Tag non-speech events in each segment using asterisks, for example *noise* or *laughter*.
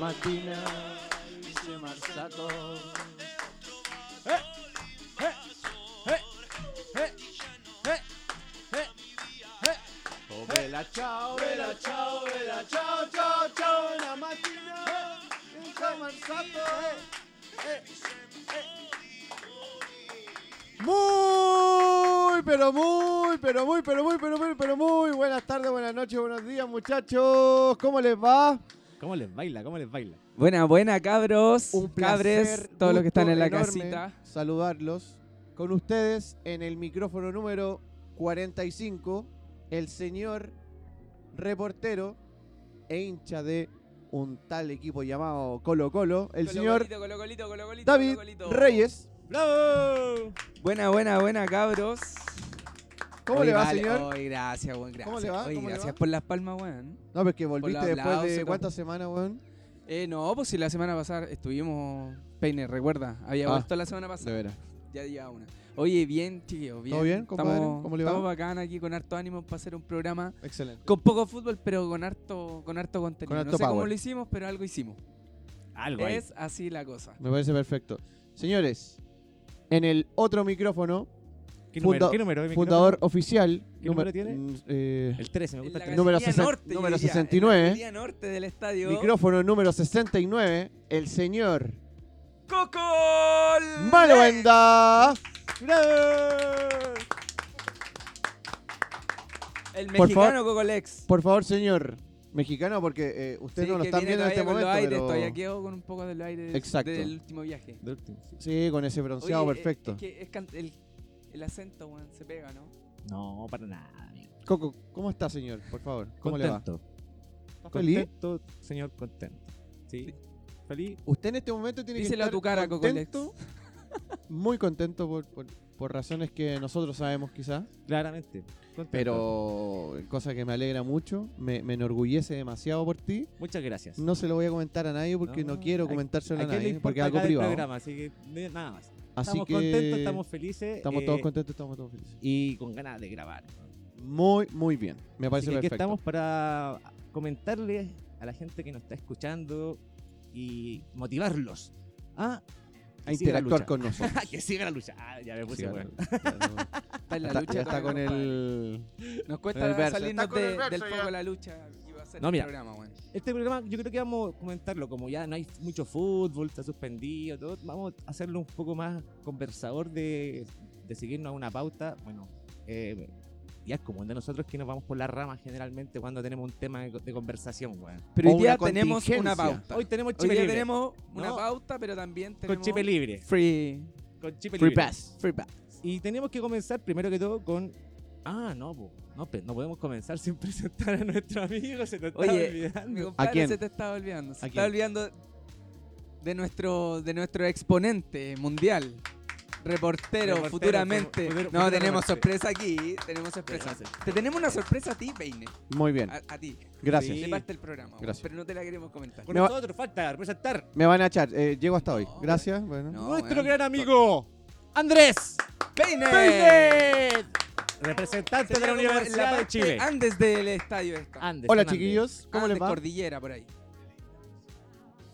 Martina y se Marsato. ¡Eh! ¡Eh! ¡Eh! ¡Eh! ¡Eh! ¡Eh! ¡Eh! Oh, vela, chao, vela, chao, vela, chao, chao, chao, la Martina y se Marsato. Muy, pero muy, pero muy, pero muy, pero muy, pero muy buenas tardes, buenas noches, buenos días, muchachos. ¿Cómo les va? ¿Cómo les baila? ¿Cómo les baila? Buena, buena, cabros, cabres, todos los que están gusto en la enorme casita. Saludarlos con ustedes en el micrófono número 45, el señor reportero e hincha de un tal equipo llamado Colo Colo, el señor Colocolito, colocolito, colocolito, David colocolito. Reyes. ¡Bravo! Buena, buena, buena, cabros. ¿Cómo Oye, le va, vale, señor? Oye, gracias, buen, gracias. le va? Oye, ¿Cómo le gracias va? por las palmas, weón. No, pero es que volviste los después aplausos, de ¿no? cuántas semanas, weón. Eh, no, pues si la semana pasada estuvimos peine, recuerda. Había Ah, vuelto la semana pasada. Ya lleva una. Oye, bien, chiquillos, bien. ¿Todo bien, compadre? Estamos, ¿Cómo le va? estamos bacán aquí con harto ánimo para hacer un programa Excelente. con poco fútbol, pero con harto, con harto contenido. harto no sé cómo power. lo hicimos, pero algo hicimos. Algo ahí. Es así la cosa. Me parece perfecto. Señores, en el otro micrófono, ¿Qué número, funda- ¿Qué número de fundador oficial. ¿Qué número tiene? mm, eh, micrófono? El 13, me gusta el En la 13. número galería sesen- norte, yo número diría, en 69. la galería norte del estadio. micrófono número 69, el señor ¡Cocol! Malovenda. El Por mexicano Cocolex. Por favor, señor mexicano, porque eh, ustedes Sí, no lo que están viene viendo en este todavía con los momento. aires, pero- Todavía quedo con un poco del aire Exacto. del último viaje. Del último, sí. Sí, con ese bronceado Oye, eh, perfecto. Es que es can- el, el acento, weón, se pega, ¿no? No, para nada. amigo. Coco, ¿cómo está, señor? Por favor, ¿cómo le va? Contento. ¿Está feliz? Contento, señor, contento. Sí. Sí. Feliz. Usted en este momento tiene que Díselo estar a tu cara, Cocolex. contento, muy contento por, por- por razones que nosotros sabemos quizás, Claramente. contento. pero cosa que me alegra mucho, me, me enorgullece demasiado por ti. Muchas gracias. No se lo voy a comentar a nadie porque no, No, quiero ¿a- comentárselo a, ¿A quién le nadie importa porque es algo acá del privado. programa? Así que eh, nada más. Así estamos que contentos, estamos felices. estamos eh, todos contentos, estamos todos felices. Y con ganas de grabar. Muy, muy bien. Me Así parece que aquí perfecto. estamos para comentarles a la gente que nos está escuchando y motivarlos a, a que siga la interactuar lucha. con nosotros. *laughs* que siga la lucha. Ah, ya me puse, Siga la *laughs* weón. lucha, ya Está en la no- lucha. Ya está todavía, con compadre. el. Nos con el cuesta verso, salirnos está con el de- verso del ya. foco de la lucha que iba a ser No, el mira. programa, weón. Este programa yo creo que vamos a comentarlo, como ya no hay mucho fútbol, está suspendido, todo, vamos a hacerlo un poco más conversador de, de seguirnos a una pauta. Bueno, eh, ya es común de nosotros que nos vamos por las ramas generalmente cuando tenemos un tema de, de conversación, weón. Pero O hoy día una tenemos una contingencia. pauta. Hoy Hoy, tenemos día chip libre. tenemos una No. pauta, pero también con tenemos chip libre. free, Con chip Free libre. pass. free pass. Y tenemos que comenzar primero que todo con. Ah, no, po, no, pe- no podemos comenzar *laughs* sin presentar a nuestro amigo, se nos está Oye, Mi olvidando. compadre ¿A quién? se te estaba olvidando. Se ¿A está quién? olvidando de nuestro, de nuestro exponente mundial. Reportero, Reportero, futuramente. fu- futuro- no, futuro tenemos reportero. sorpresa aquí. Tenemos sorpresa. Te tenemos una sorpresa a ti, Peine. Muy bien. Ah. A, a ti. Gracias. Sí. De parte del programa. weón, Gracias. Pero no te la queremos comentar. Por Me va- nosotros falta presentar Me van a echar. eh, llego hasta hoy. No, Gracias. Bueno. No, nuestro weón. gran amigo, Andrés ¡Peine! Peine, representante de Sería la como en Universidad de parte Chile. Antes del estadio esta. Andes, Hola, Fernández, chiquillos. ¿Cómo Ah, Andes, les va? Cordillera, por ahí.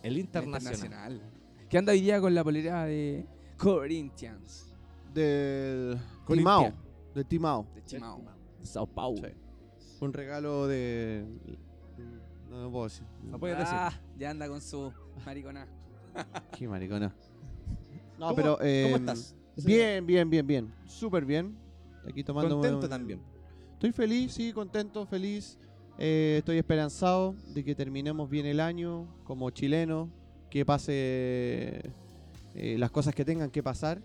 El internacional. Internacional. Que anda hoy día con la polera de Corinthians. Del. Timao. Corintia. Del Timao. De Chimao. Sao Paulo. Un regalo de. No, no puedo decir. No puedes decir. Ah, ya anda con su mariconá. Qué maricona. No, ¿Cómo- pero. eh, ¿Cómo estás? Bien, bien, bien, bien. Súper bien. Aquí tomando. Contento también. Estoy feliz, sí, contento, feliz. Eh, estoy esperanzado de que terminemos bien el año como chileno, que pase eh, las cosas que tengan que pasar,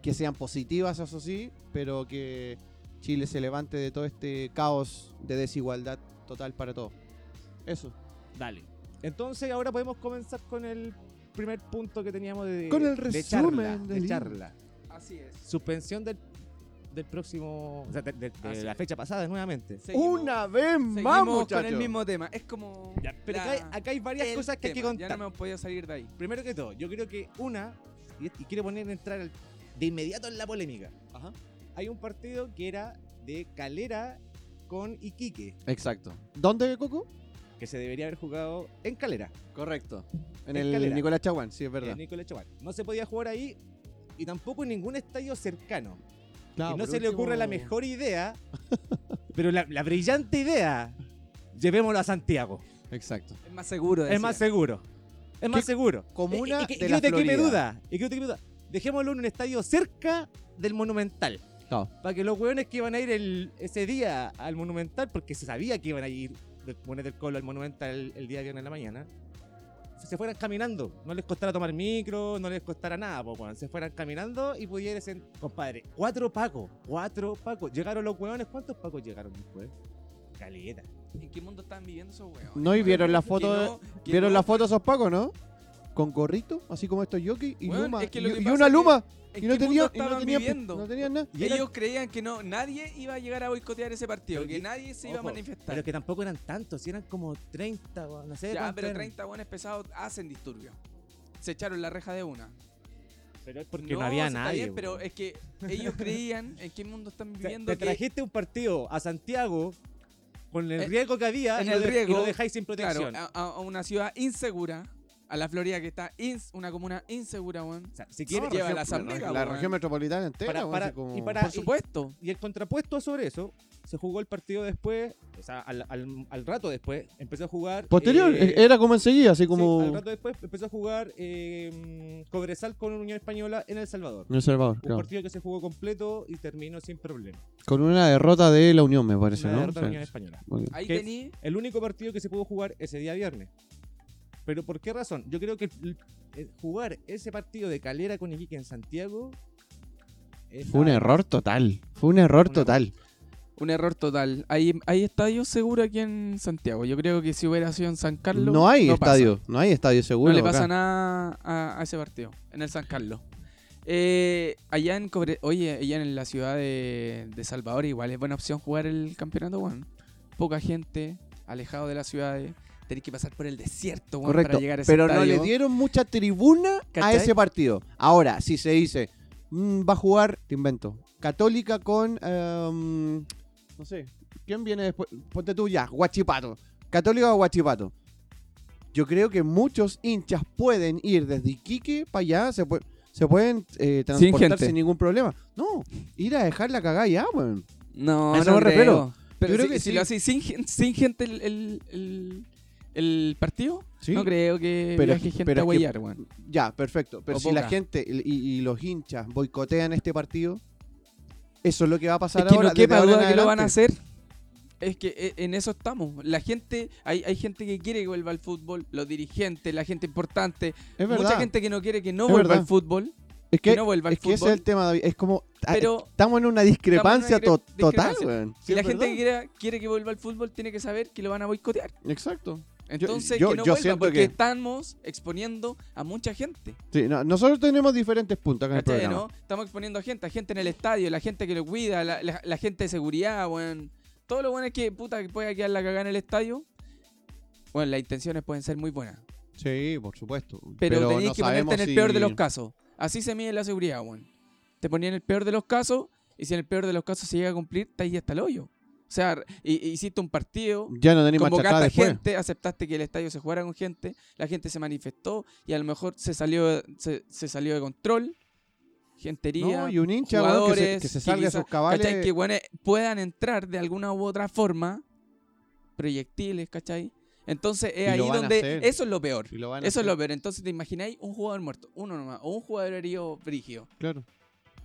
que sean positivas, eso sí, pero que Chile se levante de todo este caos de desigualdad total para todos. Eso. Dale. Entonces ahora podemos comenzar con el primer punto que teníamos de, Con el de charla. resumen de del- charla. Así es. Suspensión del, del próximo. O sea, de, de- de Así la es. fecha pasada nuevamente. Seguimos- vez seguimos con el mismo tema. Es como. Ya, pero la- acá hay, acá hay varias el cosas que hay que tema. contar. Ya no me hemos podido salir de ahí. Primero que todo, yo creo que una, y, y quiero poner entrar al- de inmediato en la polémica. Ajá. Hay un partido que era de Calera con Iquique. Exacto. ¿Dónde, Coco? que se debería haber jugado en Calera, Correcto. En el Escalera. Nicolás Chaguán, sí, es verdad. en Nicolás Chaguán. No se podía jugar ahí y tampoco en ningún estadio cercano. Claro, y no por se le último- ocurre la mejor idea, pero la, la brillante idea, llevémoslo a Santiago. Exacto. Es más seguro. Es más seguro. Es más ¿Qué seguro. Eh, comuna y, y- y- de y la de qué me Florida? duda. ¿Y qué- de qué me duda? Dejémoslo en un estadio cerca del Monumental. Claro. Para que los hueones que iban a ir el- ese día al Monumental, porque se sabía que iban a ir de poner del Colo al Monumental el, el día viernes en la mañana, se fueran caminando. No les costara tomar micro, no les costara nada. po, weón. se fueran caminando y pudiesen. Compadre, cuatro pacos. Cuatro pacos. Llegaron los hueones. ¿Cuántos pacos llegaron después? Caleta. ¿En qué mundo están viviendo esos weones? No, y vieron la foto Que de- que ¿Vieron no, la foto de esos pacos, no? Con gorrito, así como estos yoki y, Weón, luma, es que y, lo que y pasa una es que- luma. ¿en y no qué mundo tenían, y no estaban tenían, viviendo? no tenían nada. Y ellos ellos- creían que no, nadie iba a llegar a boicotear ese partido, Pero que que- nadie se iba a ojo, manifestar. Pero que tampoco eran tantos, si eran como 30, o no sé. ya, cuántos pero eran. 30 buenos pesados hacen disturbio. Se echaron la reja de una. Pero es porque no, había sí está nadie. bien, pero weón. es que ellos creían en qué *laughs* mundo están O sea, viviendo. te que- trajiste un partido a Santiago con el Eh, riesgo que había en y, lo el de- y riesgo, lo dejáis sin claro, ah, protección. a, a una ciudad insegura, a la Florida que está ins- una comuna insegura, weón. O sea, si quieres, lleva región- la Asamblea, la weón. región metropolitana entera. Para- weón, para- así como- Ah, y para- Por supuesto. Y el contrapuesto sobre eso, se jugó el partido después, o sea, al, al- al rato después, empezó a jugar. Posterior, eh, era como enseguida, así sí, como. al rato después empezó a jugar eh, Cobresal con Unión Española en El Salvador. En El Salvador, Un claro. partido que se jugó completo y terminó sin problema. Con una derrota de la Unión, me parece, Una ¿no? derrota de O sea, Unión Española. muy bien. Ahí que- tení. El único partido que se pudo jugar ese día viernes. Pero ¿por qué razón? Yo creo que el- el jugar ese partido de Calera con Iquique en Santiago es Fue un error total. Fue un error Un total. Un error total. Hay, hay estadios seguros aquí en Santiago. Yo creo que si hubiera sido en San Carlos. No hay pasa. estadio, no hay estadio seguro. no le pasa acá. nada a, a ese partido, en el San Carlos. Eh, allá en Cobre, oye, allá en la ciudad de, de Salvador igual es buena opción jugar el campeonato, weón. Poca gente, alejado de las ciudades, tenés que pasar por el desierto, weón, Correcto. para llegar a ese Pero no estadio. le dieron mucha tribuna ¿Cachai? a ese partido. Ahora, si se dice, mm, va a jugar, te invento, Católica con. em, no sé, ¿quién viene después? Ponte tú ya, Guachipato. Católica o Guachipato. Yo creo que muchos hinchas pueden ir desde Iquique para allá, se, pue- se pueden eh, transportar gente. sin, ningún problema. No, ir a dejar la cagada ya, weón. No, A eso no me refiero. creo. Pero Yo creo si, que si sí. lo haces sin, gen- sin gente el, el- el- el partido, Sí. no creo que Pero es viaje que- gente pero a es que- huellar, weón. Ya, perfecto. Pero O si la poca. gente y, y- y los hinchas boicotean este partido, eso es lo que va a pasar Es que ahora. no quepa desde ahora duda en que lo van a adelante. hacer. Es que eh, en eso estamos. La gente, hay, hay gente que quiere que vuelva al fútbol, los dirigentes, la gente importante, Es verdad. mucha gente que no quiere que no Es vuelva verdad. al fútbol, es que que, no vuelva al es que ese fútbol. es el tema, David. Es como. ah, Pero- estamos en una discrepancia Estamos to- en una discre- total, discrepancia. weón. y Sí, la es gente que verdad. quiera- quiere que vuelva al fútbol tiene que saber que lo van a boicotear. Exacto. Entonces, yo- que no yo vuelva, siento porque que- estamos exponiendo a mucha gente. Sí, no, nosotros tenemos diferentes puntos acá en el ¿Cachai, programa. no? Estamos exponiendo a gente, a gente en el estadio, la gente que lo cuida, la, la- la gente de seguridad, weón. Todo lo bueno es que, puta, que pueda quedar la cagada en el estadio. Bueno, las intenciones pueden ser muy buenas. Sí, por supuesto. Pero, tenías no que ponerte sabemos en el si- peor de los casos. Así se mide la seguridad, weón. Te ponía en el peor de los casos, y si en el peor de los casos se llega a cumplir, está ahí hasta el hoyo. O sea, r- y- y hiciste un partido, Ya no tenéis marcha atrás convocaste a después. gente, aceptaste que el estadio se jugara con gente, la gente se manifestó y a lo mejor se salió, se, se salió de control, gente herida, No, y un hincha, weón, que se, jugadores que se que salga de quizá- sus cabales. ¿cachai? Que weones puedan entrar de alguna u otra forma, proyectiles, ¿cachai? Entonces es Y ahí lo van a donde hacer. eso es lo peor. y lo van a Eso es hacer. lo peor. Entonces te imagináis un jugador muerto, uno nomás, o un jugador herido brígido. Claro.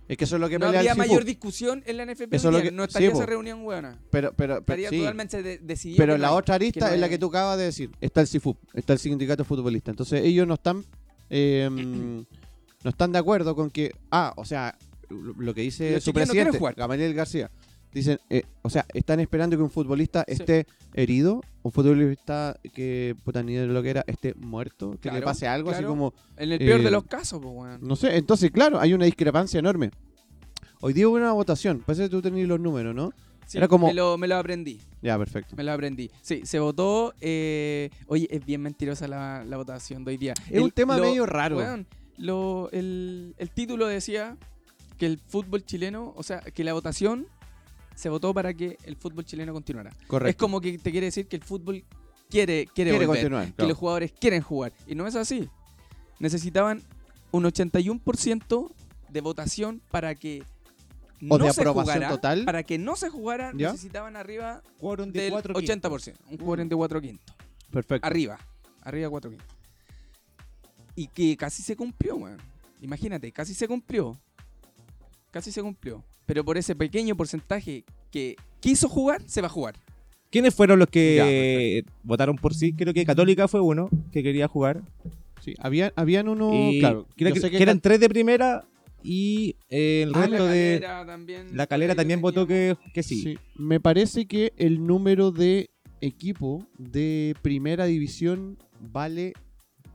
Es que eso es lo que No pelea el habría Cifú. mayor discusión en la NFP. Eso hoy lo día. que- No sí, estaría esa po. reunión, weona. Pero, pero, pero, Estaría sí. totalmente de- decidido. Pero que la no hay. otra no arista es la hay. que tú acabas de decir. Está el CIFUP, está el sindicato futbolista. Entonces ellos no están, eh, *clears throat* no están de acuerdo con que, ah, o sea, lo lo que dice Los su chiquillos no quieren presidente, jugar. Gamaliel García, dicen, eh, o sea, están esperando que un futbolista Sí. esté herido, un futbolista que puta ni idea de lo que era, esté muerto, que le Claro, pase algo así claro. como, En el peor de eh, los casos, pues, weón. no sé. Entonces, claro, hay una discrepancia enorme. Hoy día hubo una votación, parece que tú tenías los números, ¿no? Sí, era como- Me lo, me lo aprendí. Ya, perfecto. Me lo aprendí. Sí, se votó. eh, Oye, es bien mentirosa la, la votación de hoy día. Es un tema lo- medio raro. Weón, lo- el, el título decía que el fútbol chileno, o sea, que la votación se votó para que el fútbol chileno continuara. Correcto. Es como que te quiere decir que el fútbol quiere, quiere, Quiere volver, continuar, que claro. los jugadores quieren jugar. Y no es así. Necesitaban un 81% de votación para que O no de se aprobación jugara, total. Para que no se jugara, ¿Ya? necesitaban arriba Quórum de del 4 80%. Un quórum de 4 quintos. Perfecto. Arriba. Arriba 4 quintos. Y que casi se cumplió, weón. Imagínate, casi se cumplió. Casi se cumplió. Pero por ese pequeño porcentaje que quiso jugar, se va a jugar. ¿Quiénes fueron los Ya, que votaron por sí? Creo que Católica fue uno que quería jugar. Sí, habían, habían uno. y claro, creo yo que, sé que que eran Cat- tres de primera y eh, el Ah, resto la de... también. La calera también votó que, que sí. sí. Me parece que el número de equipo de primera división vale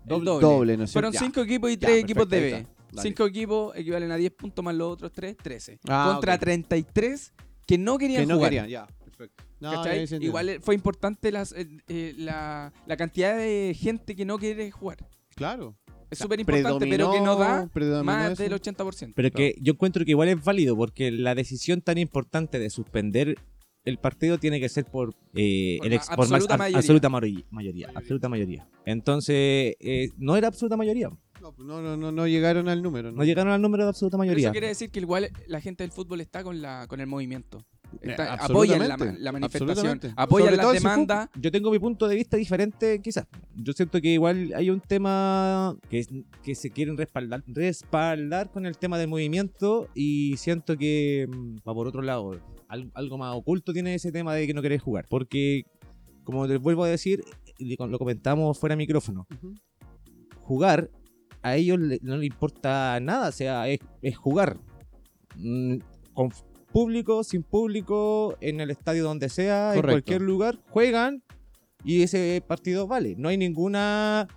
Doble. doble, ¿no es Fueron cierto? Ya. cinco equipos y Ya, tres perfecto, equipos de ahí B. está. Dale. Cinco equipos equivalen a 10 puntos más los otros tres, 13. Ah, Contra ok. 33 que no querían que no jugar. querían, ya. Perfecto. No, ¿cachai? ahí se entiende. Igual eh, fue importante las, eh, eh, la, la cantidad de gente que no quiere jugar. Claro. Es súper importante, pero que no da más del 80%. Pero que yo encuentro que igual es válido porque la decisión tan importante de suspender el partido tiene que ser por, eh, Por el la ex- por más- absoluta a- mayoría. absoluta mayoría, mayoría, absoluta mayoría. Entonces, eh, no era absoluta mayoría. No, no, no, no, no llegaron al número. No llegaron al número de absoluta Pero mayoría. eso quiere decir que igual la gente del fútbol está con, la, con el movimiento. Eh, Está- absolutamente, apoyan la, ma- la manifestación, absolutamente. apoyan Sobre las todo si fue- demandas. Yo tengo mi punto de vista diferente, quizás. Yo siento que igual hay un tema que, es- que se quieren respaldar, respaldar con el tema del movimiento y siento que mm, va por otro lado. Al- algo más oculto tiene ese tema de que no querés jugar. Porque, como les vuelvo a decir, y lo comentamos fuera de micrófono, Ujú. jugar a ellos le- no les importa nada, o sea, es, es jugar. Mm, Con f- público, sin público, en el estadio donde sea, en Correcto. cualquier lugar, juegan y ese partido vale. No hay ninguna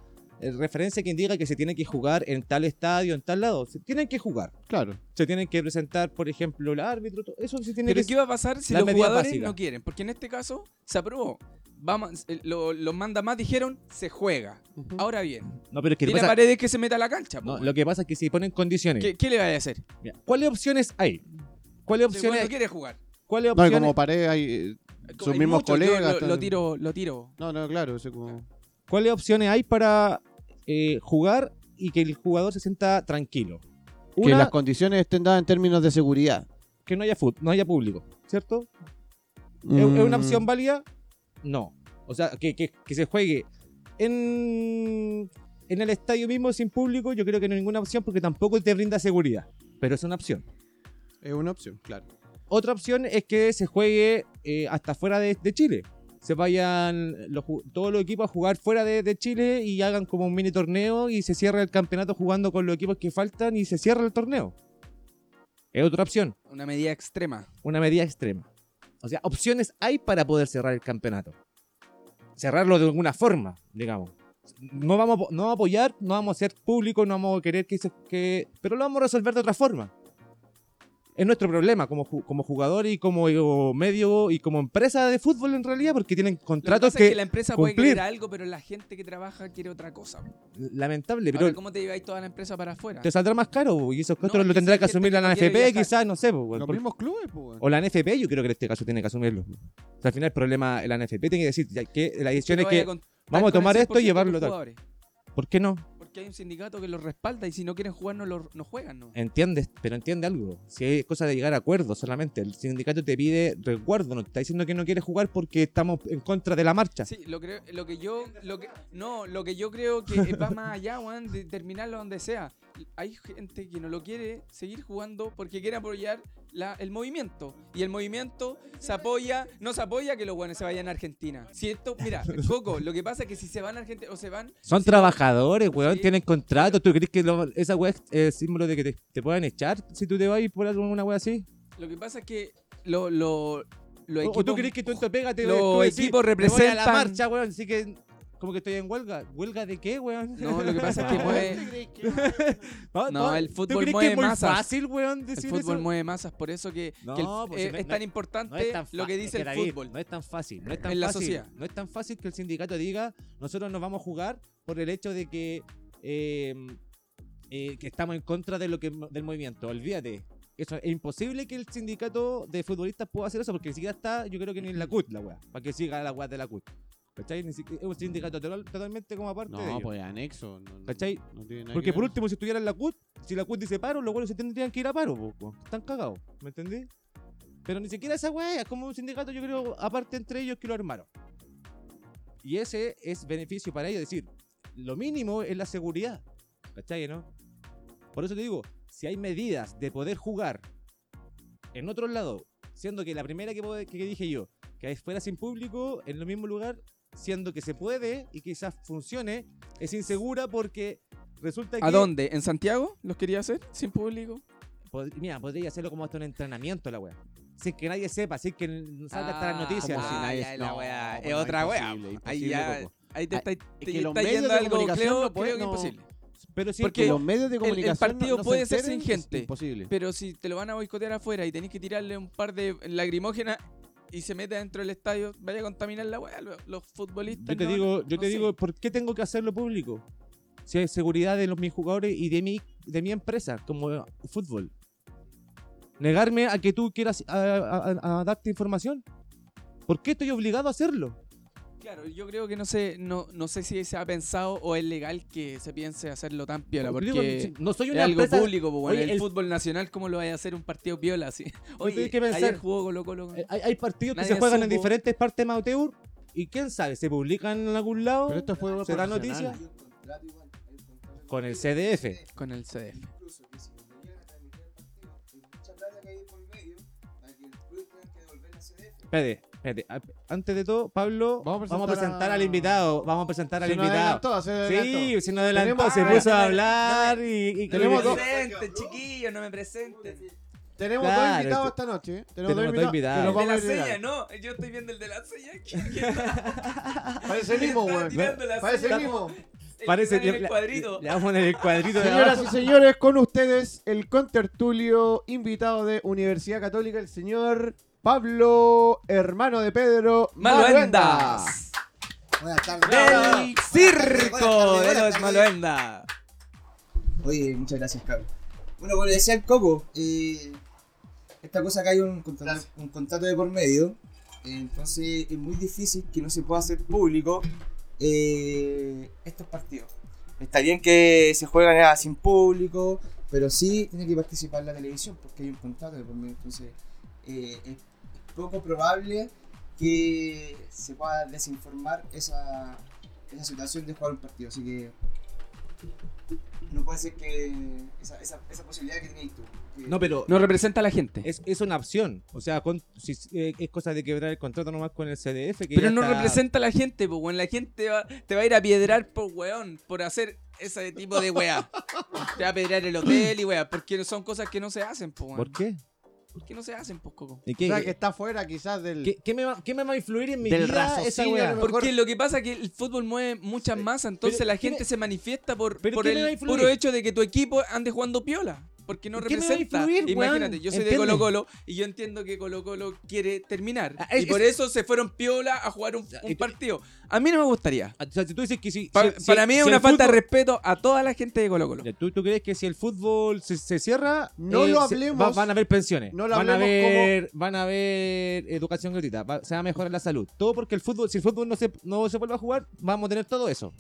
eh, referencia que indica que se tiene que jugar en tal estadio, en tal lado. Se tienen que jugar. Claro. Se tienen que presentar, por ejemplo, el árbitro. todo- Eso se tiene Pero que... ¿qué va a pasar si las los medidas jugadores básicas. no quieren? Porque en este caso se aprobó. Vamos, eh, lo- los manda más dijeron, se juega. Ujú. Ahora bien, No, pero es que dile pasa- a Paredes que se meta a la cancha. no, po, lo que pasa es que si ponen condiciones. ¿Qué, qué le vaya a hacer? Mira, ¿Cuáles opciones hay? ¿Cuáles Si el weón opciones? no quiere jugar. ¿Cuáles No, y opciones? como pared hay. eh, Sus Hay mismos mucho, yo colegas Lo, están- lo tiro, lo tiro. No, no, claro. eso como... ¿Cuáles opciones hay para eh, jugar y que el jugador se sienta tranquilo? Que Una, las condiciones estén dadas en términos de seguridad. que no haya fut, no haya público, ¿cierto? ¿Es- ¿Es Mm. una opción válida? No. O sea, que, que- que se juegue en, en el estadio mismo sin público, yo creo que no es ninguna opción porque tampoco te brinda seguridad. Pero es una opción. Es una opción, claro. Otra opción es que se juegue eh, hasta fuera de, de Chile. Se vayan los ju- todos los equipos a jugar fuera de, de Chile y hagan como un mini torneo y se cierra el campeonato jugando con los equipos que faltan y se cierra el torneo. Es otra opción, Una medida extrema. una medida extrema. O sea, opciones hay para poder cerrar el campeonato. Cerrarlo de alguna forma, digamos. No vamos, a po- no vamos a apoyar, no vamos a ser público, no vamos a querer que, se- que... Pero lo vamos a resolver de otra forma es nuestro problema como, ju- como jugador y como eh, medio y como empresa de fútbol en realidad, porque tienen Lo que contratos pasa es que, que la empresa puede cumplir. querer algo, pero la gente que trabaja quiere otra cosa. lamentable, Ahora, pero ¿Cómo te lleváis toda la empresa para afuera? te saldrá más caro y esos costos es lo que tendrá si que hay gente asumir que la no quiere NFP, viajar. quizás, no sé. po, weón, Los por- mismos clubes, pues. o la NFP, yo creo que en este caso tiene que asumirlo. O sea, al final el problema, la NFP tiene que decir ya que la decisión no es vaya que a contar vamos a con el tomar esto y 100% llevarlo de tal. jugadores, ¿Por qué no? Porque hay un sindicato que los respalda y si no quieren jugar no, lo- no juegan. ¿no? ¿Entiendes? Pero entiende algo. Si es cosa de llegar a acuerdos solamente, el sindicato te pide resguardo, no te está diciendo que no quieres jugar porque estamos en contra de la marcha. Sí, lo, creo, lo que yo lo que, no, lo que yo creo que *laughs* va más allá, weón, de terminarlo donde sea. Hay gente que no lo quiere seguir jugando porque quiere apoyar la- el movimiento y el movimiento se apoya, no se apoya que los buenos se vayan a Argentina. Si esto, *laughs* mira, Coco, lo que pasa es que si se van a Argentina o se van Son si no- trabajadores, weón, Sí. tienen contratos. ¿Tú crees que lo- esa weá es eh, símbolo de que te, te puedan echar si tú te vas por alguna weá así? Lo que pasa es que lo, lo, los ¿O- equipos, ¿O tú crees que tú en tu pega te los tú decís, equipos "Me voy a la representan- marcha, weón, así que como que estoy en huelga. ¿Huelga de qué, weón? No, lo que *laughs* pasa es que pues, mueve, Ah, no, el ¿Tú fútbol crees que mueve es muy masas. fácil, weón, el decir fútbol eso? mueve masas, por eso que, que el- No, pues, eh, si no- es no tan es- importante No es tan lo que fácil, dice el David, fútbol. No es tan fácil, no es tan En la fácil. sociedad. No es tan fácil que el sindicato diga, nosotros nos vamos a jugar por el hecho de que, eh, eh, que estamos en contra de lo que, del movimiento. Olvídate. Eso, es imposible que el *clears throat* sindicato de futbolistas pueda hacer eso porque ni siquiera está, yo creo que ni en la CUT la weá, para que siga la weá de la CUT. ¿Cachai? Ni siquiera- es un sindicato total- totalmente como aparte de No, ellos. pues anexo. No, no- ¿Cachai? no tiene nada Porque que por ver. Ah, último, si estuvieran la CUT, si la CUT dice paro, los buenos se tendrían que ir a paro, po, po. están cagados, ¿me entendí? Pero ni siquiera esa weá, es como un sindicato, yo creo, aparte entre ellos que lo armaron. Y ese es beneficio para ellos, es decir, lo mínimo es la seguridad, ¿cachai, no? Por eso te digo, si hay medidas de poder jugar en otro lado, siendo que la primera que, pod- que dije yo, que fuera sin público, en el mismo lugar, siendo que se puede y quizás funcione, es insegura porque resulta que... ¿A dónde? ¿En Santiago? ¿Los quería hacer? ¿Sin público? Pod- mira, podría hacerlo como hasta un entrenamiento la wea. Sin que nadie sepa, sin que n- salga hasta las Ah, noticias. como si Ah, nadie- ya, la no, wea, pues es no, otra wea. imposible, Ahí imposible, ya. Coco. Ahí te Ah, está, es te que los está medios yendo de algo, comunicación creo, no pueden- creo que no- imposible. Pero sí, porque- Porque po. los medios de pues, el- el comunicación. partido no- no se puede ser enteren, sin es gente. Imposible. Pero si te lo van a boicotear afuera y tenés que tirarle un par de lagrimógenas y se mete dentro del estadio, vaya a contaminar la weá. Los, los futbolistas. yo te no- digo, yo no te sé. digo, ¿por qué tengo que hacerlo público? Si hay seguridad de los mis jugadores y de mi, de mi empresa como fútbol. Negarme a que tú quieras a- a- a- a darte información. ¿Por qué estoy obligado a hacerlo? Claro, yo creo que no sé, no, no sé si se ha pensado o es legal que se piense hacerlo tan piola, porque. Digo, si- no soy Es una algo empresa. público, pues, bueno, Oye, el, el- fútbol nacional, ¿cómo lo vaya a hacer un partido piola así? tenés Oye, que pensar- ayer jugó Colo Colo. Eh, Hay, hay partidos que Nadie se juegan en supo. diferentes partes amateur y quién sabe, se publican en algún lado Pero esto fue ¿Se da noticia? con el CDF. Con el CDF. Incluso que si cuando llegan a transmitir el partido, hay mucha plata que hay por medio para que el club tenga que devolver la CDF. Espérate, espérate. a- Antes de todo, Pablo, Vamos vamos a a presentar, presentar a- al invitado. Vamos a presentar al Se nos invitado. adelantó, se adelantó. Sí, se nos adelantó, Tenemos- se Ah, puso no, a este, no, hablar no, y, y- Tenemos dos- presenten, chiquillos, no me presenten. Tenemos Claro, dos invitados este- esta noche. ¿eh? tenemos dos invitados. que los El vamos de a agregar. no. Yo estoy viendo el de la silla. Parece el mismo, Estaba weón. tirando la Parece el silla. mismo. Parece le- le- Le vamos a poner el cuadrito de Señoras abajo. y señores, con ustedes el contertulio invitado de Universidad Católica, el señor Pablo, hermano de Pedro Maluenda. Maloendas. Buenas tardes. Del circo de los malos. Maloendas. Oye, muchas gracias, Pablo. Bueno, como le decía el Coco, eh, esta cosa que hay un contrato, un contrato de por medio, eh, entonces es muy difícil que no se pueda hacer público eh, estos partidos. Está bien que se juegan ah, sin público, pero sí tiene que participar la televisión porque hay un contrato de por medio, entonces eh, es poco probable que se pueda desinformar esa, esa situación de jugar un partido, así que no puede ser que esa, esa, esa posibilidad que tenéis tú. que- No, pero No representa a la gente. es, es una opción. O sea, con- si- eh, es cosa de quebrar el contrato nomás con el CDF. Que Pero ya no está- representa a la gente, pues, La gente va- te va a ir a piedrar por weón, por hacer ese tipo *laughs* de weá. te va a piedrar el hotel y weá, porque son cosas que no se hacen, pues, ¿Por qué? Porque no se hacen, pues, Coco. ¿Y O qué? sea, que está fuera quizás del... ¿Qué, qué me va, qué me va a influir en mi Del vida esa raciocinio, weá? a lo mejor. Porque lo que pasa es que el fútbol mueve muchas Sí. masas, entonces Pero, la ¿qué me- gente se manifiesta por, pero por ¿qué me va a el influir? puro hecho de que tu equipo ande jugando piola. Porque no ¿Qué me va a representa. influir, weón? Imagínate, yo soy de ¿Entiendes? Colo Colo y yo entiendo que Colo Colo quiere terminar. Ah, es- y por eso se fueron piola a jugar un, un y tú- partido. A mí no me gustaría. O sea, si tú dices que si- Pa- si- para si- mí es si una el falta de fútbol- respeto a toda la gente de Colo Colo. Ya, ¿Tú, ¿Tú crees que si el fútbol se, se cierra, eh, No lo se- hablemos. va- van a haber pensiones? No lo van a hablemos haber, van a haber educación gratuita, va- se va a mejorar la salud. Todo porque el fútbol, si el fútbol no se, no se vuelve a jugar, vamos a tener todo eso.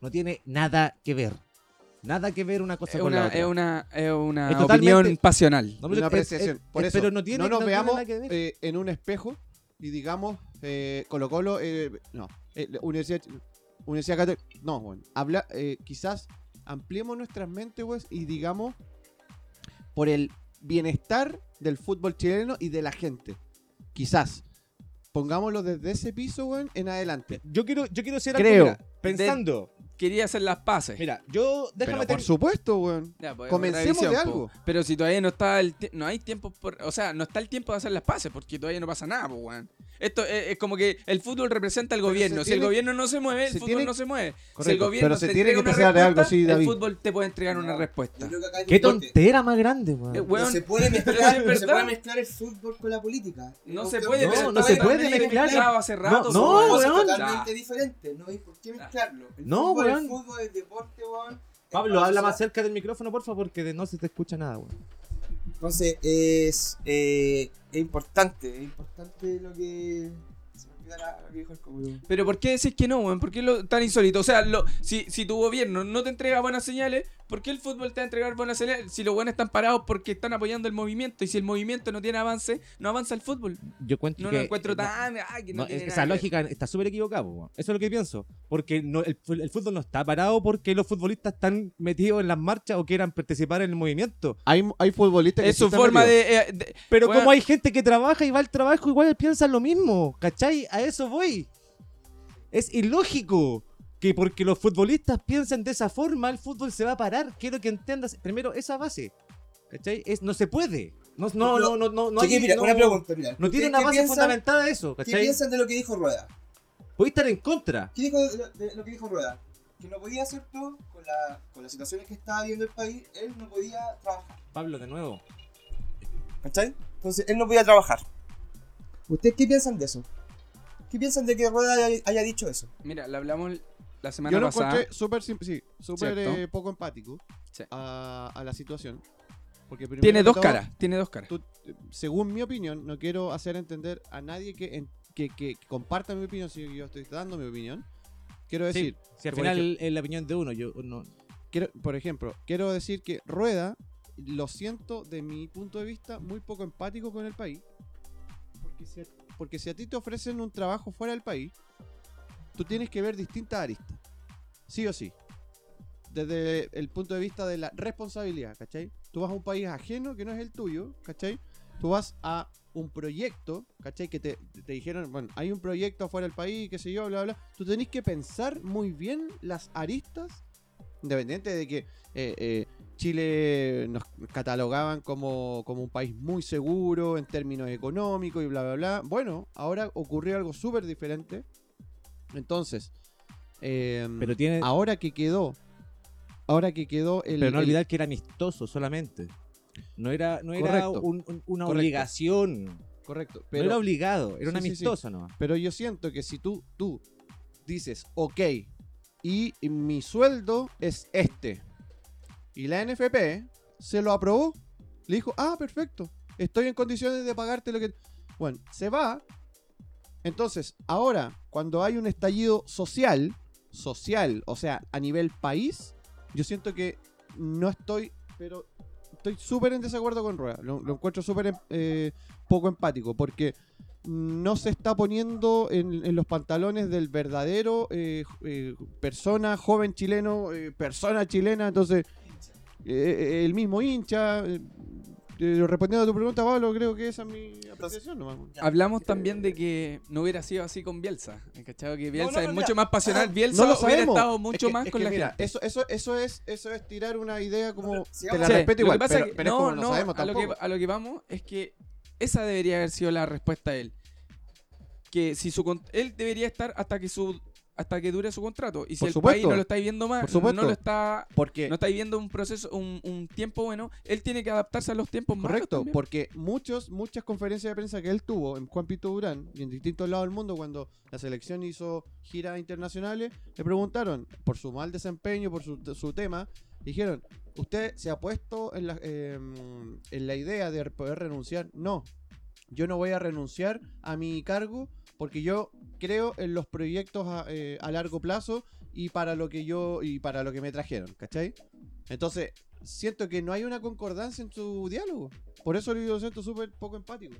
No tiene nada que ver. Nada que ver una cosa Es con la una, otra. es una, es una Es totalmente- opinión pasional. No, pero una es- es- apreciación. es- Por es- eso, pero no tiene, nos no tiene veamos nada que ver. eh, en un espejo y digamos, eh, Colo Colo, eh, no, eh, la Universidad, Universidad Católica, no, bueno, habla, eh, quizás ampliemos nuestras mentes, pues, y digamos, por el bienestar del fútbol chileno y de la gente, quizás. Pongámoslo desde ese piso, weón, en adelante. yo quiero, yo quiero ser Creo. algo, mira, pensando. Quería hacer las paces. Mira, yo Pero déjame por terminar. supuesto, weón. Ya, pues, Comencemos otra de po. algo. Pero si todavía no está el tie- no hay tiempo por- o sea, no está el tiempo de hacer las paces porque todavía no pasa nada, po, weón. Esto es, es como que el fútbol representa al Pero gobierno. se Si el tiene- gobierno no se mueve, el se fútbol tiene- no se mueve. si el Correcto, gobierno pero se te tiene entrega que una pasar de algo, respuesta, sí, David. El fútbol te puede entregar una No, respuesta. Yo creo que acá hay Qué deporte. tontera más grande, weón. Eh, No weón, se puede *laughs* pero mezclar, sí es no se verdad. puede mezclar el fútbol con la política. no Es se un puede, tema pero no estaba se ahí puede totalmente mezclar. mezclado hace rato, no, po, Son weón. cosas Ya. totalmente diferentes, no hay por qué mezclarlo. El No, fútbol, weón. El fútbol es deporte, weón. Es Pablo, para habla más sociedad. cerca del micrófono, por favor, que de- no se te escucha nada, weón. Entonces es, eh, es importante, es importante lo que ganaba lo que dijo el Coco. weón. Pero ¿por qué decís que no, weón? ¿Por qué lo tan insólito? O sea, lo, si, si tu gobierno no te entrega buenas señales, ¿por qué el fútbol te va a entregar buenas señales? Si los buenos están parados porque están apoyando el movimiento y si el movimiento no tiene avance, no avanza el fútbol. Yo cuento No que- lo encuentro no- tan... ay, que no no, tiene esa nada que ver. lógica está súper equivocada. po, weón. Eso es lo que pienso. Porque no, el, fu- el fútbol no está parado porque los futbolistas están metidos en las marchas o quieran participar en el movimiento. Hay, hay futbolistas que Es sí su están forma metidos. de, eh, de- Pero Weón. como hay gente que trabaja y va al trabajo, igual piensan lo mismo. ¿Cachai? A eso voy. Es ilógico que porque los futbolistas piensan de esa forma, el fútbol se va a parar. Quiero que entiendas primero esa base. ¿Cachai? Es, no se puede. No, no, no, no, no, no, Chiqui, hay- mira, no- una pregunta, mira. no tiene ¿Ustedes una qué base piensan- fundamentada de eso. ¿Qué ¿Cachai? piensan de lo que dijo Rueda? Puede estar en contra. ¿Qué dijo de lo, de lo que dijo Rueda? Que no podía hacer todo con, la, con las situaciones que estaba viviendo el país, él no podía trabajar. Pablo, de nuevo. ¿Cachai? Entonces él no podía trabajar. ¿Ustedes qué piensan de eso? ¿Qué piensan de que Rueda haya, haya dicho eso? Mira, lo hablamos la semana Yo lo pasada. encontré súper sim- sí, súper, Cierto. eh, poco empático Sí. a, a la situación. Porque primero Tiene que dos todo, caras, tiene dos caras. tú- Según mi opinión, no quiero hacer entender a nadie que, en- que, que comparta mi opinión, si yo estoy dando mi opinión. Quiero Sí, decir, Si al Por final es la opinión de uno, yo no. quiero, por ejemplo, quiero decir que Rueda, lo siento de mi punto de vista, muy poco empático con el país. Porque si a, porque si a ti te ofrecen un trabajo fuera del país, tú tienes que ver distintas aristas. Sí o sí. Desde el punto de vista de la responsabilidad, ¿cachai? Tú vas a un país ajeno que no es el tuyo, ¿cachai? Tú vas a un proyecto, ¿cachai? Que te, te dijeron, bueno, hay un proyecto afuera del país, qué sé yo, bla, bla. Tú tenés que pensar muy bien las aristas, independiente de que eh, eh, Chile nos catalogaban como, como un país muy seguro en términos económicos y bla, bla, bla. Bueno, ahora ocurrió algo súper diferente. Entonces, eh, Pero tiene. ahora que quedó, ahora que quedó el... pero no el- olvidar que era amistoso solamente. No era, no era Correcto. un- un- una Correcto. obligación. correcto, no era pero, obligado, era un Sí, sí, sí. amistoso nomás. pero yo siento que si tú, tú dices, ok, y mi sueldo es este, y la NFP se lo aprobó, le dijo, ah, perfecto, estoy en condiciones de pagarte lo que... Bueno, se va. Entonces, ahora, cuando hay un estallido social, social, o sea, a nivel país, yo siento que no estoy, pero estoy súper en desacuerdo con Rueda. Lo, lo encuentro súper em- eh, poco empático, porque no se está poniendo en, en los pantalones del verdadero eh, jo- eh, persona, joven chileno, eh, persona chilena, entonces, eh, eh, el mismo hincha. eh, eh, respondiendo a tu pregunta, Pablo, creo que esa es mi apreciación. nomás. Hablamos también de que no hubiera sido así con Bielsa. ¿Cachado? Que Bielsa no, es mira. mucho más pasional. Bielsa no lo hubiera sabemos. estado Es mucho que- más es con que la mira, gente. Eso, eso, eso, es, eso es tirar una idea como. No, pero si te la vamos- respeto lo que igual, pasa pero, es que- pero es como no, sabemos a lo, que, tampoco. a lo que vamos es que esa debería haber sido la respuesta de él. Que si su con- él debería estar hasta que su hasta que dure su contrato. Y si Por el país supuesto. no lo está viviendo Por más, supuesto. no lo está. Porque, No está viviendo un proceso, un, un tiempo bueno. Él tiene que adaptarse a los tiempos malos correcto, también. porque muchos, muchas conferencias de prensa que él tuvo en Juan Pito Durán y en distintos lados del mundo, cuando la selección hizo giras internacionales, le preguntaron por su mal desempeño, por su, su tema, dijeron: ¿Usted se ha puesto en la, eh, en la idea de poder renunciar? No, yo no voy a renunciar a mi cargo porque yo creo en los proyectos a, eh, a largo plazo y para lo que yo y para lo que me trajeron, ¿cachai? Entonces, siento que no hay una concordancia en su diálogo. Por eso lo siento súper poco empático.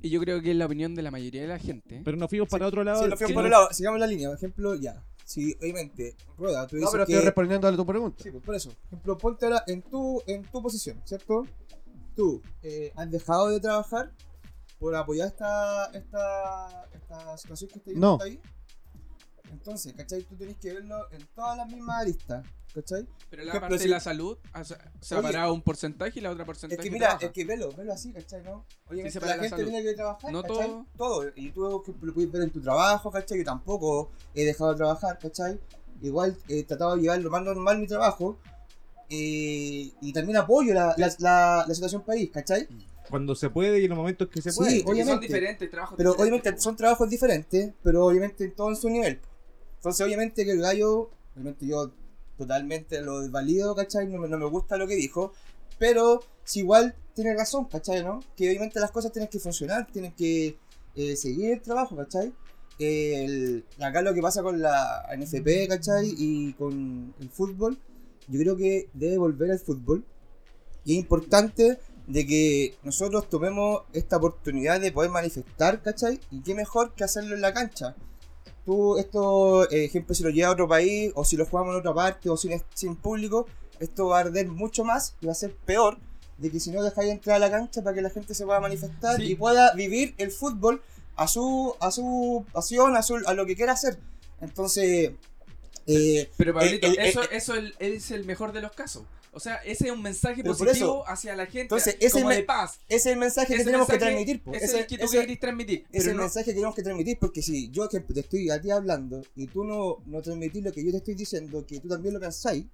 Y yo creo que es la opinión de la mayoría de la gente. Pero nos fuimos para otro lado. Si lo fui sí, por no- el lado, sigamos la línea, por ejemplo, ya. Si obviamente Rueda, tú No, dices pero que... estoy respondiendo a tu pregunta. Sí, pues por eso. Por ejemplo, ponte ahora en tu, en tu posición, ¿cierto? Tú eh, has dejado de trabajar por apoyar esta, esta, esta situación que está No. está ahí. Entonces, ¿cachai? Tú tenés que verlo en todas las mismas aristas, ¿cachai? Pero la Por ejemplo, parte si- de la salud o sea, se ha Oye. parado un porcentaje y la otra porcentaje Es que mira, trabaja. es que velo, velo así, ¿cachai? ¿No? Oye, Sí, se la para la gente salud. tiene que trabajar, No ¿cachai? todo. Y tú que lo puedes ver en tu trabajo, ¿cachai? Yo tampoco he dejado de trabajar, ¿cachai? Igual he tratado de llevar lo más normal mi trabajo. eh, y también apoyo la, la, la, la situación país, ¿cachai? Cuando se puede y en los momentos que se Sí, puede. Es que son obviamente. diferentes trabajos. Pero diferentes, obviamente po. son trabajos diferentes, pero obviamente en todo en su nivel. Entonces obviamente que el gallo, obviamente yo totalmente lo desvalido, ¿cachai? No me, no me gusta lo que dijo, pero si igual tiene razón, ¿cachai? ¿No? Que obviamente las cosas tienen que funcionar, tienen que eh, seguir el trabajo, ¿cachai? el- acá lo que pasa con la NFP, ¿cachai? Y con el fútbol, yo creo que debe volver al fútbol. Y es importante de que nosotros tomemos esta oportunidad de poder manifestar, ¿cachai? Y qué mejor que hacerlo en la cancha. Tú, esto, eh, ejemplo, si lo lleva a otro país, o si lo jugamos en otra parte, o sin, sin público, esto va a arder mucho más y va a ser peor de que si no dejáis entrar a la cancha para que la gente se pueda manifestar Sí. y pueda vivir el fútbol a su, a su pasión, a, su, a lo que quiera hacer. Entonces, eh, Pero Pablito, Eh, eh, eso, eso el- es el mejor de los casos. O sea, ese es un mensaje Pero por positivo hacia la gente, Entonces, ese como me- de paz. ese es el mensaje que Ese tenemos que mensaje transmitir. po. ese es Ese- el que tú ese- querís transmitir. es pero el no- mensaje que tenemos que transmitir, porque si yo que te estoy a ti hablando y tú no, no transmitís lo que yo te estoy diciendo, que tú también lo pensáis,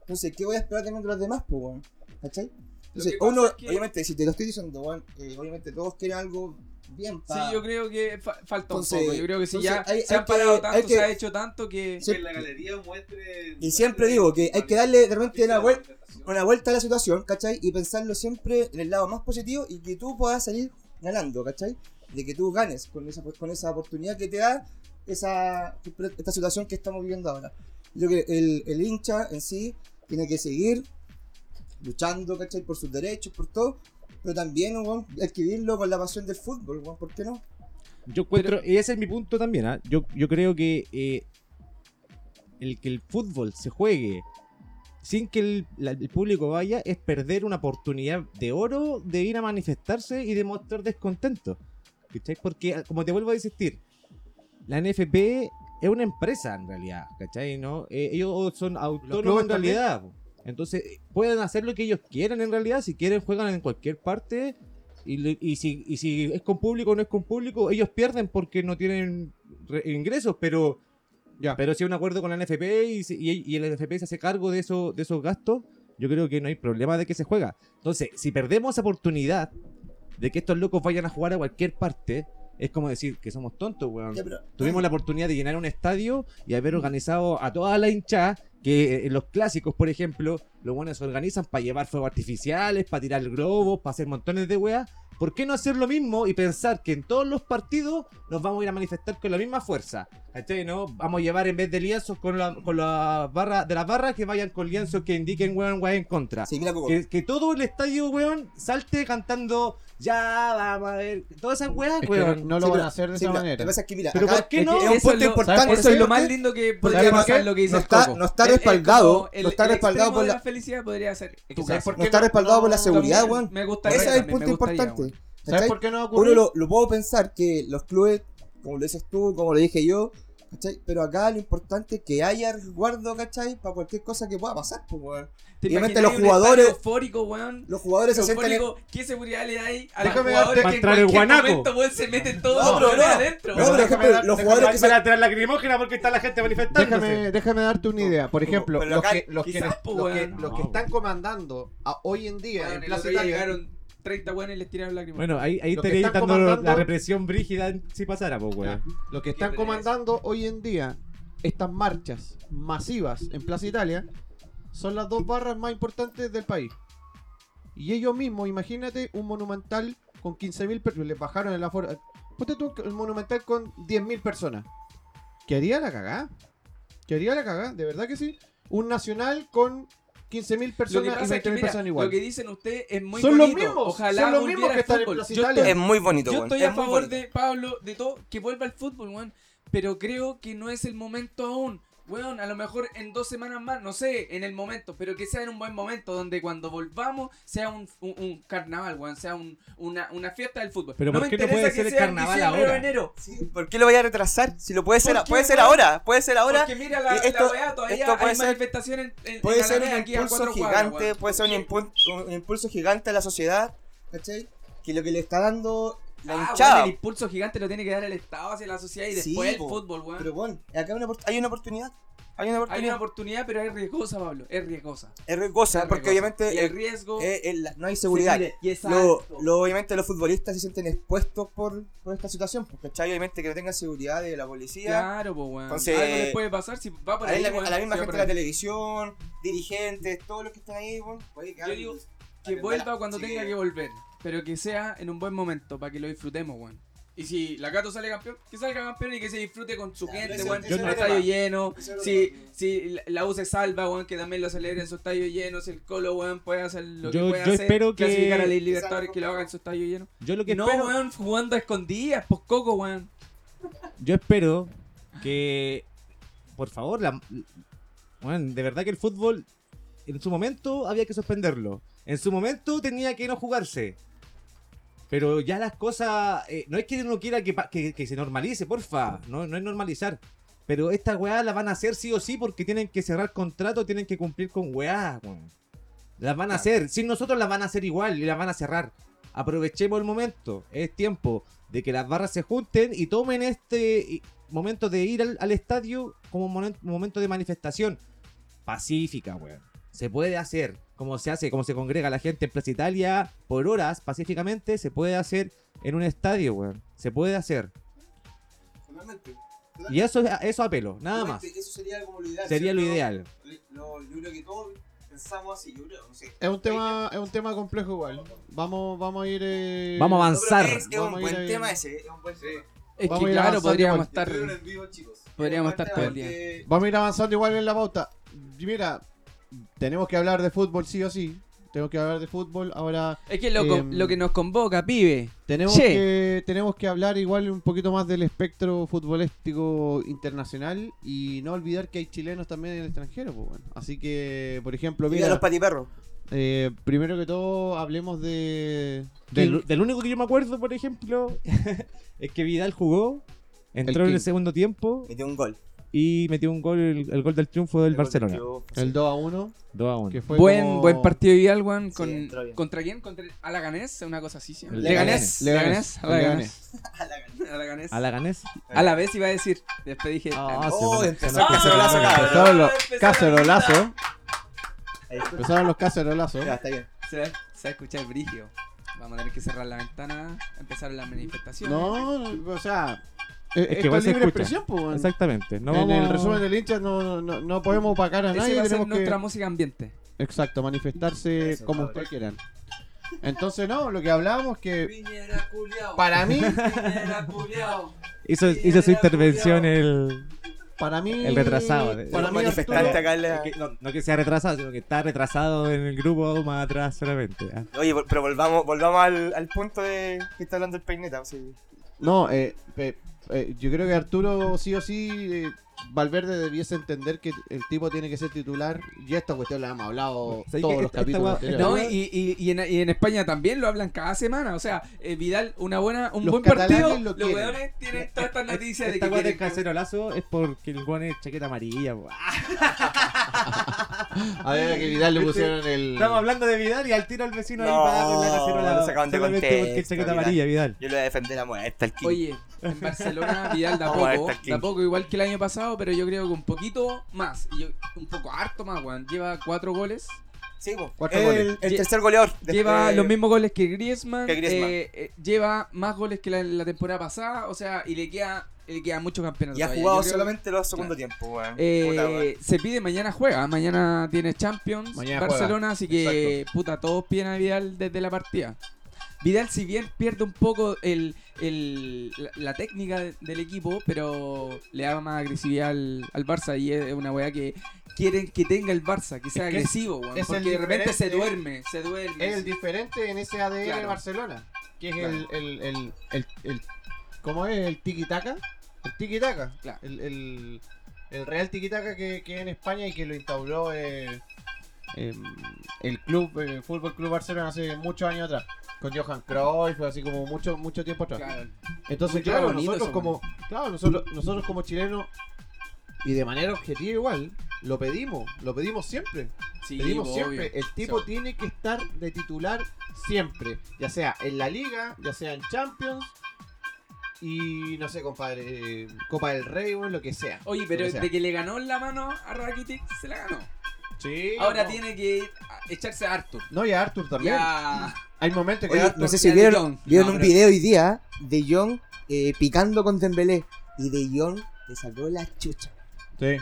entonces, ¿qué voy a esperar también de los demás, pues, weón? ¿Cachai? Entonces, que pasa uno, es que- obviamente, si te lo estoy diciendo, weón, eh, obviamente todos quieren algo bien Sí, para... yo creo que fa- falta Entonces- un poco. Yo creo que si entonces ya hay- se hay han que- parado hay tanto, que- se ha hecho tanto que. Sí. Que la galería muestre. Y siempre digo que hay que darle de repente la vuelta, una vuelta a la situación, ¿cachai? Y pensarlo siempre en el lado más positivo y que tú puedas salir ganando, ¿cachai? De que tú ganes con esa, con esa oportunidad que te da esa, esta situación que estamos viviendo ahora. Yo creo que el, el hincha en sí tiene que seguir luchando, ¿cachai? Por sus derechos, por todo. Pero también, weón, adquirirlo con la pasión del fútbol, weón, ¿por qué no? Yo encuentro, y ese es mi punto también, ¿ah? yo, yo creo que eh, el que el fútbol se juegue sin que el, la- el público vaya es perder una oportunidad de oro de ir a manifestarse y de mostrar descontento. ¿Cachai? Porque, ah, como te vuelvo a insistir, la NFP es una empresa en realidad, ¿cachai? ¿No? Eh, ellos son autónomos clubes en también. realidad. po. Entonces, eh, pueden hacer lo que ellos quieran en realidad, si quieren juegan en cualquier parte. Y, le- y si, y si es con público o no es con público, ellos pierden porque no tienen re- ingresos, pero, Ya. pero si hay un acuerdo con la NFP y, si- y- y el NFP se hace cargo de, eso, de esos gastos, yo creo que no hay problema de que se juega. Entonces, si perdemos esa oportunidad de que estos locos vayan a jugar a cualquier parte, es como decir que somos tontos, weón. Ya, pero- Tuvimos la oportunidad de llenar un estadio y haber organizado a toda la hinchada, que eh, en los clásicos, por ejemplo, los buenos se organizan para llevar fuegos artificiales, para tirar globos, para hacer montones de weas. ¿Por qué no hacer lo mismo y pensar que en todos los partidos nos vamos a ir a manifestar con la misma fuerza? ¿Cachai? ¿No? Vamos a llevar en vez de lienzos con la, con la barra, de las barras que vayan con lienzos que indiquen weón, weón en contra. Sí, mira, Coco. Que, que todo el estadio, weón, salte cantando ya, vamos a ver, todas esas weas, Es que weón. no lo Sí, van pero- a hacer de sí, esa mira, manera. lo que pasa es que, mira, Pero acá ¿por qué no? es que Eso Es un punto lo- importante. eso es lo ¿sabes más por qué? lindo que ¿Sabes podría por pasar qué? lo que dice No el está- Coco. no está Es- es respaldado, como el- no está el extremo respaldado por de la... la- felicidad podría ser. Tu ¿Sabes casa. por No qué está respaldado por la seguridad, También weón. Me gustaría, Ese es el también, punto me gustaría, importante. weón. ¿Sabes ¿cachai? por qué no va a Uno ocurrir? lo, lo puedo pensar que los clubes, como lo dices tú, como lo dije yo, ¿cachai? Pero acá lo importante es que haya resguardo, ¿cachai? Para cualquier cosa que pueda pasar, pues, weón. ¿Te Y obviamente imaginas los un estadio jugadores- eufórico, weón. Los jugadores se sientan en... Eufórico, ¿Qué seguridad le hay a los Déjame darte- jugadores que en Va a entrar el cualquier guanaco. momento, weón, se meten todos No, los pero jugadores no. adentro? No, por ejemplo, déjame- los déjame- jugadores que se... a tirar lacrimógena porque está la gente *laughs* Déjame, déjame darte una idea. Por ejemplo, pero los acá que, los que, quizás, po, los que- weón. los que No, están comandando a- hoy en día Weón, en el Plaza otro día Italia, llegaron 30 weones y les tiraron lágrimas. Bueno, ahí, ahí Los que estaría están evitando la comandando- represión brígida si pasara, pues, weón. los que están pereza. comandando hoy en día estas marchas masivas en Plaza Italia son las dos barras más importantes del país. Y ellos mismos, imagínate un monumental con 15.000 personas, les bajaron el aforo. Ponte tú un monumental con 10.000 personas. ¿Qué haría la cagada? ¿Qué haría la cagada? De verdad que sí. Un nacional con 15.000 Lo que personas y pasa es 20.000 que, mira, personas igual. lo que dicen ustedes es muy Son los bonito. mismos, Ojalá son los volviera mismos que el están en fútbol. Plaza Yo Italia. estoy- Es muy bonito, Yo estoy a favor de Pablo, de todo, que vuelva al fútbol, weón. Pero creo que no es el momento aún. Weón, a lo mejor en dos semanas más, no sé, en el momento, pero que sea en un buen momento, donde cuando volvamos sea un, un- un carnaval, weón, sea un- una, una fiesta del fútbol. Pero no ¿por me qué no interesa puede que ser el sea en carnaval diciembre ahora? o enero. ¿Por qué lo vaya a retrasar? Si lo puede ser- ¿Por qué, puede ser weón? ahora, puede ser Porque mira la, esto- la weá, todavía esto puede hay ser- manifestaciones en, en- Puede en ser un Alameda, aquí a impulso cuatro cuadras, gigante, weón. puede ser un, Porque- impul- un impulso gigante a la sociedad, ¿cachai? Que lo que le está dando la Ah, hinchada. weón, el impulso gigante lo tiene que dar el Estado hacia la sociedad y Sí, después el po. fútbol, weón. Pero bueno, acá hay una, opor- hay una oportunidad. Hay Hay una una oportunidad. oportunidad, pero es riesgosa, Pablo. Es riesgosa. Es riesgosa, Es porque riesgosa. obviamente Y el eh, riesgo eh, el- no hay se seguridad. mide, y es Lo, alto. lo- obviamente los futbolistas se sienten expuestos por, por esta situación, pues, ¿cachai? Obviamente que no tengan seguridad de la policía. Claro, pues, weón. Entonces, Algo les puede pasar si va por a, ahí, la, weón, a la misma si va gente por de la ahí. televisión, dirigentes, todos los que están ahí, bueno, puede que Yo alguien- digo alguien Que vuelva mala. cuando Sí. tenga que volver. Pero que sea en un buen momento, para que lo disfrutemos, weón. Y si la Cato sale campeón, que salga campeón y que se disfrute con su Ya, gente, ese- weón. ese en no un es estadio tema. lleno. Ese no es Si, tema. si la- la U se salva, weón, que también lo celebren en su estadio lleno. Si el Colo, weón, puede hacer lo que Yo- pueda yo hacer. espero que- Clasificar a la Libertadores, que lo haga en su estadio lleno. Yo lo que no, espero, weón, jugando a escondidas, pues Coco, weón. yo espero que, por favor, la, bueno, de verdad que el fútbol en su momento había que suspenderlo. En su momento tenía que no jugarse. Pero ya las cosas, eh, no es que uno quiera que, pa- que, que se normalice, porfa, no, no es normalizar. Pero esta weá la van a hacer sí o sí porque tienen que cerrar contrato, tienen que cumplir con weá, weón. Las van a hacer, sin nosotros las van a hacer igual y las van a cerrar. Aprovechemos el momento, es tiempo de que las barras se junten y tomen este i- momento de ir al, al estadio como momen- momento de manifestación pacífica, weón. Se puede hacer, como se hace, como se congrega la gente en Plaza Italia por horas pacíficamente, se puede hacer en un estadio, weón. Se puede hacer. Totalmente. Y eso, eso apelo, nada más. Totalmente, Eso sería como lo ideal. Sería lo ¿cierto? ideal. Lo, yo creo que todos pensamos así, yo creo, no sé. Es un tema, es un tema complejo igual. Vamos, vamos a ir. eh, Vamos a No, pero avanzar. es- Es, Vamos un a buen ir ahí. tema ese, es un buen tema. Es Vamos que a ir claro, avanzando podríamos igual. estar. Yo creo en vivo, chicos. Podríamos estar todo el este día. día. Vamos a ir avanzando igual en la pauta. Y Mira, tenemos que hablar de fútbol sí o sí. Tenemos que hablar de fútbol. Ahora Es que lo, co- Em, lo que nos convoca, pibe. tenemos Sí. que tenemos que hablar igual un poquito más del espectro futbolístico internacional y no olvidar que hay chilenos también en el extranjero. pues, bueno. Así que, por ejemplo, Mira los mira, patiperros. eh, primero que todo hablemos de Del, del único que yo me acuerdo, por ejemplo, *laughs* es que Vidal jugó, entró El en el King. segundo tiempo Metió un gol. y metió un gol, el, el gol del triunfo del El gol Barcelona. del triunfo, el sí. 2 a 1, 2 a 1. que fue Buen, como- buen partido ideal, weón. Con, entró bien. ¿Contra quién? ¿Contra Alaganés? Una cosa así, ¿sí? Leganés. Leganés. Leganés. Alaganés. A la gana. *laughs* Alaganés. A la ganés. A la vez iba a decir. Después dije. Ah, ah, no. sí. Oh, Se- empezó se- el cacerolazo acá. Ah, Empezaron los empezaron cacerolazos. Ahí está. Empezaron los cacerolazos. Ya, está bien. Se va, se va a escuchar brígido. Vamos a tener que cerrar la ventana. Empezar la manifestación. No, no, o sea, es, que esto igual es se libre escucha. expresión, pues. weón. Exactamente. No en el vamos- resumen del hincha no, no, no podemos opacar a Ese nadie, va a ser tenemos que nuestra música ambiente. exacto, manifestarse Eso, como cabrón. ustedes quieran. Entonces, no, lo que hablábamos que Piñera culiao. para mí, Piñera culiao. Hizo, hizo su intervención el. para mí El retrasado, eh. para Los mí manifestantes Arturo, acá en la- que no, no que sea retrasado, sino que está retrasado en el grupo más atrás solamente. ah. Oye, vol- pero volvamos, volvamos al, al punto de que está hablando el peineta. sí. no, eh, eh, eh, yo creo que Arturo sí o sí eh, Valverde debiese entender que el tipo tiene que ser titular y esta cuestión la hemos hablado ¿Sabes todos qué? los Esta- esta capítulos. guapa- anteriores. *laughs* No, y, y- y en, y en España también lo hablan cada semana. O sea, eh, Vidal, una buena, un Los buen catalanes partido. lo los quieren. weones tienen todas estas noticias de Esta que guata del quieren- cacerolazo es porque el guan es chaqueta amarilla. po. Ah, A ver, a que Vidal le Este- pusieron el Estamos hablando de Vidal y al tiro al vecino ahí No, para con la lo cacerola. sacaban de solamente contexto, porque es chaqueta Vidal. amarilla, Vidal. Yo lo voy a defender a muerte, el King. Oh, Oye, *laughs* en Barcelona Vidal da Vamos a ver poco, esta skin. da poco igual que el año pasado, pero yo creo que un poquito más, y yo- un poco harto más, weón. Lleva cuatro goles, sí, po. Cuatro el, goles. el Lle- tercer goleador. este lleva después- los mismos goles que Griezmann, que Griezmann. eh, eh, lleva más goles que la, la temporada pasada, o sea, y le queda, le queda mucho campeonato. Y ha todavía. jugado Yo creo- solamente los segundos tiempos, weón. Eh, Puta, weón. se pide mañana juega, mañana tiene Champions Mañana Barcelona, así que puta, todos piden a Vidal desde la partida. Vidal si bien pierde un poco el, el- la, la técnica de- del equipo, pero le da más agresividad al, al Barça y es una weá que quieren que tenga el Barça, que sea Es que es- agresivo, weón, es el porque de repente se diferente- duerme, se duerme. es el diferente en ese ADN de Claro. Barcelona, que es el, el, el, el, el- ¿cómo es? El tiki-taka, el tiki-taka, Claro. el, el, el real tiki-taka que, que es en España y que lo instauró eh, em, el club, el Fútbol Club Barcelona hace muchos años atrás, con Johan Cruyff, así como mucho, mucho tiempo atrás. Claro. Entonces, Muy claro, bonito nosotros eso, como, claro, nosotros, nosotros como chilenos, y de manera objetiva igual, lo pedimos, lo pedimos siempre. Sí, Te digo obvio. siempre, el tipo Sí. tiene que estar de titular siempre, ya sea en la liga, ya sea en Champions y no sé, compadre, eh, Copa del Rey o lo que sea. Oye, pero O sea. de que le ganó la mano a Rakitic, se la ganó. Sí. Ahora no. tiene que ir a echarse a Arthur. No, y a Arthur también. Ya. Hay momentos que Oye, Arthur- no sé si de vieron, Jong. vieron No, un pero- video hoy día de John picando con Dembélé y de John le sacó la chucha. Sí.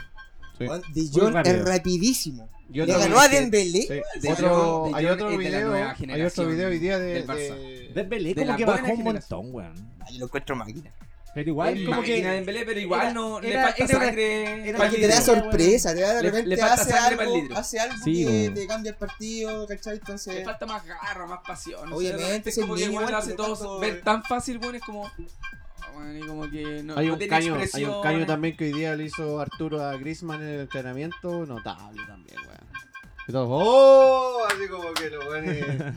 Sí. Weón, De Jong rápido. es rapidísimo. Y Le otro ganó a video- Dembélé. sí. de Otro- John- de hay John otro es de la video, nueva hay otro generación video hoy día de, del Barça. de- Dembélé De como la que buena bajó un generación. montón, weón. Ah, yo lo encuentro máquina. Pero igual, como Máquina que. Dembélé, pero igual era- no le era- falta era una- sangre. era pa'l una Porque te da generación- vidrio. sorpresa, te da de Le- repente le falta hace, sangre pa'l algo, litro. hace algo Sí, que bueno. te cambia el partido, ¿cachai? Entonces. Le falta más garra, más pasión. no sé, Obviamente, de repente es el como que el niño weón lo igual, hace por lo todo tanto, ver eh. tan fácil, bueno, es como. ah, bueno, y como que *laughs* no, hay no un tiene caño, hay un expresión. caño también que hoy día le hizo Arturo a Griezmann en el entrenamiento, notable también, weón. Y todos, ¡oh! Así como que lo *laughs* weones.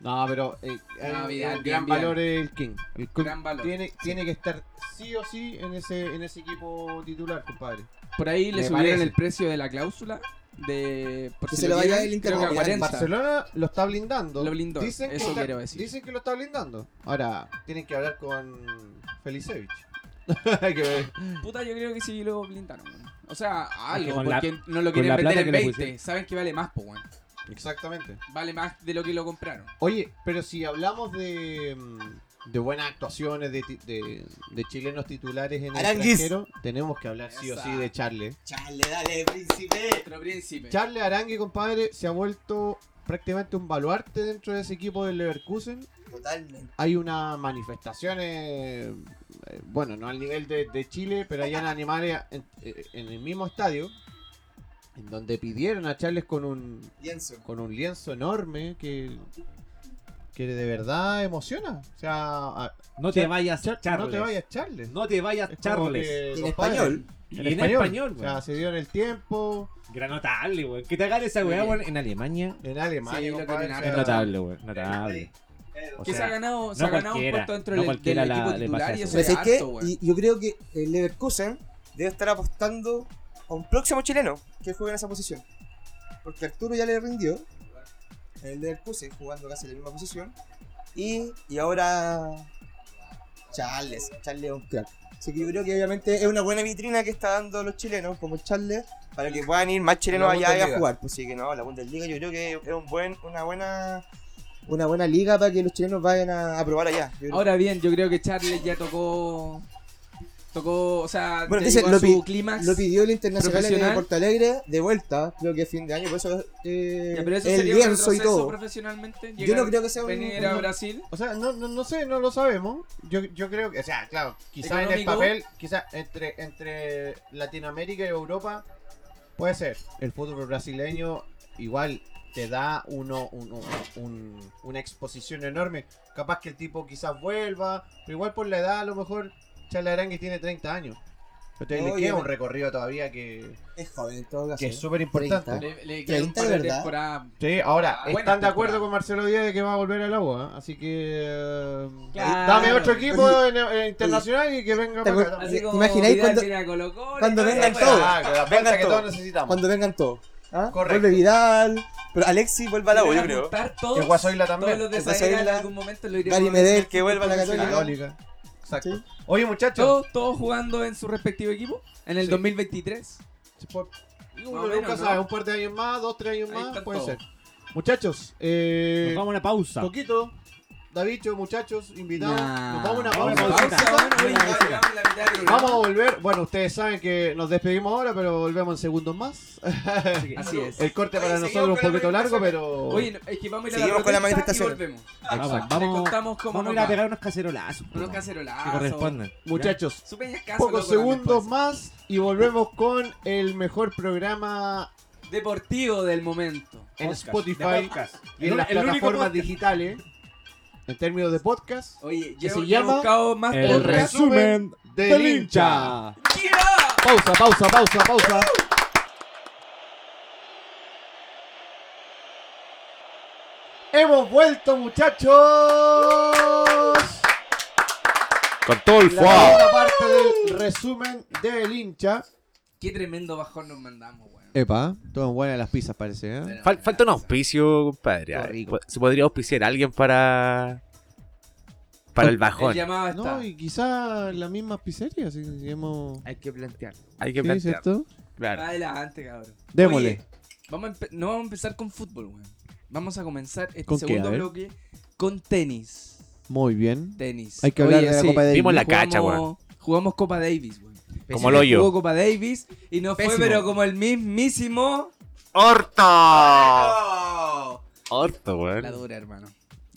No, pero eh, hay No, un- Vidal, un bien, gran Vidal. valor es el King. El Kun Gran valor. Tiene, tiene que estar sí o sí en ese, en ese equipo titular, compadre. Por ahí le Me subieron parece. el precio de la cláusula. De, por Que se lo vaya quieren, el Inter creo que a Miami. 40. Barcelona lo está blindando. Lo blindó, Dicen que eso está- quiero decir. Dicen que lo está blindando. Ahora, tienen que hablar con Felicevich. *laughs* Hay que ver. *laughs* Puta, yo creo que sí lo blindaron. weón. O sea, que algo, con la- porque no lo con quieren la vender plata en que le 20. pusieron. Saben que vale más, po, weón. Exactamente. Vale más de lo que lo compraron. Oye, pero si hablamos de, mm, de buenas actuaciones de, ti- de, de chilenos titulares en el Aranguis. extranjero, tenemos que hablar sí o Esa. sí de Charle. Chale, dale, príncipe. Pero príncipe. Charle Arangui, compadre, se ha vuelto prácticamente un baluarte dentro de ese equipo del Leverkusen. Totalmente. Hay unas manifestaciones, eh, bueno, no al nivel de, de Chile, pero hay animales en, eh, en el mismo estadio, en donde pidieron a Charles con un, Pienso. con un lienzo enorme que, que de verdad emociona. O sea, a- No te Char- vayas, Char- Charles. no te vayas, Charles. No te vayas, Es como Charles. que, En compadre, español. Y en español, O sea, weón. se dio en el tiempo, Gran notable, weón. Que te hagan esa weá, Sí. weón, en Alemania. en Alemania. Sí, lo compadre, que en o sea, Es notable, weón. Notable. O que se sea, ha ganado, se no ha ganado un cualquiera, puesto no dentro del- del, cualquiera la- equipo le titular pasa eso. y eso Pero es sé harto, Pues que weón. yo creo que el Leverkusen debe estar apostando a un próximo chileno que juegue en esa posición. Porque Arturo ya le rindió en el Leverkusen jugando casi la misma posición. Y, y ahora Charles, Charles es un crack. Así que yo creo que obviamente es una buena vitrina que está dando los chilenos como Charles para que puedan ir más chilenos La allá a Bundesliga. jugar. Pues sí que no, la Bundesliga yo creo que es un buen, una buena una buena liga para que los chilenos vayan a, a probar allá. Yo creo. Ahora bien, yo creo que Charles ya tocó. Tocó, o sea, Bueno, ya dice, llegó a lo su pi- clímax. Lo pidió el Internacional de Profesional. Porto Alegre de vuelta, creo que a fin de año, por eso, eh, Ya, pero eso el sería un lienzo y retroceso todo. profesionalmente. Yo no creo que sea un. venir a un- Brasil. O sea, no, no, no sé, no lo sabemos. Yo, yo creo que, o sea, claro, quizás en el Económico. papel, quizás entre, entre Latinoamérica y Europa, puede ser. El fútbol brasileño igual te da uno, un- un- un- una exposición enorme. Capaz que el tipo quizás vuelva, pero igual por la edad a lo mejor Chalarangui tiene 30 años. Entonces le Oye, queda me- un recorrido todavía que, Es joven en todo caso. que es súper importante. 30. Le, le queda un 30 par de de verdad. temporadas. Sí, ahora, Ah, buena están de acuerdo temporada. con Marcelo Díaz de que va a volver al agua, ¿eh? así que... eh, Claro. Dame otro equipo *laughs* Oye, en- en internacional y que venga para acá. ¿te acuerdas? también. Así como imagináis Vidal cuando- viene a Colo Colo y cuando todo vengan eso, todos? Ah, con la Vengan fuerza que todos. todos necesitamos. Cuando vengan todos. ¿ah? Correcto. Vuelve Vidal. Pero Alexis vuelve a la Van yo a creo. juntar todos, Que Guasoyla también. Todos los de El Zaire en Guasoyla, algún momento lo iremos Gary a ver Medel en que vuelva a la fútbol Católica. profesional. Católica. Exacto. Sí. Oye, muchachos. Todos, todos jugando en su respectivo equipo en el Sí. 2023. Por- Más o Uno menos, nunca ¿no? sabe, un par de años más, dos, tres años Ahí más, están puede todos. ser. Muchachos, eh, Nos vamos a una pausa. poquito. Davicho, muchachos, invitados. Nah. Nos vamos a una Vamos a pausa. una pausita. bueno, Buena ya música. llevamos la mitad del programa. Vamos a volver. Bueno, ustedes saben que nos despedimos ahora, pero volvemos en segundos más. Así es. El corte Oye, para seguimos nosotros con un la poquito largo, pero. Oye, no, es que vamos a ir a la Seguimos con protesta la y manifestación. volvemos. Vamos, Les vamos, contamos cómo vamos a nos ir a va. pegar unos cacerolazos. Unos po, cacerolazos. Que correspondan. muchachos, Su peña casa, pocos loco, también segundos puede más y volvemos con el mejor programa ser. Deportivo del momento. en Podcast, de Spotify podcast. y en El- las el único plataformas podcast. digitales en términos de podcast Oye, Que yo, se yo llama he buscado más El podcast. resumen del del hincha. ¡Mira! Pausa, pausa, pausa, pausa. Hemos vuelto, muchachos. Con todo el La fuego. segunda parte del resumen del hincha. Qué tremendo bajón nos mandamos, weón. Epa, toman buenas las pizzas, parece. ¿eh? Pero Fal- buena falta un esa. auspicio, compadre. Todo A ver, rico. ¿Se podría auspiciar a alguien para. para el El bajón? llamado está. No, y quizás las mismas pizzerías, si hemos... Hay que plantear. Hay que Sí, plantear. ¿cierto? Claro. Adelante, cabrón. Démosle. Oye, vamos a empe- no vamos a empezar con fútbol, weón. Vamos a comenzar este ¿Con qué? segundo A ver. bloque con tenis. Muy bien. Tenis. Hay que hablar Oye, de la sí, Copa de Vimos la jugamos- cacha, weón. Jugamos Copa Davis, weón. Como el hoyo. Jugó Copa Davis y no fue, Pésimo. pero como el mismísimo ¡Orto! ¡Oh! La ¡Orto, weón! dura, hermano.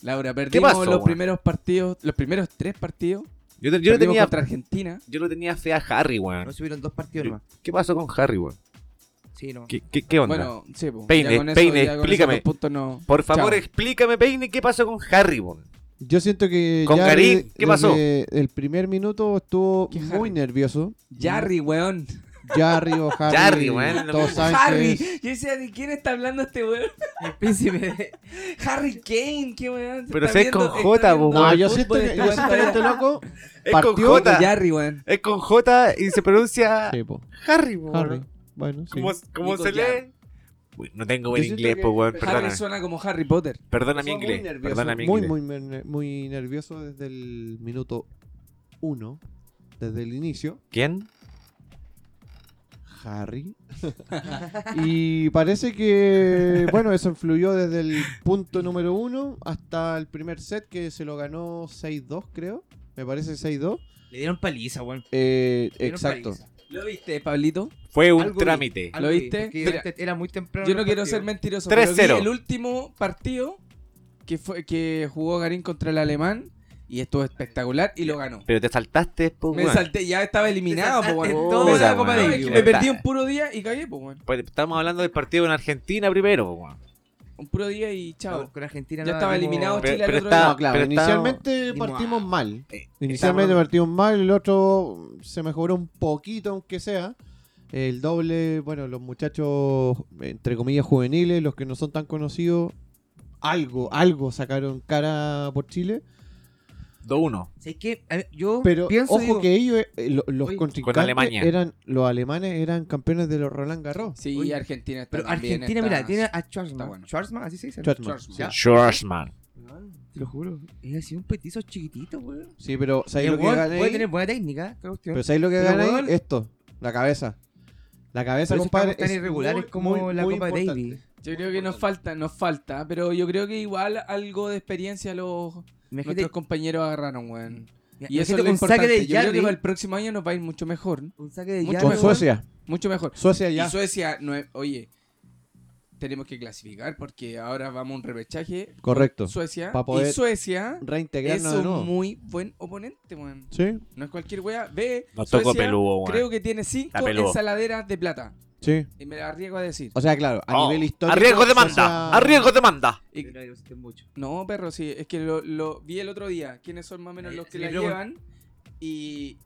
Laura, perdimos pasó, los weón? primeros partidos, los primeros tres partidos. Yo, te- yo Perdimos le tenía, contra Argentina. yo le tenía fe a Harry, weón. No subieron dos partidos nomás. ¿Qué pasó con Harry, weón? Sí, no. ¿Qué, qué, qué onda? Bueno, sí, po. Peine, Ya con eso- Peine, ya con explícame. esos dos puntos no- Por favor, Chao. explícame, Peine, qué pasó con Harry, weón. Yo siento que. Con Jarry Garín, desde ¿qué pasó? El primer minuto estuvo ¿Qué muy Jarry? nervioso. Jarry, weón. Jarry o Harry. Jarry, weón, lo Todos mismo. saben que Harry. es- Yo decía, ¿de quién está hablando este weón? El príncipe. *laughs* Harry Kane, qué weón. Pero si es con J, po, No, weón. yo siento que, yo siento que este loco. Es con Partió J. Jarry, weón. Es con J y se pronuncia Sí, po, Harry, weón. Harry. Bueno, sí. ¿Cómo, cómo Nico se Jarry. lee? Uy, no tengo Yo buen siento inglés, que po, weón. Perdona. Harry suena como Harry Potter. Perdona mi Empezó inglés. Muy nervioso, Perdona mi muy, inglés. muy mer- muy nervioso desde el minuto uno, desde el inicio. ¿Quién? Harry. *laughs* y parece que, bueno, eso influyó desde el punto número uno hasta el primer set que se lo ganó 6-2, creo. Me parece 6-2. Le dieron paliza, weón. Eh, Le dieron exacto. paliza. ¿Lo viste, Pablito? Fue un Algo- trámite. Algo ¿Lo vi, viste? porque Mira, era- era muy temprano. Yo en no los quiero partidos. ser mentiroso, pero vi 3-0. el último partido que fue que jugó Garín contra el alemán y estuvo espectacular y lo ganó. Pero te saltaste, po, Me weón. salté, ya estaba eliminado, po, Te weón. saltaste toda Me la salté- Copa no, Davis, es que weón. me perdí un puro día y cagué, po, weón. Pues Estamos hablando del partido con Argentina primero, po, weón. Un puro día y No, chao. Con Argentina Ya no estaba la vimos- eliminado. Pero, Chile al pero otro está, lado. No, claro, pero está- inicialmente Dimos a- partimos mal. eh, Inicialmente estamos- partimos mal, el otro se mejoró un poquito, aunque sea. El doble, bueno, los muchachos, entre comillas, juveniles, los que no son tan conocidos, algo, algo sacaron cara por Chile. 2-1. ¿Sabes qué? A ver, Yo Pero pienso. ojo digo, que ellos, eh, lo- los Oye, contrincantes Con Alemania. eran, los alemanes eran campeones de los Roland Garros. Sí, Oye, Argentina está Pero también, Argentina, está- mira, tiene a Schwarzman. bueno. Schwarzman, así se dice. Schwarzman. Ya. Schwarzman. Weón, Te lo juro. Es así un petizo chiquitito, weón. Sí, pero Y ¿sabéis el lo que weón gana ahí? Pues, puede tener buena técnica. qué cuestión. Pero ¿sabéis lo que Pero, gana ahí? weón- Esto, la cabeza. La cabeza, Pero si compadre. estamos tan irregulares muy, como muy, la muy Copa importante. Davis. Yo creo que nos falta, nos falta, pero yo creo que igual algo de experiencia los Imagínate, nuestros compañeros agarraron, weón. mira, Y eso es lo imagínate un saque importante. Yo creo de que Jarry. para el próximo año nos va a ir mucho mejor. Un saque de Mucho Jarry. Con weón. Suecia. Mucho mejor. Suecia ya. Y Suecia, no es- oye, tenemos que clasificar porque ahora vamos a un repechaje. Correcto. Suecia. Pa' poder Y Suecia es Reintegrarnos de nuevo. un muy buen oponente, weón. Sí, No es cualquier wea. Ve, Nos Suecia tocó peludo, weón. creo que tiene cinco La peludo. ensaladeras de plata. sí. Y me la arriesgo a decir. O sea, claro, a Oh, nivel histórico. Arriesgo demanda. Suecia- Arriesgo demanda. Y- Pero ahí lo sienten mucho. No, perro, sí. Es que lo, lo vi el otro día. ¿Quiénes son más o menos Eh, los que sí, la luego- llevan? Y,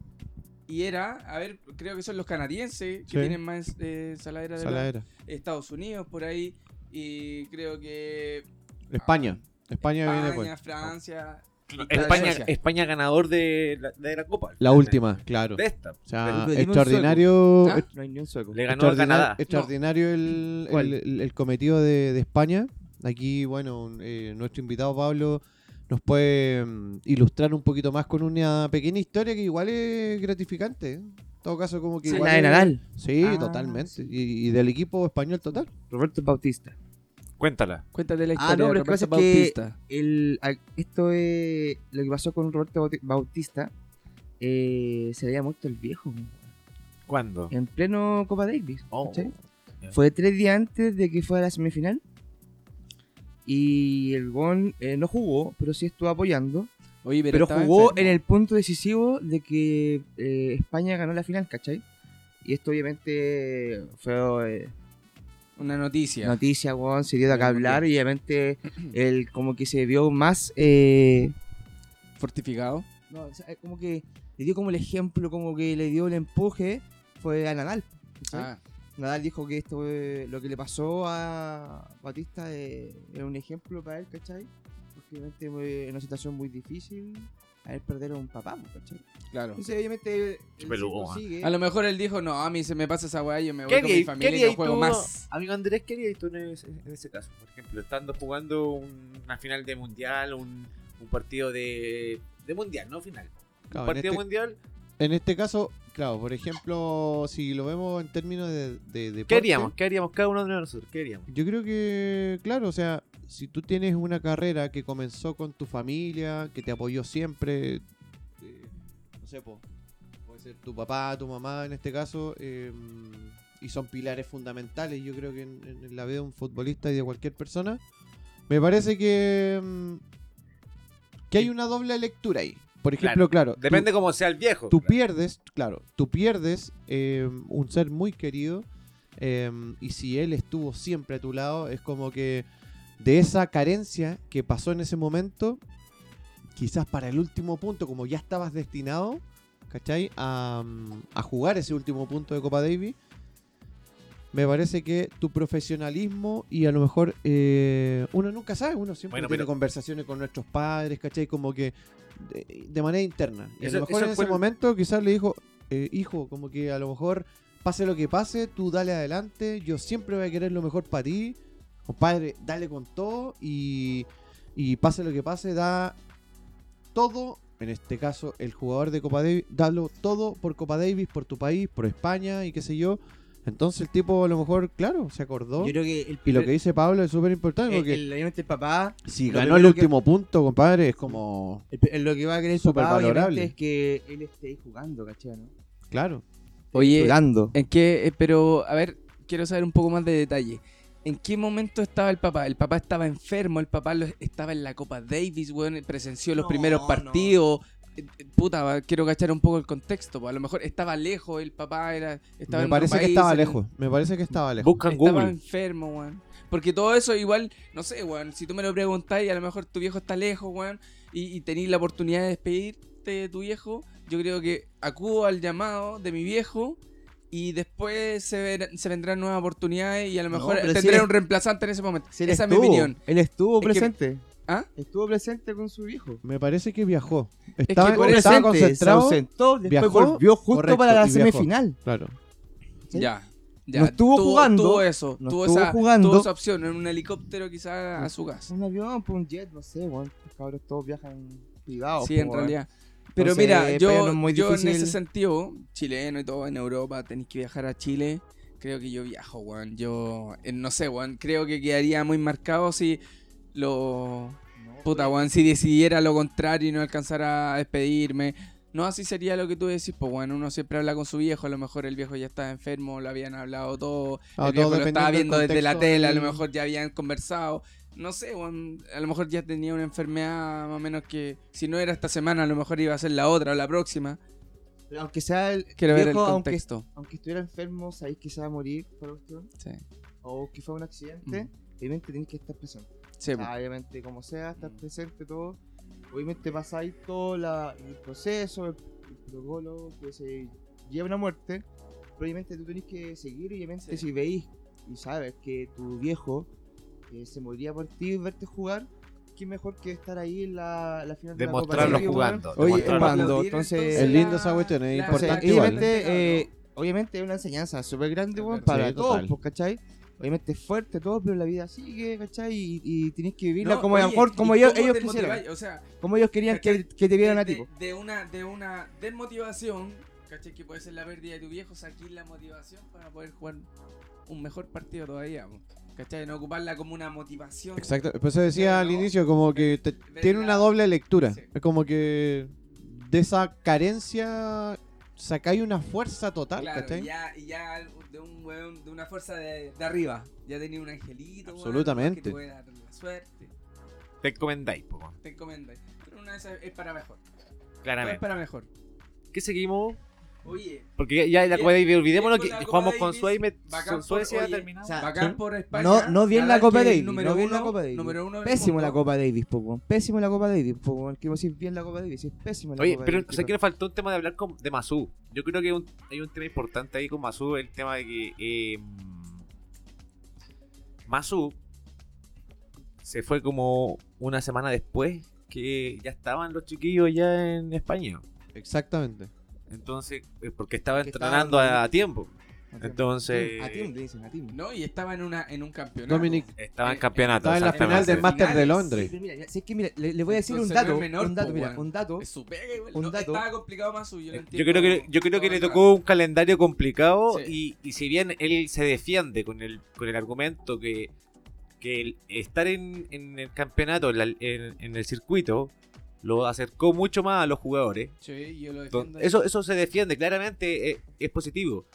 y era, a ver, creo que son los canadienses que Sí. tienen más eh, saladera de plata. Saladera. Estados Unidos por ahí. Y creo que España. España viene España, después. Francia. España, Suecia. España ganador de la, de la Copa. La última, claro. De esta. pues, O sea, Pero, dime un extraordinario. sueco. ¿Ah? No hay ni un sueco. Le ganó a Extraordinario, Canadá. extraordinario el, ¿Cuál? el- el cometido de, de España. Aquí, bueno, un- eh, nuestro invitado Pablo nos puede mm, ilustrar un poquito más con una pequeña historia que igual es gratificante. ¿eh? En todo caso, como que Sí, igual la de es- Nadal. Sí, Ah, totalmente. Y, y del equipo español total. Roberto Bautista. Cuéntala. Cuéntate la Ah, historia no, de pero lo que Roberto pasa es que- Bautista. el, a- esto es lo que pasó con Roberto Bauti- Bautista. eh, se había muerto el viejo ¿Cuándo? en pleno Copa Davis. Oh. ¿cachai? Fue tres días antes de que fuera a la semifinal. Y el Gon eh, no jugó, pero sí estuvo apoyando. Oye, pero, Pero, estaba jugó en enfermo. el punto decisivo de que eh, España ganó la final, ¿cachai? Y esto obviamente fue eh, Una noticia. noticia, weón, se dio de acá Del hablar y obviamente *clears throat* él como que se vio más... eh, Fortificado. No, o sea, eh, como que le dio como el ejemplo, como que le dio el empuje, fue a Nadal. ¿cachai? Ah, Nadal dijo que esto eh, lo que le pasó a Batista eh, era un ejemplo para él, ¿cachai? Porque obviamente eh, en una situación muy difícil, a él perder a un papá, pues, ¿cachai? claro. Entonces, obviamente, él Qué peludo, ah. sigue. A lo mejor él dijo, no, a mí se me pasa esa weá, yo me voy ¿Qué con mi haríais- qué familia y no haríais juego tú, más. Amigo Andrés, ¿qué harías tú en ese, en ese caso? Por ejemplo, estando jugando un- una final de mundial, un, un partido de, de mundial, no final. Claro, un en partido este- mundial, En este caso, claro, por ejemplo, si lo vemos en términos de, de deporte, ¿qué haríamos? ¿Qué haríamos cada uno de nosotros? ¿Qué haríamos? Yo creo que, claro, o sea, si tú tienes una carrera que comenzó con tu familia, que te apoyó siempre, eh, no sé, po, puede ser tu papá, tu mamá en este caso, eh, y son pilares fundamentales, yo creo que en, en la vida de un futbolista y de cualquier persona, me parece que, mm, que hay una doble lectura ahí. Por ejemplo, claro, tú- Depende cómo sea el viejo. tú claro. pierdes, claro, tú pierdes eh, un ser muy querido eh, y si él estuvo siempre a tu lado, es como que de esa carencia que pasó en ese momento, quizás para el último punto, como ya estabas destinado, ¿cachai? A, mm, a jugar ese último punto de Copa Davis, me parece que tu profesionalismo y a lo mejor eh, uno nunca sabe, uno siempre Bueno, tiene pero- conversaciones con nuestros padres, ¿cachai? Como que de, de manera interna. Y a Eso- lo mejor eso en ese fue el- momento quizás le dijo, eh, hijo, como que a lo mejor pase lo que pase, tú dale adelante, yo siempre voy a querer lo mejor para ti, compadre, dale con todo y, y pase lo que pase, da todo, en este caso el jugador de Copa Davis, dalo todo por Copa Davis, por tu país, por España y qué sé yo. Entonces el tipo a lo mejor, claro, se acordó. Yo creo que el Y lo que dice Pablo es súper importante el, porque el- obviamente el papá, si lo ganó el primero que- último punto, compadre, es como... el- el- lo que va a querer su papá Supervalorable. obviamente es que él esté ahí jugando, ¿cachai? no? Claro. eh, Oye, Jugando. ¿En qué? eh, Pero, a ver, quiero saber un poco más de detalle. ¿En qué momento estaba el papá? El papá estaba enfermo, el papá lo- estaba en la Copa Davis, weón, presenció los No, primeros no. partidos. Eh, eh, Puta, va, quiero cachar un poco el contexto. po. A lo mejor estaba lejos, el papá era, estaba Me en parece otro que país, estaba en- lejos. Me parece que estaba lejos. Busca en Estaba Google. enfermo, weón. Porque todo eso igual, no sé, weón. Si tú me lo preguntás y a lo mejor tu viejo está lejos, weón, y, y tenés la oportunidad de despedirte de tu viejo, yo creo que acudo al llamado de mi viejo y después se, ver- se vendrán nuevas oportunidades y a lo No, mejor pero si tendré eres- un reemplazante en ese momento. Sí, él Esa es mi estuvo, opinión. Él estuvo Es que- presente. ¿Ah? Estuvo presente con su viejo. Me parece que viajó. que Estaba, por estaba Presente, concentrado. Se ausentó, después viajó, volvió justo correcto, para la y viajó. semifinal. Claro. Sí. Ya. ya. No estuvo Tuvo- jugando, Tuvo eso. no tuvo, estuvo esa, jugando. tuvo esa opción en un helicóptero quizá a su casa. Un avión, por un jet, no sé, weón. Los cabros todos viajan privados. Sí, po, en weón. realidad. Pero Entonces, mira, para yo, ellos es muy yo en difícil. ese sentido, chileno y todo, en Europa, tenéis que viajar a Chile. Creo que yo viajo, weón. Yo, eh, no sé, weón. Creo que quedaría muy marcado si lo. Puta, weón. Si decidiera lo contrario y no alcanzara a despedirme. No, así sería lo que tú decís, pues, bueno, uno siempre habla con su viejo, a lo mejor el viejo ya estaba enfermo, lo habían hablado todo, Ah, el viejo todo lo estaba dependiendo del viendo desde la contexto tele, a lo del- mejor ya habían conversado, no sé, weón, a lo mejor ya tenía una enfermedad más o menos que si no era esta semana, a lo mejor iba a ser la otra o la próxima. Pero Aunque sea el. Quiero ver el viejo, aunque, contexto. aunque estuviera enfermo, sabéis que se va a morir por la cuestión, Sí. O que fue un Mm. accidente. Obviamente tenés que estar presente. Sí, pues. O sea, obviamente como sea, estar Mm. presente todo. Obviamente pasáis todo la- el proceso, el, el protocolo que se lleva a una muerte. Pero obviamente tú tenés que seguir y obviamente Sí. si veis y sabes que tu viejo eh, se moriría por ti y verte jugar, qué mejor que estar ahí en la, la final de la Copa Demostrarlo Davis, weón. jugando. Oye, demostrarlo. cuando- entonces- Es lindo esa cuestión, es O sea, importante igual. obviamente, eh, obviamente es una enseñanza súper grande, Es weón, verdad. para Sí, todos, total. pues, ¿cachai? Obviamente es fuerte todo, pero la vida sigue, ¿cachai? Y, y tenés que vivirla No, como, oye, a lo mejor, ¿y como ellos, cómo ellos te quisieron. motiváis? O sea, Como ellos querían que, que te vieran a ti. de, po. de una, de una desmotivación, ¿cachai? Que puede ser la pérdida de tu viejo, saquir la motivación para poder jugar un mejor partido todavía, po, ¿cachai? No ocuparla como una motivación. Exacto. Pues eso decía Pero al no, inicio, como que te- ver tiene la- una doble lectura. Sí. Es como que de esa carencia sacáis una fuerza total, Claro, ¿cachai? y ya, y ya de un weón, de una fuerza de, de arriba. Ya tenía un angelito, weón, Absolutamente. que te puede dar la suerte, Te encomendáis, po, weón. te encomendas. Pero una de esas es para mejor. Es claramente. para mejor. ¿Qué seguimos? Oye, Porque ya, ya la Bien, Copa Davis, olvidémonos bien que con la Copa jugamos con Davis, Suecia, bacán por- Suecia oye, terminado. O sea, bacán ¿sí? por España. No- no bien la verdad Copa es que el Davis, número no bien uno- la Copa Davis. número uno del Pésimo la mundo. Copa Davis, po, weón. Pésimo la Copa Davis, po, weón. Quiero decir bien la Copa Davis, es pésimo la Oye, Copa pero Davis. o sea, que nos faltó un tema de hablar con, de Masú. Yo creo que un- hay un tema importante ahí con Masú, el tema de que eh, Masú se fue como una semana después que ya estaban los chiquillos ya en España. Exactamente. Entonces, eh, porque estaba Porque entrenando estaban- a tiempo. Atiende. Entonces, Atiende, dicen, atiende. No, y estaba en, una, en un campeonato. Dominic estaba en Eh, campeonato. estaba en la final exactamente. del Master de Finales. Sí, Londres. pero mira, ya- si es que mira, le, le voy a decir Entonces un no dato, es menor, un dato, po, mira, weón. un dato. Es su pega igual. Un No, dato. estaba complicado más suyo. Yo creo que, yo creo que le tocó un calendario complicado y, y si bien él se defiende con el, con el argumento que, que el estar en, en el campeonato, en, la- en- en el circuito, lo acercó mucho más a los jugadores. Sí, yo lo Don- defiendo. Eso, eso se defiende, claramente eh, es, positivo,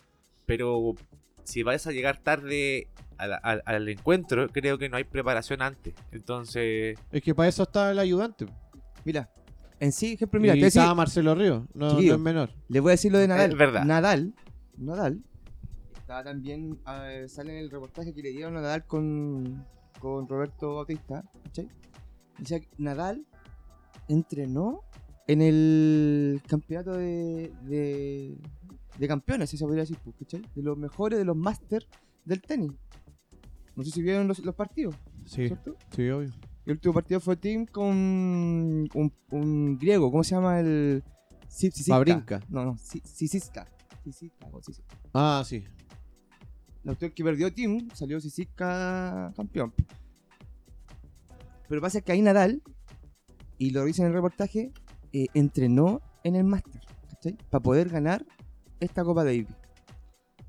pero si vas a llegar tarde a la- al- al encuentro, creo que no hay preparación antes. Entonces, Es que para eso está el ayudante. Mira, en sí, ejemplo, y mira, te voy a decir- estaba Marcelo Ríos, no, no Chiquillo. es menor. les voy a decir lo de Nadal. Es verdad. Nadal, Nadal, está también, eh, sale en el reportaje que le dieron a Nadal con, con Roberto Bautista, ¿cachai? Dice que Nadal entrenó en el campeonato de, de, de campeones, si se podría decir, pues, ¿cachai? De los mejores, de los máster del tenis. No sé si vieron los, los partidos, Sí, ¿cierto? sí, obvio. El último partido fue Team con un, un griego, ¿cómo se llama el? Si- Sisiska. Babrinka. No, no, Si- Sisiska. Sisiska, o Sisiska. Ah, sí. La cuestión que perdió Team, salió Sisiska campeón. Pero pasa que ahí Nadal, y lo dice en el reportaje, eh, entrenó en el Master, ¿cachai? Para poder ganar esta Copa Davis.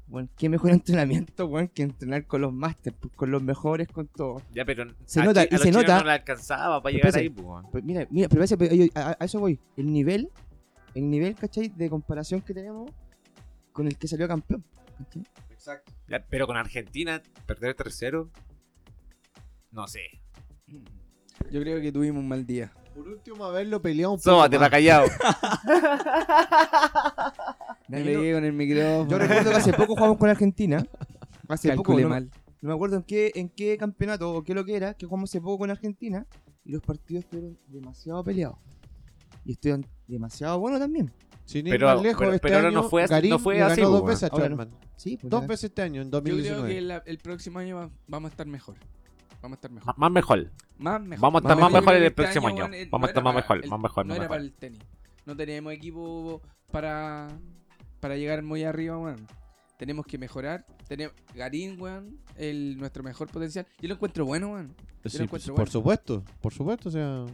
Bueno, qué mejor *laughs* entrenamiento, bueno, que entrenar con los Masters, pues, con los mejores, con todo. ya, pero Se a nota, chi- a y los se chilenos nota. no le alcanzaba Pero para espérate. llegar ahí, pues. Pues mira, mira, pero parece- pero yo- a, a eso voy. El nivel, el nivel, ¿cachai? De comparación que tenemos con el que salió campeón. ¿cachai? Exacto. Ya, pero con Argentina, perder tercero, no sé. Mm. Yo creo que tuvimos un mal día. Por último, haberlo peleado un poco. Sómate, más. va callado. Me Yo- pegué con el *laughs* micrófono. *laughs* Yo recuerdo que hace poco jugamos con Argentina. Hace poco, calculé no, mal. no me acuerdo en qué, en qué campeonato o qué lo que era, que jugamos hace poco con Argentina y los partidos estuvieron demasiado peleados. Y estuvieron demasiado buenos también. Sin ir Pero- más lejos, pero- este pero ahora año, no fue así- Garín no fue le ganó así, dos pues, veces a ahora no. Schwartzman. Sí, pues, Dos la- veces este año, en Yo creo 2019. que la- el próximo año va- vamos a estar mejor. Vamos a estar mejor. más mejor. Más mejor. Ah, Vamos a estar más mejor que en el este próximo año. weón, eh, Vamos a no estar era más para mejor, el- más mejor, No más era mejor. para el tenis. No teníamos equipo para, para llegar muy arriba, weón. Tenemos que mejorar. Tenemos Garín, weón, el, nuestro mejor potencial. Yo lo encuentro bueno, weón. Yo Sí, lo pues, encuentro por bueno. supuesto, por supuesto, o sea,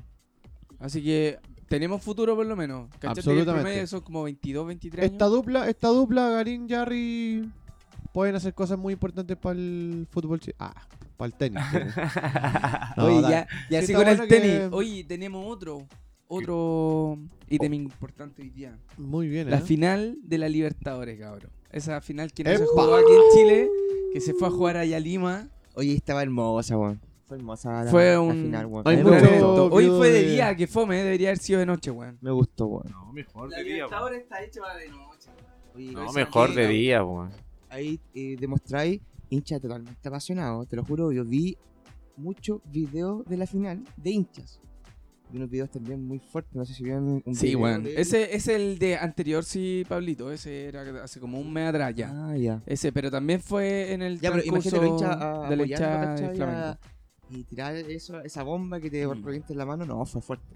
Así que tenemos futuro por lo menos. ¿Cachate? Absolutamente. El promedio son como 22, 23 años. esta dupla, esta dupla Garín Jarry pueden hacer cosas muy importantes para el fútbol, chi- ah, para el *laughs* tenis. sí. No, Oye, da- ya, ya Sí, así está con el bueno que- tenis. Oye, tenemos otro. Otro ítem importante hoy día. Muy bien, La ¿eh? final de la Libertadores, cabrón. Esa final que no se ¡Epa! jugó aquí en Chile, que se fue a jugar allá a Lima. Oye, estaba hermosa, weón. Fue hermosa la, fue la un. final, weón. Hay A mí fue me un mucho- gustó. evento. Hoy video fue de de- día, que fome, eh, debería haber sido de noche, weón. Me gustó, weón. No, mejor La de día. Libertadores está hecha para de noche. Oye, No, esa mejor que- de día, weón. ahí eh, demostráis hincha totalmente apasionado, te lo juro, yo vi muchos videos de la final de hinchas. Y unos videos también muy fuertes, no sé si vieron un Sí, video weón. de- Ese es el de anterior, sí, Pablito. Ese era hace como un mes atrás ya. Ah, ya. Ese, pero también fue en el Ya, pero imagínate los transcurso hinchas a- de la apoyando, hinchada de ¿cachai? Flamengo. A- Y tirar eso, esa bomba que te Mm. revienta en la mano, no, fue fuerte.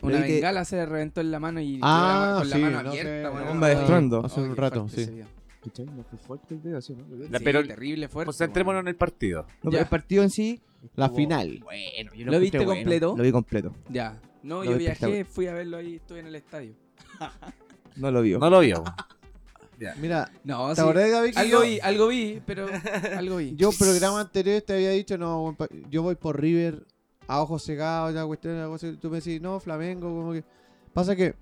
Una Ahí te- bengala se reventó en la mano y Ah, con la sí, mano no sé, abierta. la weón. bomba de estruendo. Hace un qué rato, fuerte sí. ese día. ¿Cachai? No fue fuerte el video, ¿sí? ¿no? ¿Lo vieron? La- Sí, pero- terrible fuerte. Concentrémonos weón. Pues en el partido. No, pues, Ya. pero el partido en sí, la final. bueno, yo ¿Lo encontré viste completo? Lo vi completo. Ya. No, Lo yo vi viajé, espectacular. fui a verlo ahí, estuve en el estadio. No lo Ah, vio. No lo vio. Mira, No, ¿te sí. acordás, Gaby, que Algo yo, vi, algo vi, *laughs* pero algo vi. yo programa anterior te había dicho, no, weón, pa- yo voy por River a ojos cegados, la cuestión, la cosa, y tú me decís, no, Flamengo, como que... Pasa que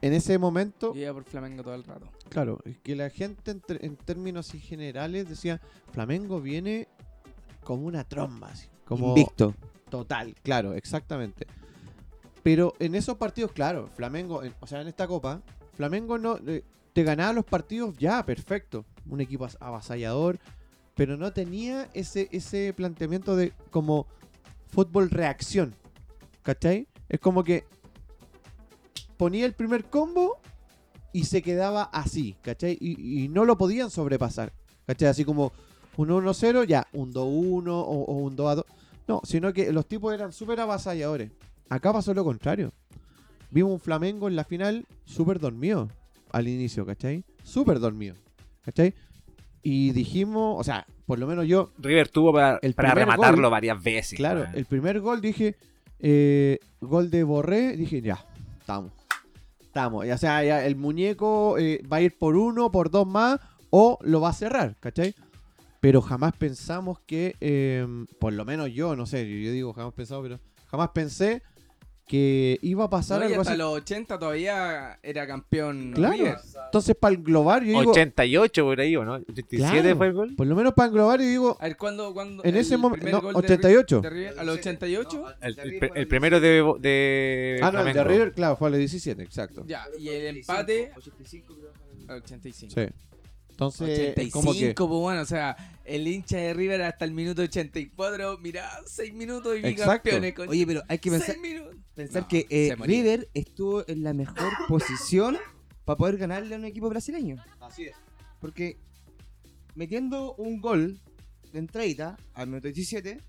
en ese momento... Yo iba por Flamengo todo el rato. Claro, es que la gente en, ter- en términos así generales decía, Flamengo viene como una tromba, así, como Invicto. total, claro, exactamente. Pero en esos partidos, claro, Flamengo, en- o sea, en esta copa, Flamengo no eh, te ganaba los partidos ya, perfecto, un equipo as- avasallador, pero no tenía ese ese planteamiento de como fútbol reacción. ¿Cachai? Es como que ponía el primer combo y se quedaba así, ¿cachai? Y, y no lo podían sobrepasar, ¿cachai? Así como un 1-0, ya, un 2-1 o, o un 2-2. No, sino que los tipos eran súper avasalladores. Acá pasó lo contrario. Vimos un Flamengo en la final súper dormido al inicio, ¿cachai? Súper dormido, ¿cachai? Y dijimos, o sea, por lo menos yo *laughs* River tuvo para, El para primer rematarlo gol- varias veces. Claro, eh. weón. el primer gol dije, eh, gol de Borré, dije, ya, estamos. Estamos. Ya sea, ya el muñeco eh, va a ir por uno, por dos más, o lo va a cerrar, ¿cachai? Pero jamás em, pensamos que, eh, por lo menos yo, no sé, yo digo jamás pensado, pero jamás pensé que iba a pasar No, y algo hasta así. los 80 todavía era campeón. Claro. River. Entonces, para englobar, yo digo, 88 por ahí, ¿o no? 87 Claro. fue el gol. por lo menos para englobar, yo digo, A ver, ¿cuándo? cuándo En el ese momen- primer no, gol de 88. River- de River? ¿A los 88? El, el pr- el primero de. de ah, no, el de Flamengo. River, claro, fue a los 17, exacto. Ya, y el empate 85 creo. a 85. Sí. Entonces, es 85, como que. pues bueno, o sea, el hincha de River hasta el minuto 84, mirá, 6 minutos y vi Exacto. campeones. Con... Oye, pero hay que pensar, seis minutos. pensar No, que eh, se moría. River estuvo en la mejor posición para poder ganarle a un equipo brasileño. Así es. Porque metiendo un gol de entradita al minuto 17,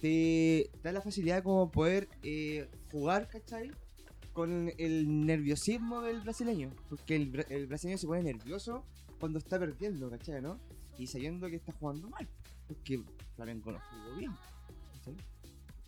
te da la facilidad como poder eh, jugar, ¿cachai? Con el nerviosismo del brasileño. Porque el, bra- el brasileño se pone nervioso cuando está perdiendo, ¿cachai? ¿No? Y sabiendo que está jugando mal. Porque Flamengo no jugó bien. ¿cachai?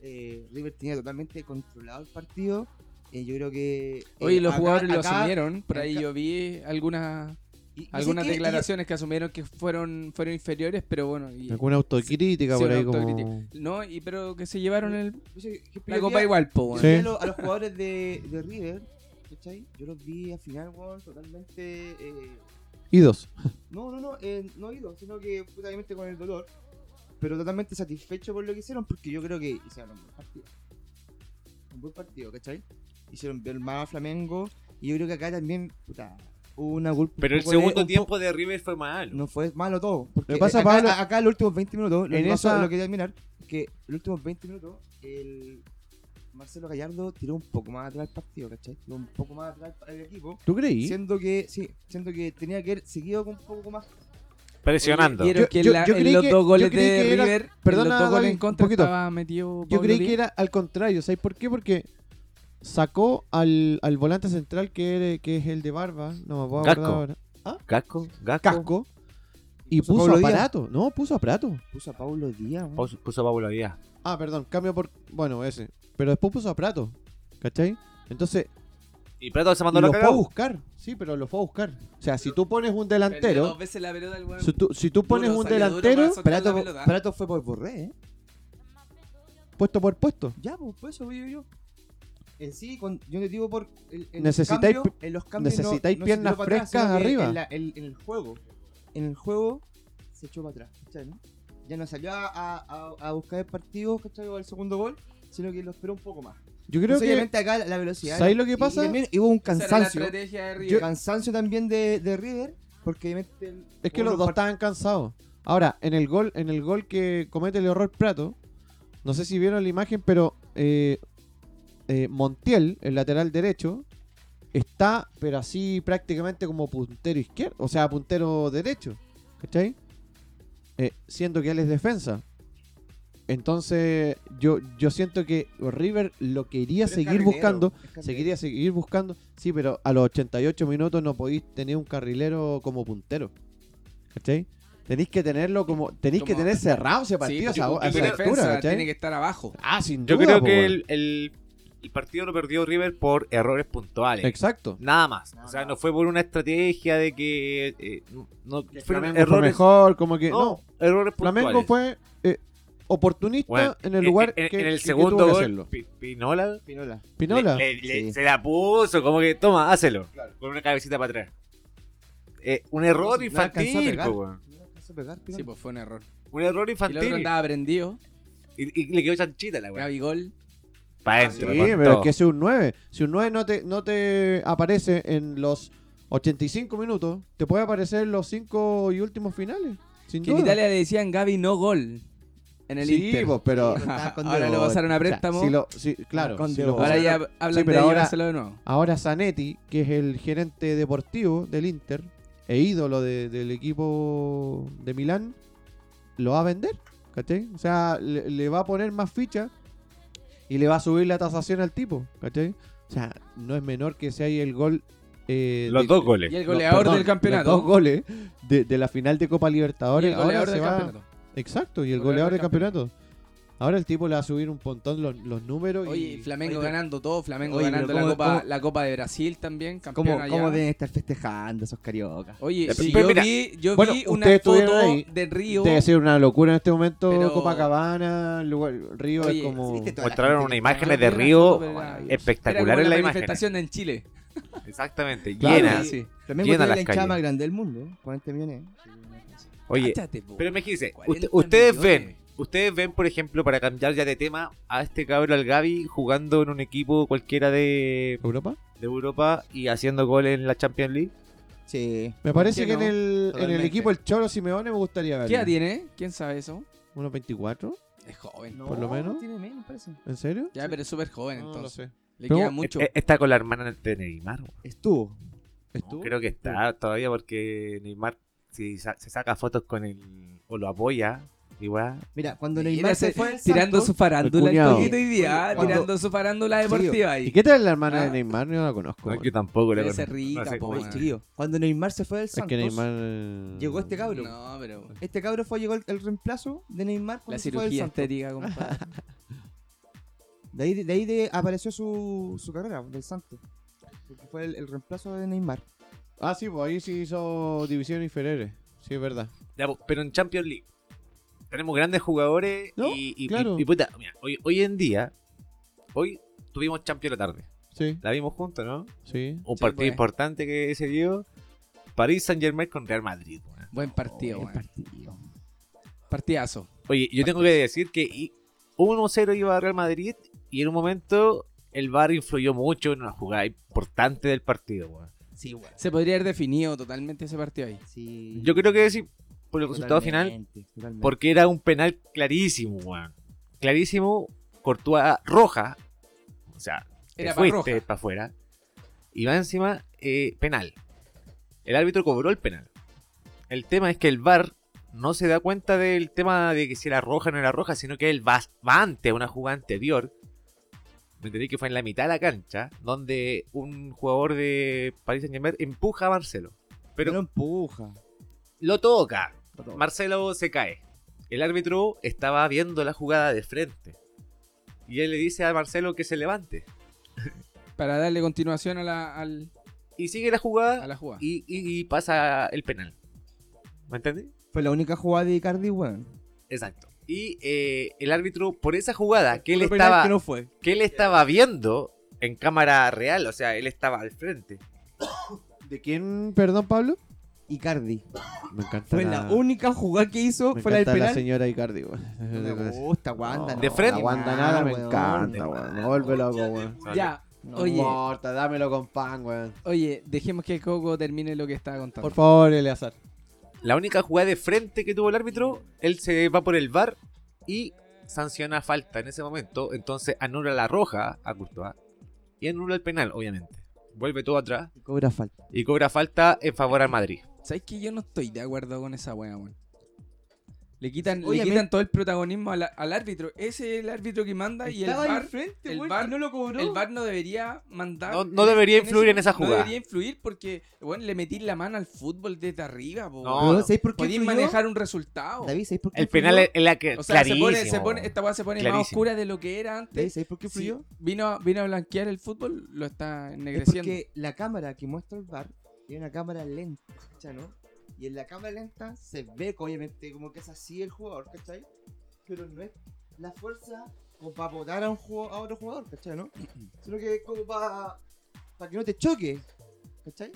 Eh, River tenía totalmente controlado el partido. eh, yo creo que. eh, Oye, los acá- jugadores lo acá- asumieron, por ahí acá- yo vi algunas y- y sé algunas que- y- declaraciones que asumieron que fueron fueron inferiores, pero bueno, y- Alguna autocrítica Sí, por una ahí, como. autocrítica. no, y pero que se llevaron el, yo sé que- que la copa hoy día- igual, po, Yo bueno. Sí. vi a, lo- a los jugadores de, de River, ¿cachai? Yo los vi al final, weón, totalmente. eh, Idos. no, no, no, eh, no ido, sino que puta, obviamente con el dolor, pero totalmente satisfecho por lo que hicieron, porque yo creo que hicieron un buen partido. Un buen partido, ¿cachai? Hicieron ver mal a Flamengo, y yo creo que acá también, puta, hubo una culpa. un Pero el poco de- segundo un po- tiempo de River fue malo. no fue malo todo. Porque Lo que pasa, acá, Pablo- acá los últimos 20 minutos, lo en que, pasó, esa- lo que quería mirar, es que los últimos 20 minutos, el Marcelo Gallardo tiró un poco más atrás el partido, ¿cachai? Tiró un poco más atrás el equipo. ¿Tú creí? Siendo que, sí, siendo que tenía que haber seguido con un poco más. Presionando. Vieron Yo- que en yo- la- yo en creí los que- dos goles yo creí de que era- River, en perdona, los dos goles David, en un contra poquito. estaba metido Yo Pablo creí que Díaz. era al contrario, ¿sabes por qué? Porque sacó al, al volante central que, era- que es el de Barba, no me puedo acordar Gasco. ahora. Gasco, Gasco. Casco. Y puso, Pablo a Díaz. Prato, no, puso a Prato. Puso a Paulo Díaz, weón. Puso, puso a Pablo Díaz. Ah, perdón, cambio por. Bueno, ese. Pero después puso a Prato, ¿cachai? Entonces, Y Prato se mandó lo la fue a cagada. buscar. Sí, pero lo fue a buscar. O sea, si tú pones un Perdió dos delantero. veces la pelota el weón. Si tú, si tú pones Duro, un salió duro delantero, para soltar la Prato, pelota. Prato fue por Borré, ¿eh? puesto por puesto. Ya, pues, por eso voy yo. yo. En sí, con- yo te digo por. el- el Necesitáis cambio- en los cambios no- necesitáis no se piernas tiró para atrás, sino frescas que arriba. En, la- en- en el juego. En el juego se echó para atrás, ¿cachai? no? Ya no salió a, a- a- a buscar el partido, ¿cachai? O el segundo gol, sino que lo esperó un poco más. Yo creo Entonces, que. obviamente acá la, la velocidad. ¿Sabes lo y- que y pasa? también hubo un Esa era la cansancio. estrategia de Yo- River. este Cansancio también de, de River, porque obviamente el- Es que uno los dos part- estaban cansados. Ahora, en el gol, en el gol que comete el error Prato, no sé si vieron la imagen, pero eh, eh, Montiel, el lateral derecho, está, pero así prácticamente como puntero izquierdo, o sea, puntero derecho, ¿cachai? Eh, siento que él es defensa. Entonces, yo, yo siento que River lo quería pero es seguir carrilero, buscando, es carrilero. se quería seguir buscando. Sí, pero a los 88 minutos no podéis tener un carrilero como puntero. ¿Cachai? Tenéis que tenerlo como. Tenéis que Como- tener cerrado ese Sí, partido a pues, porque esa- a tu esa defensa altura, ¿cachai? tiene que estar abajo. Ah, sin Yo duda, creo po, que weón. el, el- el partido lo perdió River por errores puntuales. Exacto. Nada más. Nada O sea, más. no fue por una estrategia de que. eh, no- no, fueron Flamengo fue errores. mejor, como que. No, no, errores puntuales. Flamengo fue eh, oportunista Bueno, en el lugar en, que, en que- el que segundo tuvo que gol, hacerlo. Pi- Pinola, Pinola. Pinola. le- le- le- Sí. se la puso, como que toma, hácelo. Con una cabecita para atrás. Eh, un error No alcanzó a infantil, pegar. po, weón. No alcanzó a pegar, Pinola. Sí, pues fue un error. un error Y el otro infantil. andaba prendido. Y, y le quedó chanchita la weá. Gabigol. Para Sí, adentro. pero es que ese es un 9. Si un 9 no te, no te aparece en los 85 minutos, te puede aparecer en los 5 y últimos finales. Sin Que duda. en Italia le decían Gaby no gol. En el sí, Inter. pues, pero. Sí, estaba con *laughs* Ahora De lo Boer. pasaron a préstamo. si lo- si- claro. Con si De lo Boer. Ahora pasaron- ya Sí, hablan pero de ahora- llevárselo de nuevo. Ahora Zanetti, que es el gerente deportivo del Inter e ídolo de- del equipo de Milán, lo va a vender. ¿Cachai? O sea, le, le va a poner más ficha y le va a subir la tasación al tipo. ¿Cachai? O sea, no es menor que sea ahí el gol. eh, Los de- dos Y goles. el no, goleador perdón, del campeonato. Los dos goles de, de la final de Copa Y Libertadores. el goleador ahora se del va- campeonato. Exacto, y el Goleador goleador del del campeonato. Ahora el tipo le va a subir un montón los, los números. Oye, y Flamengo oye, ganando todo, Flamengo oye, pero ganando la ¿cómo- Copa, cómo- la Copa de Brasil también, campeón ¿Cómo, allá. ¿Cómo deben estar festejando esos cariocas? Oye, Pero- si pero yo mira, vi, yo bueno, vi ustedes una estuvieron foto ahí. de Río. Debe ser una locura en este momento. Pero- Copacabana, lugar, Río Oye, este es como. ¿viste toda la Mostraron gente unas que- imágenes de Yo vi la Río foto, pero era- Era como espectacular una en la imagen. manifestación en Chile. Exactamente, Claro, llena. Sí, sí. Flamengo Llena tiene las la hinchada calles. más grande del mundo, eh. 40 millones. Oye, Cáchate, po. pero imagínense, 40 usted- ustedes millones. ven, ustedes ven, por ejemplo, para cambiar ya de tema, a este cabrón, al Gaby, jugando en un equipo cualquiera de, ¿Europa? de Europa y haciendo goles en la Champions League. Sí. Me parece ¿Por que qué en no? el, en el Totalmente. equipo el Cholo Simeone me gustaría verlo. ¿Qué edad tiene? ¿Quién sabe eso? ¿Unos 24? Es joven. No, Por lo menos. Tiene menos, parece. ¿En serio? Ya, pero es súper joven, No, entonces. no sé. Le Pero- eh, queda mucho. E- Está con la hermana de Neymar. güey. Estuvo. ¿Estuvo? Creo que está todavía porque Neymar, si sa- se saca fotos con él o lo apoya, igual. Mira, cuando Mira Neymar ese- se fue al tirando Santos- su farándula El cuñado. el poquito hoy día, ah, Cuando- tirando su farándula deportiva ahí. ¿Y qué tal la hermana Ah. de Neymar? Yo no la conozco. No, bueno. yo tampoco la Debe ser conozco. rica, No sé po, cómo weón. es. Chiquillo, cuando Neymar se fue del Es Santos, que Neymar. eh, llegó este cabrón. No, pero Este cabro fue, llegó el, el reemplazo de Neymar cuando la se fue del cirugía Santos. estética, compadre. *laughs* De ahí, de ahí de- apareció su, su carrera, del Santos. Porque fue el, el reemplazo de Neymar. Ah, sí, pues ahí sí hizo divisiones inferiores. Sí, es verdad. Ya, po, pero en Champions League tenemos grandes jugadores No, y, y- claro. y- y puta, mira, hoy, hoy en día, hoy tuvimos Champions la tarde. Sí, La vimos juntos, ¿no? sí. Un Sí, partido pues. importante que se dio. París Saint Germain con Real Madrid. weón. Buen partido, Buen weón. partido. Partidazo. Oye, yo tengo que decir que i- 1-0 iba a Real Madrid y en un momento el VAR influyó mucho en una jugada importante del partido. weón. Sí, bueno. Se podría haber definido totalmente ese partido ahí. Sí. Yo creo que sí, por el resultado final, Totalmente, totalmente. Porque era un penal clarísimo, weón. Clarísimo, Cortúa roja. O sea, te Era pa' fuiste roja. para afuera. Y va encima, eh, penal. El árbitro cobró el penal. El tema es que el VAR no se da cuenta del tema de que si era roja o no era roja, sino que él va, va ante una jugada anterior. Me entendí que fue en la mitad de la cancha, donde un jugador de Paris Saint Germain empuja a Marcelo. Pero Pero empuja. lo toca. Por favor. Marcelo se cae. El árbitro estaba viendo la jugada de frente. Y él le dice a Marcelo que se levante. Para darle continuación a la, al- Y sigue la a jugada la jugada. y, y- y pasa el penal. ¿Me entendés? Fue la única jugada de Icardi, weón. Exacto. Y eh, el árbitro, por esa jugada que él, Puro penal estaba, que no fue. que él estaba viendo en cámara real, o sea, él estaba al frente. ¿De quién, perdón, Pablo? Icardi. Me encanta. Fue la única jugada que *laughs* hizo, me fue la del encanta la penal. señora Icardi, weón. No me gusta, Wanda. No, De frente. La Wanda nada me encanta, weón. Devuélvelo, weón. Ya, Oye. Oye. Importa, dámelo con pan, weón. oye, dejemos que el Coco termine lo que estaba contando. Por favor, Eleazar. La única jugada de frente que tuvo el árbitro, él se va por el bar y sanciona falta en ese momento. Entonces anula la roja a Courtois y anula el penal, obviamente. Vuelve todo atrás Cobra falta. y cobra falta en favor al Madrid. ¿Sabes que yo no estoy de acuerdo con esa wea, weón? Le quitan, Oye, le a mí- quitan todo el protagonismo al, al árbitro. Ese es el árbitro que manda y el Estaba ahí VAR, frente, el weón, VAR- y no lo cobró. el VAR no debería mandar. No- no debería ese influir en esa No jugada. debería influir porque, bueno, le metí la mano al fútbol desde arriba, po. No, Pero, ¿sabéis por qué Podéis influyó? manejar un resultado. David, ¿sabéis por qué El penal influyó? es la que o sea, se clarísimo. pone, se pone, esta weá se pone más Clarísimo. oscura de lo que era David, antes. ¿sabéis por qué Sí, influyó? vino, vino a blanquear el fútbol, lo está Es ennegreciendo. porque la cámara que muestra el bar tiene una cámara lenta, ¿cachai, no? Y en la cámara lenta se ve, obviamente, como que es así el jugador, ¿cachai? Pero no es la fuerza como para botar a, un jugo- a otro jugador, ¿cachai, no? *clears throat* Sino que es como para, para que no te choque, ¿cachai?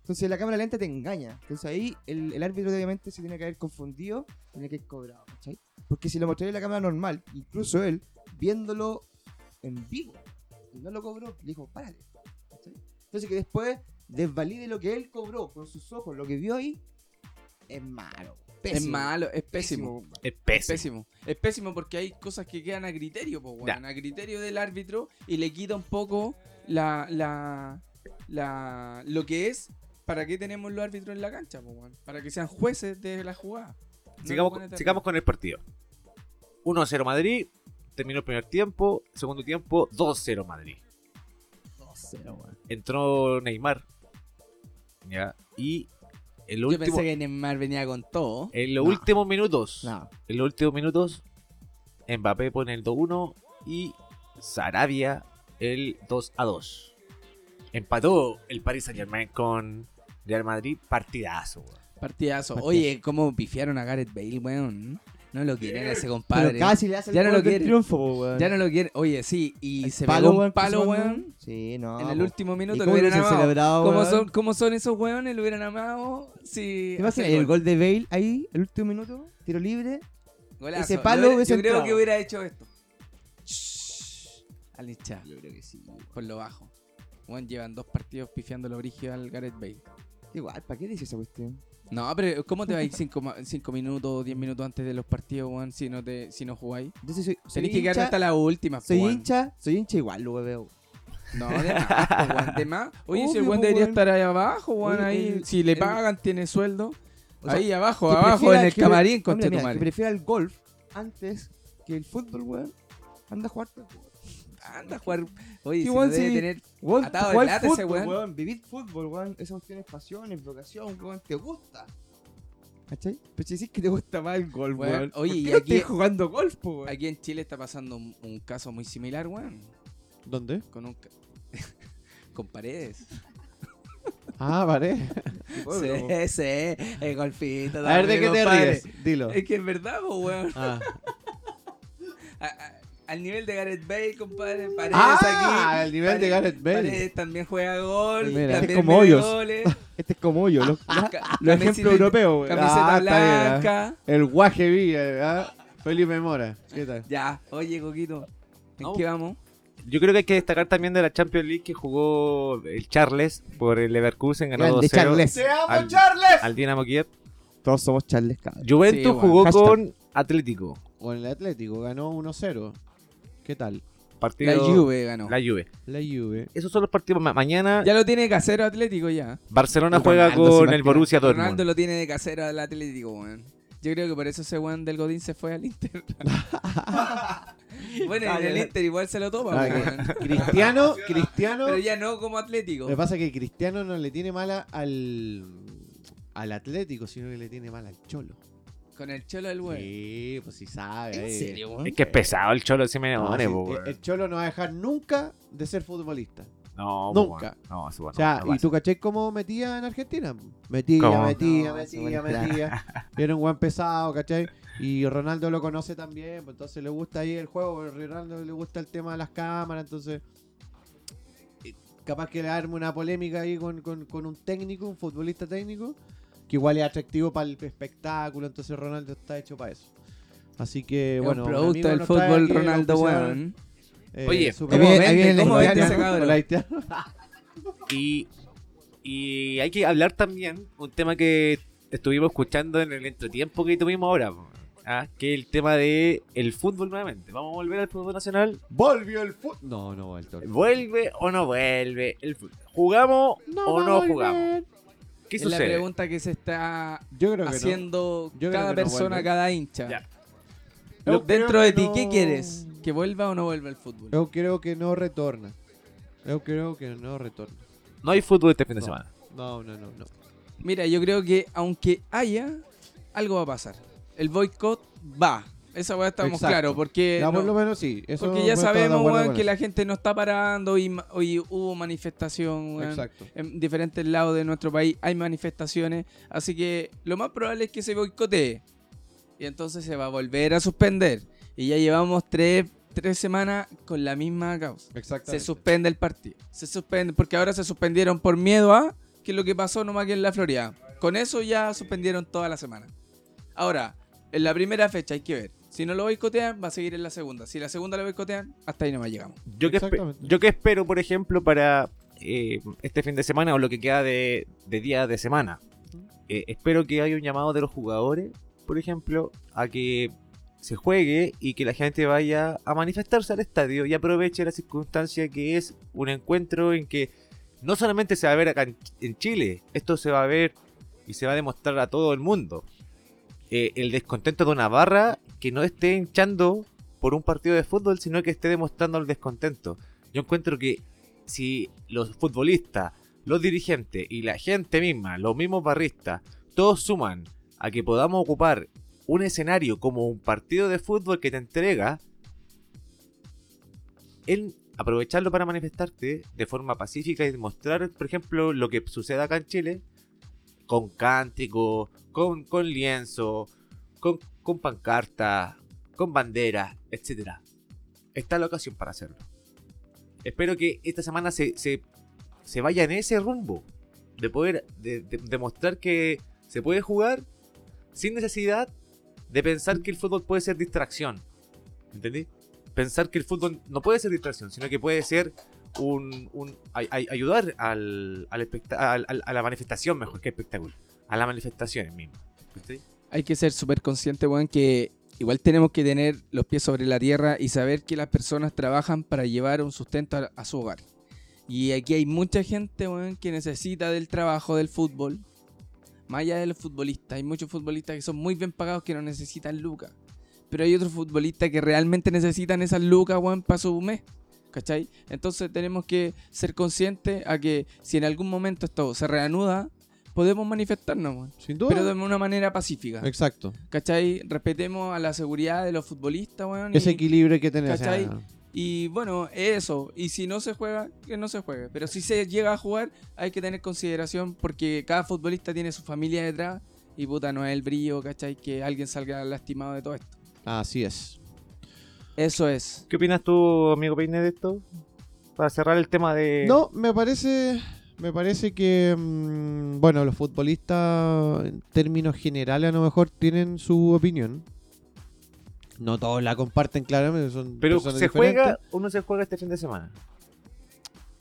Entonces la cámara lenta te engaña. Entonces ahí el, el árbitro obviamente se tiene que haber confundido, tiene que haber cobrado, ¿cachai? Porque si lo mostré en la cámara normal, incluso él, viéndolo en vivo, y no lo cobró, le dijo, párale. ¿cachai? Entonces que después desvalide lo que él cobró con sus ojos, lo que vio ahí, es malo. es pésimo, malo, es pésimo. Es Es pésimo. pésimo. Es pésimo porque hay cosas que quedan a criterio, po, weón, a criterio del árbitro y le quita un poco la, la, la- lo que es para qué tenemos los árbitros en la cancha, po, weón. para que sean jueces de la jugada. No lo Sigamos, ponen de sigamos con el partido. 1-0 Madrid, terminó el primer tiempo, segundo tiempo 2-0 Madrid. No sé, weón. Entró Neymar. Ya, y el arriba. Yo último pensé que Neymar venía con todo. En los No. últimos minutos. No. En los últimos minutos. Mbappé pone el 2-1 y Sarabia el 2-2. Empató el Paris Saint Germain con Real Madrid. Partidazo, weón. Partidazo. Partidazo. Oye, cómo pifiaron a Gareth Bale, weón. No lo quieren a ese compadre. Pero casi le hace el Ya no gol lo del quiere. triunfo, po, weón. Ya no lo quieren. Oye, sí, y El se palo, pegó un weón, que palo, se mandó. weón. Sí, no. En el po. último ¿Y minuto lo cómo hubieran hubiesen amado. celebrado, ¿Cómo weón? son, ¿Cómo son esos weones? Lo hubieran amado. Sí. ¿Te imaginas el gol de Bale ahí, el último minuto, tiro libre? Golazo. ese Lo palo hubiera- hubiese Yo creo entrado. que hubiera hecho esto. Al hinchar. Yo creo que sí. Por lo bajo. Weón, llevan dos partidos pifiando lo brígido al Gareth Bale. Igual, ¿para qué dice esa cuestión? No, pero ¿cómo te vais 5 minutos o 10 minutos antes de los partidos, weón, si no, te, si no jugáis? Yo sí soy, soy Tenéis que quedar hincha, hasta la última, Soy weón. hincha, soy hincha igual, lo veo. No, de más, po, weón, de *laughs* más. Oye, si el Obvio, weón po, debería weón. estar ahí abajo, weón, Oye, ahí. el- si le el- pagan, tiene sueldo. O sea, ahí abajo, que abajo, prefiera- en el que- camarín, no, con mira, tu mira, que madre. prefiero el golf antes que el fútbol, weón. Anda a jugar. Anda a jugar. Oye, Que si weón, no debe sí. tener. Weón, Atado de jugar plata ese fútbol, weón. Vivir fútbol, weón. Esa cuestión es pasión, es vocación, weón. Te gusta. ¿Cachai? Pero si decís que te gusta más el golf, Weón, weón. ¿por oye, y qué no aquí- estás jugando golf, po, weón? Aquí en Chile está pasando un, un caso muy similar, weón. ¿Dónde? Con un. ca- *laughs* con paredes. Ah, *laughs* vale. Sí, sí. El golfito. A ver, ¿de qué también, te compadre. ríes? Dilo. Es que es verdad, po, weón. *laughs* Ah, A- a- al nivel de Gareth Bale, compadre. Paredes Ah, aquí. al nivel de Paredes- Gareth Bale. Paredes también juega gol. Mira, es también como mete Hoyos. *laughs* goles. Este es como yo, los, Ca- los camiseta- ejemplos europeos, weón. Camiseta Ah, está bien, ah. blanca. el guaje Villa, ¿verdad? Felipe Mora. ¿Qué tal? Ya, oye, Coquito. ¿En No. qué vamos? Yo creo que hay que destacar también de la Champions League que jugó el Charles por el Leverkusen, ganó 2-0 Charles. al, al Dinamo Kiev. Todos somos Charles, cabrón. Juventus Sí, weón. jugó Hashtag. con Atlético. Con el Atlético ganó 1-0. ¿Qué tal? Partido, La Juve ganó. La Juve. La *laughs* Juve. Esos son los partidos. ma- mañana Ya lo tiene casero Atlético ya. Barcelona Y juega Ronaldo, con se el imagina. Borussia Ronaldo Dortmund. lo tiene de casero al Atlético, weón. Yo creo que por eso ese weón del Godín se fue *laughs* al Inter. bueno, en el Inter igual se lo toma, Ah, weón. Cristiano, Cristiano. Pero ya no como Lo Atlético. que pasa es que Cristiano no le tiene mala al, al Atlético, sino que le tiene mala al Cholo. Con el cholo del weón. Sí, pues sí sabe. ¿En eh. serio, weón? Es que es pesado el Cholo de No, Simeone, sí, po, eh, el, weón. el Cholo no va a dejar nunca de ser futbolista. pues, No, pues, po, Nunca. weón. No, eso, O sea, no ¿y tú caché cómo metía en Argentina? Metía, ¿Cómo? metía, No, ese metía, buen metía. Era un buen pesado, *laughs* ¿cachai? Y Ronaldo lo conoce también, pues entonces le gusta ahí el juego, pero a Ronaldo le gusta el tema de las cámaras, entonces eh, capaz que le arme una polémica ahí con, con- con un técnico, un futbolista técnico, que igual es atractivo para el espectáculo, entonces Ronaldo está hecho para eso. Así que, Es bueno, un un amigo producto del nos trae fútbol aquí el Ronaldo, auspiciador, weón. eh, Oye, Super- ¿cómo ahí vende- viene el cómo vende ese haitiano, cabrón? el haitiano. Y, y hay que hablar también un tema que estuvimos escuchando en el entretiempo que tuvimos ahora, po, ah, que el tema de el fútbol nuevamente. Vamos a volver al fútbol nacional. Volvió el fútbol. No, no, el Eh, toro. ¿Vuelve o no vuelve el fútbol? ¿Jugamos o no jugamos? ¿Qué Es la sucede? pregunta que se está Yo creo que haciendo Yo creo cada que no persona, vuelve. cada hincha. Ya. Lo- Yo creo dentro de que ti, ¿qué no. quieres? ¿Que vuelva o no vuelva el no. fútbol? Yo creo que no retorna. Yo creo que no retorna. No hay fútbol este fin de No. semana. No, no, no, no. Mira, yo creo que aunque haya, algo va a pasar. El boicot va. Esa weá estamos Exacto. claros, porque, Ya, por no- lo menos sí. Eso porque voy a ya estar de sabemos acuerdo weón, con que eso. la gente no está parando y, ma- hoy hubo manifestación weón. Exacto. en diferentes lados de nuestro país. Hay manifestaciones, así que lo más probable es que se boicotee. Y entonces se va a volver a suspender. Y ya llevamos tres, tres semanas con la misma causa. Se Exactamente. suspende el partido. Se suspende, porque ahora se suspendieron por miedo a que lo que pasó nomás que en la Florida. Con eso ya suspendieron toda la semana. Ahora, en la primera fecha hay que ver. Si no lo boicotean, va a seguir en la segunda. Si la segunda la boicotean, hasta ahí nomás llegamos. Yo que, espe- Exactamente. yo que espero, por ejemplo, para eh, este fin de semana o lo que queda de, de día de semana. eh, espero que haya un llamado de los jugadores, por ejemplo, a que se juegue y que la gente vaya a manifestarse al estadio y aproveche la circunstancia que es un encuentro en que no solamente se va a ver acá en, en Chile, esto se va a ver y se va a demostrar a todo el mundo. Eh, el descontento de una barra que no esté hinchando por un partido de fútbol, sino que esté demostrando el descontento. Yo encuentro que si los futbolistas, los dirigentes y la gente misma, los mismos barristas, todos suman a que podamos ocupar un escenario como un partido de fútbol que te entrega, en aprovecharlo para manifestarte de forma pacífica y demostrar, por ejemplo, lo que sucede acá en Chile, con cántico, con, con lienzo, con, con pancarta, con bandera, etc. Está la ocasión para hacerlo. Espero que esta semana se, se, se vaya en ese rumbo de poder de- de- demostrar que se puede jugar sin necesidad de pensar que el fútbol puede ser distracción. ¿Entendí? Pensar que el fútbol no puede ser distracción, sino que puede ser un, un- ay- ay- ayudar al, al especta- al- al- a la manifestación mejor que espectáculo. A la manifestación misma. ¿cachai? Hay que ser súper consciente, weón, que igual tenemos que tener los pies sobre la tierra y saber que las personas trabajan para llevar un sustento a, a su hogar. Y aquí hay mucha gente, weón, que necesita del trabajo del fútbol. Más allá de los futbolistas, hay muchos futbolistas que son muy bien pagados que no necesitan lucas. Pero hay otros futbolistas que realmente necesitan esas lucas, weón, para su mes. ¿Cachai? Entonces tenemos que ser conscientes a que si en algún momento esto se reanuda, podemos manifestarnos, weón. Sin duda. Pero de una manera pacífica. Exacto. ¿Cachai? Respetemos a la seguridad de los futbolistas, weón. Ese Y, equilibrio hay que tener. o sea, ¿Cachai? y bueno, eso. Y si no se juega, que no se juegue. Pero si se llega a jugar, hay que tener consideración porque cada futbolista tiene su familia detrás. Y puta, no es el brillo, ¿cachai? Que alguien salga lastimado de todo esto. ah, Así es. Eso es. ¿Qué opinas tú, amigo Peine, de esto? Para cerrar el tema de... No, me parece, me parece que, mm, bueno, los futbolistas en términos generales a lo mejor tienen su opinión. No todos la comparten, claramente. Son Pero personas se diferentes. juega, uno se juega este fin de semana.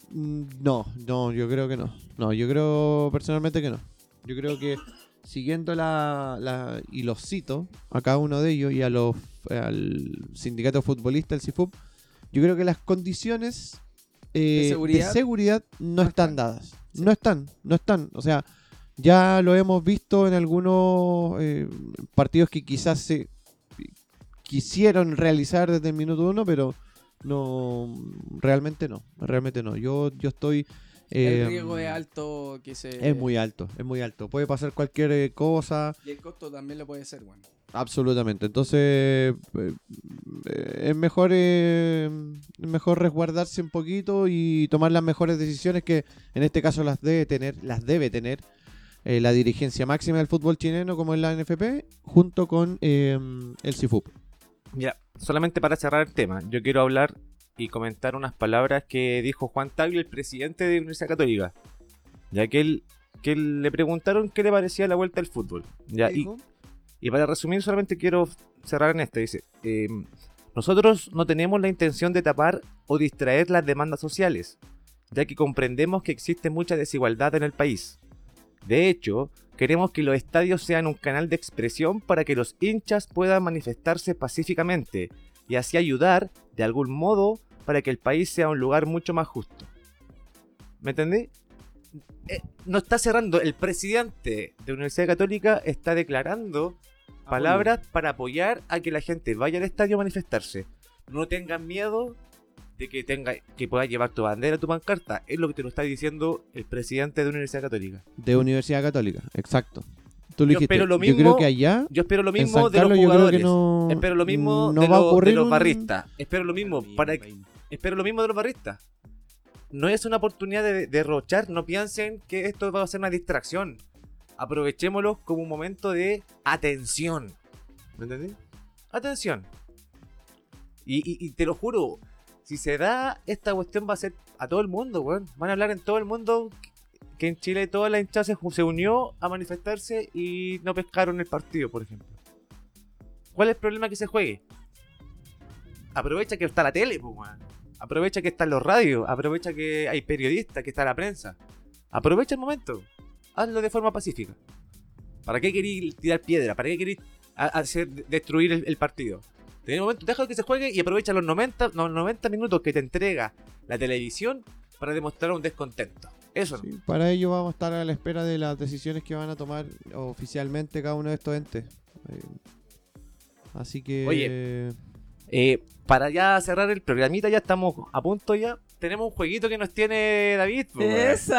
Mm, No, no, yo creo que no. No, yo creo personalmente que no. Yo creo que siguiendo la, la- y los cito a cada uno de ellos y a los al sindicato futbolista, el CIFUP, yo creo que las condiciones eh, ¿De seguridad? seguridad no están dadas. No están, no están. O sea, ya lo hemos visto en algunos eh, partidos que quizás se quisieron realizar desde el minuto uno, pero no, realmente no, realmente no. Yo, yo estoy... eh, el riesgo es alto que se. Es muy alto, es muy alto. Puede pasar cualquier eh, cosa, Y el costo también lo puede ser, weón. absolutamente. Entonces, eh, eh, es mejor, eh, es mejor resguardarse un poquito y tomar las mejores decisiones que en este caso las debe tener, las debe tener eh, la dirigencia máxima del fútbol chileno como es la NFP junto con eh, el CIFUP. Ya, solamente para cerrar el tema, yo quiero hablar y comentar unas palabras que dijo Juan Tagle, el presidente de la Universidad Católica. Ya que él, que él- le preguntaron qué le parecía la vuelta al fútbol. Ya, y, y para resumir, solamente quiero cerrar en esta. Dice, eh, nosotros no tenemos la intención de tapar o distraer las demandas sociales, ya que comprendemos que existe mucha desigualdad en el país. De hecho, queremos que los estadios sean un canal de expresión para que los hinchas puedan manifestarse pacíficamente y así ayudar, de algún modo, para que el país sea un lugar mucho más justo. ¿Me entendí? Eh, no está cerrando. El presidente de la Universidad Católica está declarando palabras para apoyar a que la gente vaya al estadio a manifestarse. No tengan miedo de que tenga que puedas llevar tu bandera, tu pancarta. Es lo que te lo está diciendo el presidente de la Universidad Católica. De Universidad Católica, exacto. Tú lo Yo dijiste. espero lo mismo yo creo que allá, Yo espero lo en mismo San de los Carlos, yo creo jugadores. que no, Espero lo mismo mm, no de, va a los- de ocurrir los un- barristas. Espero lo mismo para espero lo mismo de los barristas. No es una oportunidad de de derrochar, no piensen que esto va a ser una distracción. Aprovechémoslo como un momento de atención. ¿Me entendí? Atención. Y, y- y te lo juro, si se da, esta cuestión va a ser a todo el mundo, weón. Van a hablar en todo el mundo que en Chile toda la hinchada se ju- se unió a manifestarse y no pescaron el partido, por ejemplo. ¿Cuál es el problema que se juegue? Aprovecha que está la tele, pues, weón. Aprovecha que están los radios, aprovecha que hay periodistas, que está la prensa. Aprovecha el momento. Hazlo de forma pacífica. ¿Para qué queréis tirar piedra? ¿Para qué queréis a- hacer destruir el, el partido? Tenés momento, deja que se juegue y aprovecha los 90, los 90 minutos que te entrega la televisión para demostrar un descontento. Eso no. Sí, para ello vamos a estar a la espera de las decisiones que van a tomar oficialmente cada uno de estos entes. Eh, Así que... Oye. Eh, para ya cerrar el programita, ya estamos a punto ya. tenemos un jueguito que nos tiene David. po, weón. ¡Esa!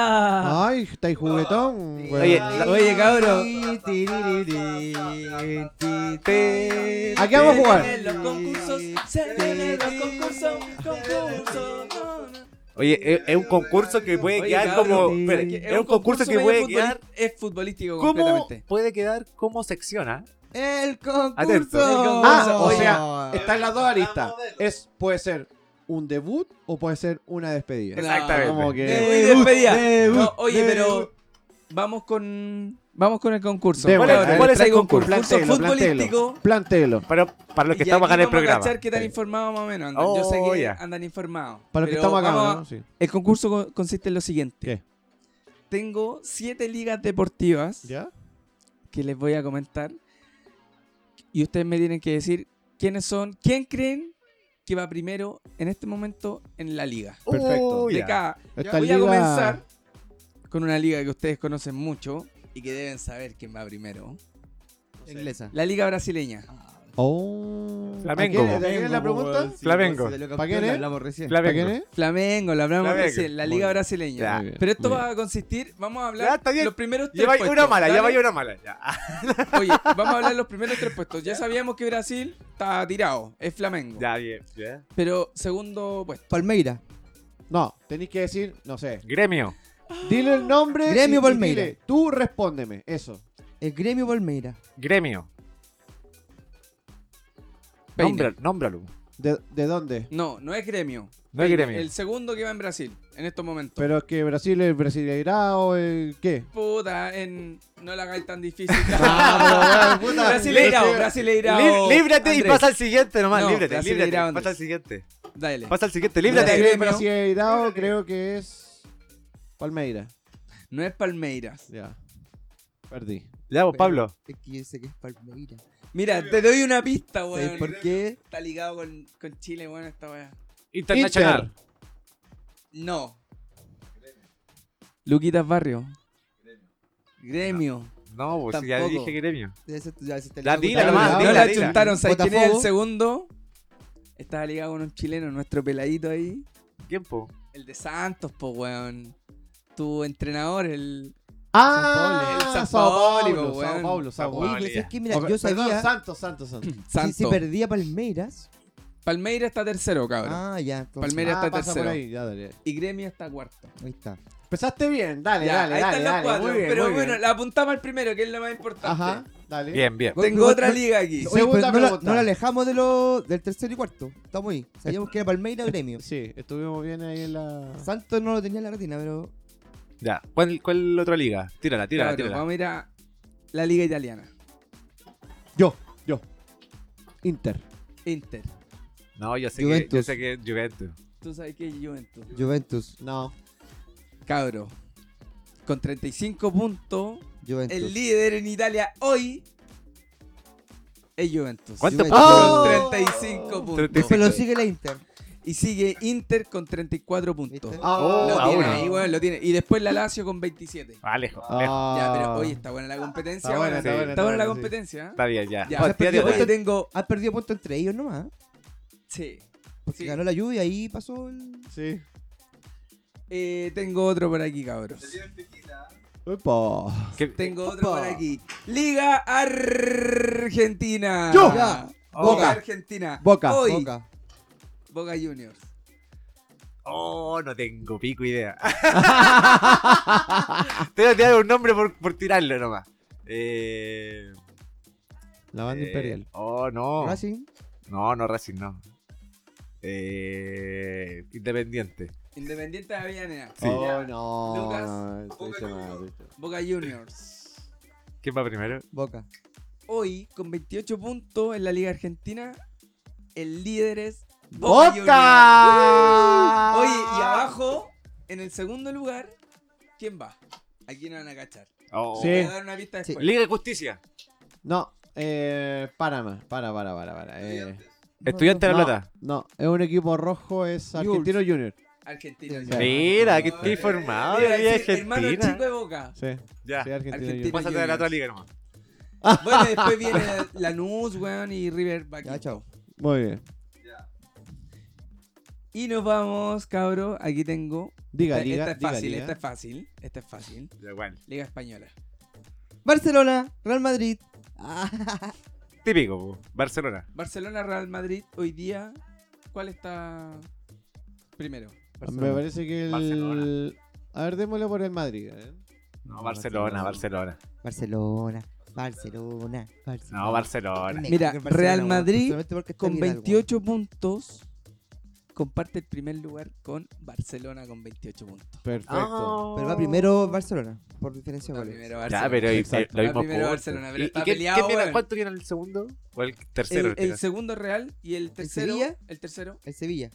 ah. Ay, estáis juguetón, weón. Oye, la- Oye, cabrón. ¿A qué vamos a jugar? Se vienen los concursos, se vienen los concursos, concursos. no, no. Oye, eh, es, es un concurso que puede Oye, quedar cabrón, como. espera, que es un concurso que medio puede futboli- quedar. Es futbolístico ¿Cómo completamente. puede quedar como ¿ah? secciona? El concurso. Atento. El concurso, Ah, o oye, sea, están las dos aristas. Es, puede ser un debut o puede ser una despedida. Exactamente. Como que... Muy despedida. No, oye, pero vamos con vamos con el concurso. Demos, Ahora, a ver, les ¿cuál es el traigo un concurso? Plantéelo, futbolístico. Plantéelo. Para, para los que y estamos aquí acá en vamos el a programa. cachar qué tan informados más o menos andan. Yo sé Oh, que ya. andan informados. Para los que pero estamos acá, vamos a- ¿no? Sí. El concurso co- consiste en lo siguiente. ¿Qué? Tengo siete ligas deportivas ¿Ya? que les voy a comentar. Y ustedes me tienen que decir quiénes son, quién creen que va primero en este momento en la liga. Perfecto. Oh, De ya. cada- Esta voy a liga- comenzar con una liga que ustedes conocen mucho y que deben saber quién va primero. Inglesa. La liga brasileña. Oh. Flamengo. ¿A quién- ¿De quién es la pregunta? Flamengo. ¿Para quién es? Hablamos recién. ¿Para quién Flamengo. es? Flamengo, la hablamos Flamengo. recién, la liga brasileña. Ya. Muy bien, Pero esto muy bien. va a consistir, vamos a Ya, hablar está bien. los primeros tres Lleváis puestos. una mala, ¿vale? lleváis una mala. Ya. ah, Oye, vamos a hablar los primeros tres puestos. Ya sabíamos que Brasil está tirado, es Flamengo. Ya, bien. ya. Pero segundo puesto. Palmeira. No, tenéis que decir, no sé. Gremio. Dile el nombre. Gremio y- y Palmeira. dile, Tú respóndeme, eso. El gremio Palmeira. Gremio. Peine. Nombra- nómbralo. ¿De, de dónde? No, no es gremio. No es Peine, gremio. El segundo que va en Brasil, en estos momentos. Pero es que Brasil es brasileirao, eh, ¿qué? Puta, en... no la hagáis tan difícil. *laughs* Ah, pero, weón, puta. Brasileirao, Brasileirao. Lí- líbrate y Andrés. pasa al siguiente nomás. No, líbrate, Brasil líbrate. irá a Andrés. Pasa al siguiente. Dale. Pasa al siguiente. Líbrate. Líbrate. Brasil- gremio. Brasileirao creo que es Palmeira. No es Palmeiras. Ya. Perdí. Ya, vos, Pablo. Es que yo sé que es Palmeira. Mira, te doy una pista, ¿Sabes weón. por qué? Está ligado con, con Chile, weón, esta weá. Internacional. No. Luquitas Barrio. Gremio. No, pues ya Tampoco. dije gremio. Debe ser- ya se está La ligado dila con- nomás, no dila, la dila. chuntaron, ¿sabes quién es el Botafogo. segundo? Estaba ligado con un chileno, nuestro peladito ahí. Tiempo. El de Santos, po, weón. Tu entrenador, el. Ah, Sao Paulo. El Sao Sao Paulo, Paulo, weón. Sao Paulo, Sao Sao Paulo. Oye, Vale, pero si es ya. que, mira, Ok, Perdón, yo sabía. Santos, Santos, Santos. Santos. Si se perdía Palmeiras. Palmeira está tercero, cabrón. Ah, ya. entonces- Palmeira Ah, está pasa tercero. por ahí, ya, dale. Y Gremio está cuarto. Ahí está. Empezaste bien, dale, Ya, dale, ahí dale, están dale, los cuatro. muy bien, pero muy bien. bueno, la apuntamos al primero, que es lo más importante. Ajá, dale. Bien, bien. Tengo otra liga aquí. Oye, Segunda pero no, la, pregunta. no la alejamos de lo, del tercero y cuarto. Estamos ahí. Sabíamos que era Palmeira *laughs* gremio. Sí, estuvimos bien ahí en la... Santos no lo tenía en la retina, pero. Ya. ¿Cuál, cuál otra liga? Tírala, tírala, Claro, tírala. Vamos a ir a la liga italiana. Yo, yo. Inter. Inter. No, yo sé que. Yo Juventus. sé que Juventus. Tú sabes que es Juventus. Juventus. No. Cabro. Con 35 puntos, Juventus. el líder en Italia hoy es Juventus. ¿Cuánto? Juventus. ¡Oh! Con 35 puntos. 35. Pero sigue la Inter. Y sigue Inter con 34 puntos. ¿Viste? Lo Ah, tiene bueno. ahí, weón, lo tiene. Y después la Lazio con 27. Ah, lejos, Ah. lejos. Ya, pero hoy está buena la competencia. Está buena, weón. está buena, está la buena, sí. competencia. ¿eh? Está bien, ya. Ya, Oh, o sea, tírate yo otra. hoy tengo. Han perdido puntos entre ellos nomás. ¿eh? Sí. Porque Sí. ganó la lluvia y ahí pasó el. Sí. Eh, tengo otro por aquí, cabros. Upa. ¿Qué- Tengo otro por aquí. Liga Argentina. Yo. Boca. Boca. Argentina. Boca, Hoy, Boca. Boca Juniors. Oh, no tengo pico idea. *laughs* Te voy a tirar un nombre por, por tirarlo nomás. Eh, La banda eh, imperial. Oh, no. Racing. No, no, Racing no. Eh, Independiente. Independiente de Avellaneda. Sí. Oh, no. Lucas, estoy Boca llamado, Juniors. estoy llamado. Boca Juniors. ¿Quién va primero? Boca. Hoy, con 28 puntos en la Liga Argentina, el líder es Boca. ¡Boca! Juniors. Oye, y abajo, en el segundo lugar, ¿quién va? Aquí no van a cachar. Oh. Voy Sí. a dar una pista Sí. después. Liga de Justicia. No, eh, Panamá. Para, para, para, para. Eh, Estudiante de no, la Plata. No, es un equipo rojo, es Argentino Junior. Argentina. Sí. Mira, que estoy Mira, informado. Mira, Liga sí, hermano chico Argentina. de Boca. Sí, Ya. sí, Argentino Ah, Argentino. Junior. Pásate a la otra liga nomás. Bueno, después viene Lanús, weón, y River va aquí. Ya, chao. Muy bien. Y nos vamos, cabro. Aquí tengo. Diga, esta, diga. esta es diga, fácil, diga. esta es fácil. Esta es fácil. Da igual. Liga Española. Barcelona, Real Madrid. Ah, Típico, po. Barcelona. Barcelona, Real Madrid, hoy día. ¿Cuál está primero? Me parece que el. Barcelona. A ver, démosle por el Madrid. ¿eh? No, Barcelona, Barcelona. Barcelona, Barcelona, Barcelona. No, Barcelona. Mira, Me encanta el Real weón, Madrid solamente porque está Con Vidal, weón. 28 puntos. Comparte el primer lugar con Barcelona con 28 puntos. Ah, Perfecto. Pero va primero Barcelona, por diferencia de Va goles. primero Ya, Barcelona. pero eh, Exacto. lo mismo Va primero punto. Barcelona, pero ¿Y- está y qué- peleado, qué viene- weón. ¿Cuánto viene el segundo? ¿O el tercero? el, en este el caso? segundo Real y el tercero. Sevilla? El tercero. El Sevilla.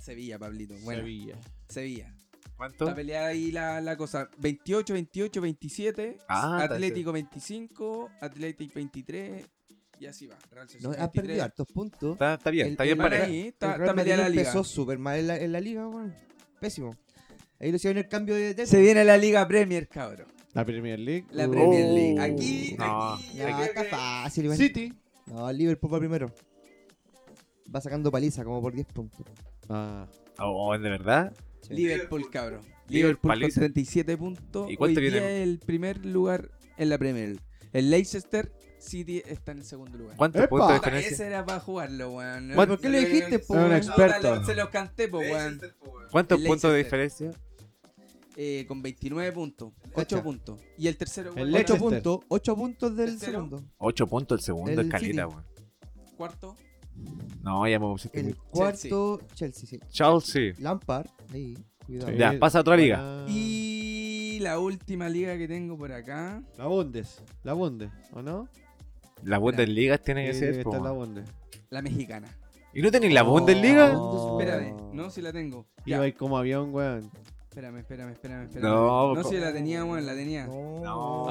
Sevilla, Pablito. Bueno, Sevilla. Sevilla. ¿Cuánto? Está peleada ahí la, la cosa. 28, 28, 27. Ah, está Atlético 25. Atlético 23. Y así va. Real Sociedad No, has perdido 23. hartos puntos. Está, está bien, El- está el bien Van para Madrid- ahí, El está, Real está Madrid peleada la liga. empezó súper mal en la, en la liga, weón. Pésimo. Ahí lo hicieron el cambio de técnico. Se viene la Liga Premier, cabrón. La Premier League. La Uh, Premier Oh. League. Aquí, No. aquí, Ya, aquí, está aquí. fácil, weón. City. No, el Liverpool va primero. Va sacando paliza como por 10 puntos. Ah, Oh, ¿de verdad? Liverpool, cabrón. Liverpool Liverpool con paliza. 37 puntos. ¿Y cuánto Hoy día viene? es el primer lugar en la Premier. League. El Leicester City está en el segundo lugar. ¿Cuántos ¡Epa! puntos de Puta, diferencia? Ese era para jugarlo, weón. Bueno, ¿Por qué lo dijiste, pues, po, Es un weón? ex- Ahora Experto. lo- se los canté, po, weón. ¿Cuántos el puntos de Leicester. diferencia? Eh, con 29 puntos. 8 puntos. Y el tercero, El weón, Leicester. 8 puntos, 8 puntos del Tercero. segundo. 8 puntos el segundo, El es caleta, City. weón. cuarto. No, ya me pusiste El muy... cuarto, Chelsea, sí. Chelsea. Lampard, ahí, cuidado. Sí. Ah, Ya, pasa a otra liga. buena- Y la última liga que tengo por acá. La Bundes. La Bundes, ¿o no? La Bundesliga tiene que Sí, ser, debe po, estar la weón. Bundes. La mexicana. ¿Y no tenéis la Bundesliga? No. Espérame, no, si la tengo. Ya, Iba a ir como avión, weón. Espérame, espérame, espérame. espérame. No, no po. si la tenía, weón, la tenía. No.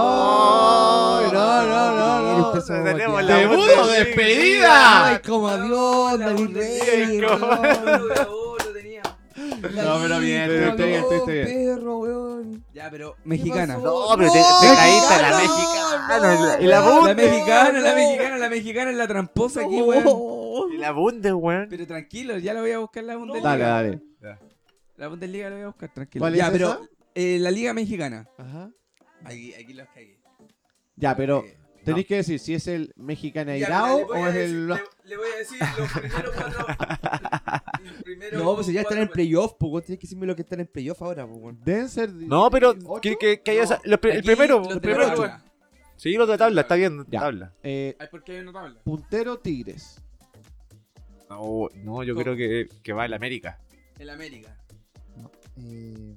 ¡Ay, no, no, no, no! Eres persona Tenemos guateada. la ¡Debuto, Bundesliga. despedida! Ay, como avión, la David Bundesliga, Reyes, *laughs* como- weón. lo tenía. No, pero bien, Como pero estoy bien, estoy avión, bien. perro, weón. Ya, pero mexicana. pasó? No, pero te, No, te caíste a la no, mexicana. y no, la- y la no, La Bundes. mexicana, la no. mexicana, la mexicana es la tramposa aquí, weón. weón. Y la Bundes, weón. Pero tranquilo, ya la voy a buscar la Bundesliga. Dale, dale. La Bundesliga la voy a buscar, tranquilo. ¿Cuál ya, es pero esa? eh, la Liga Mexicana. Ajá. Aquí, aquí los cagué. Ya, pero Eh, tenéis que decir si es el ya, Mexicanairao mira, le o voy a es decir- el. Le, le voy a decir los primeros *laughs* cuatro. los primeros No, pues si ya están en cuatro- playoff, pues weón, tienes que decirme lo que están en playoff ahora, pues weón. Denser. No, pero ¿Ocho? que, que, que haya No. sa- los pri- el Aquí primero, los el de primero, la weón. tabla. Sí, los de tabla, está bien, Ya. tabla. Eh, Ay, porque hay una tabla. puntero Tigres. No, no, yo ¿Cómo? creo que, que va el América. El América. Eh,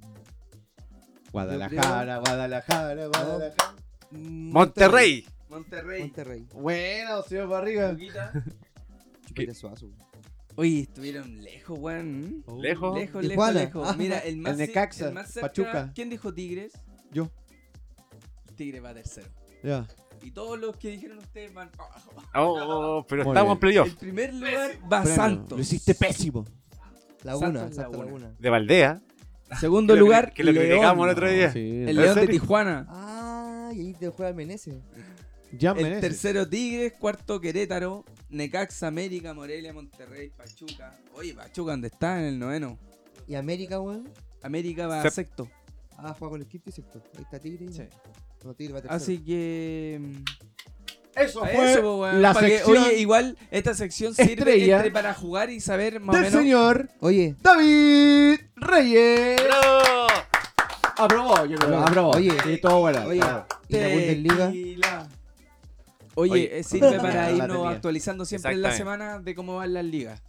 Guadalajara, Guadalajara, Guadalajara. Monterrey. Monterrey. Monterrey. Bueno, señor Barriga. Boquita. Chupete suazo, weón. Oye, estuvieron lejos, weón. Lejos. Lejos, lejos, Tijuana. *laughs* lejos. Mira, el más, El ce- Ah, Necaxa, el más cerca- Pachuca. ¿Quién dijo Tigres? Yo. Tigre va tercero. Ya. Y todos los que dijeron ustedes van para abajo. Oh, oh, pero Muy estamos en bien. El playoff. primer lugar va Bueno, Santos. Lo hiciste pésimo. Laguna, Santos Santa Laguna. Laguna. De Valdea. Segundo Que lo lugar, cri- que lo León. criticamos el otro día. Sí. El ¿En León de serio? Tijuana. Ah, y ahí te juega Meneses. Ya El merece. tercero Tigres, cuarto Querétaro, Necaxa, América, Morelia, Monterrey, Pachuca. Oye, Pachuca, ¿dónde está? En el noveno. Y América, weón. América va Se- sexto. Ah, juega con el quinto y sexto. Ahí está Tigre. Sí. No, Tigre va tercero. Así que. mm, Eso a fue eso, po, weón, la pa' que- sección oye, igual esta sección sirve estrella entre para jugar y saber más o del menos. señor Oye, David Reyes. Aprobó, yo creo. Oye, Aprobó. oye, Sí, todo bueno. oye. todo bueno. ¿y la Bundesliga? Tequila. Oye, Oye, eh, sirve la para tenía. irnos actualizando siempre en la semana de cómo van las ligas.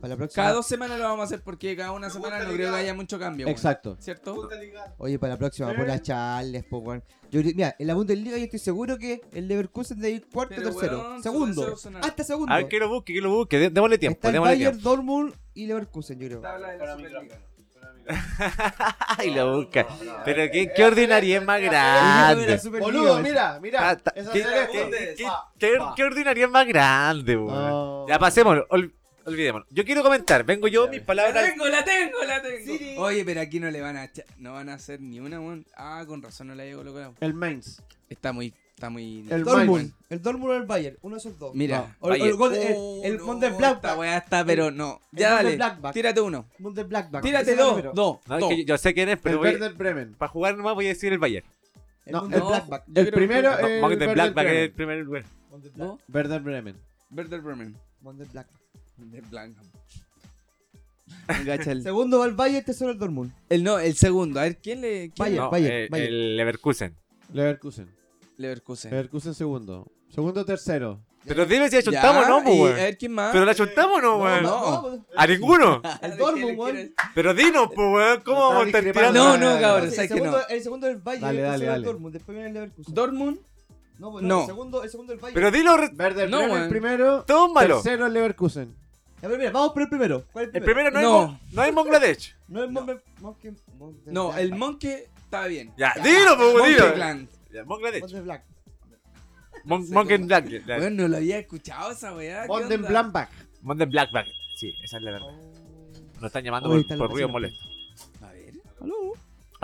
Para la próxima. Cada dos semanas lo vamos a hacer porque cada una semana no creo que haya mucho cambio. weón. Exacto. ¿Cierto? Oye, para la próxima, por las charles, po, weón. Yo, creo- mira, en la Bundesliga yo estoy seguro que el Leverkusen debe ir cuarto, Pero, tercero. weón, su segundo. deseo sonaba. Hasta segundo. A ver Ah, que lo busque, que lo busque. Dé- Démosle tiempo, Está el démosle Bayern, tiempo. Dortmund y Leverkusen, yo creo. Tabla de la Superliga. Ay, lo busca. Pero qué, qué ordinaria es más grande. Boludo, mira, mira. Ta- ta- Esa ¿Qué, celeste. qué- qué- Pa, qué- pa. qué ordinaria es más grande, weón. Ah, No. Ya pasémoslo, ol- olvidémoslo. Yo quiero comentar, vengo yo, mis La palabras. tengo, la tengo, la tengo. Oye, pero aquí no le van a echar- no van a hacer ni una, weón. Ah, con razón no la he colocado. El Mainz. Está muy Está muy. El Dortmund. Mainz. El Dortmund o el Bayern. uno de esos dos. Mira. O- o el Bayern. gol de- el- Oh, el no, Mönchengladbach. Esta weá está, pero no. El Ya dale. Mönchengladbach. Tírate uno. Munde Blackback. Tírate Ese va dos. primero. Dos. No, es dos. que yo sé quién es, pero El voy- Werder Bremen. para jugar nomás voy a decir el Bayern. El No, Munde el- Blackback. yo El creo- primero Vamos es vamos el con el Werder Black Black, es el Bremen. primer lugar. Munde Black- No. Werder Bremen. Werder Bremen. Munde Blackback. De Segundo va el Bayern, tercero el Dortmund. *laughs* El no, el segundo. A ver, ¿quién le. ¿Quién Bayern, No, Bayern, eh, Bayern. El Leverkusen. Leverkusen. Leverkusen. Leverkusen segundo. Segundo tercero. Pero dime si la Ya, chuntamos o no, y po, A weón. ver, ¿quién más? Pero la chuntamos o no, weón. no. pues, A ninguno. *laughs* El ¿De Dortmund, quién eres? weón. Pero dinos, pues, weón. ¿Cómo Está vamos a estar discrepando. tirando? No, no, cabrón, Sí, sabes el que no. segundo- El segundo del Bayern, Dale, el tercero dale, el dale. Dortmund, después viene el Leverkusen. Dortmund. No, pues, No. El segundo, el segundo del Bayern. Pero dilo, Werder No, Bremen weón. primero. tómalo. Tercero el Leverkusen. A ver, mira, vamos por el primero. ¿Cuál es El el primero no, No. Es, Mon- no es Bangladesh. No el No. Munde Munde- Munde No, el Blackback. Monkey está bien. Ya, dilo, pues, weón, dilo. Monkeyland. Ya, Bangladesh. Munde Black. Mon- Monkey Black. ya. Weón, no lo había escuchado esa weá. ¿qué Monden onda? Blackback. Mountain Blackback. Sí, esa es la verdad. Oh. Nos están llamando Uy, por, está la por ruido vecina. molesto. A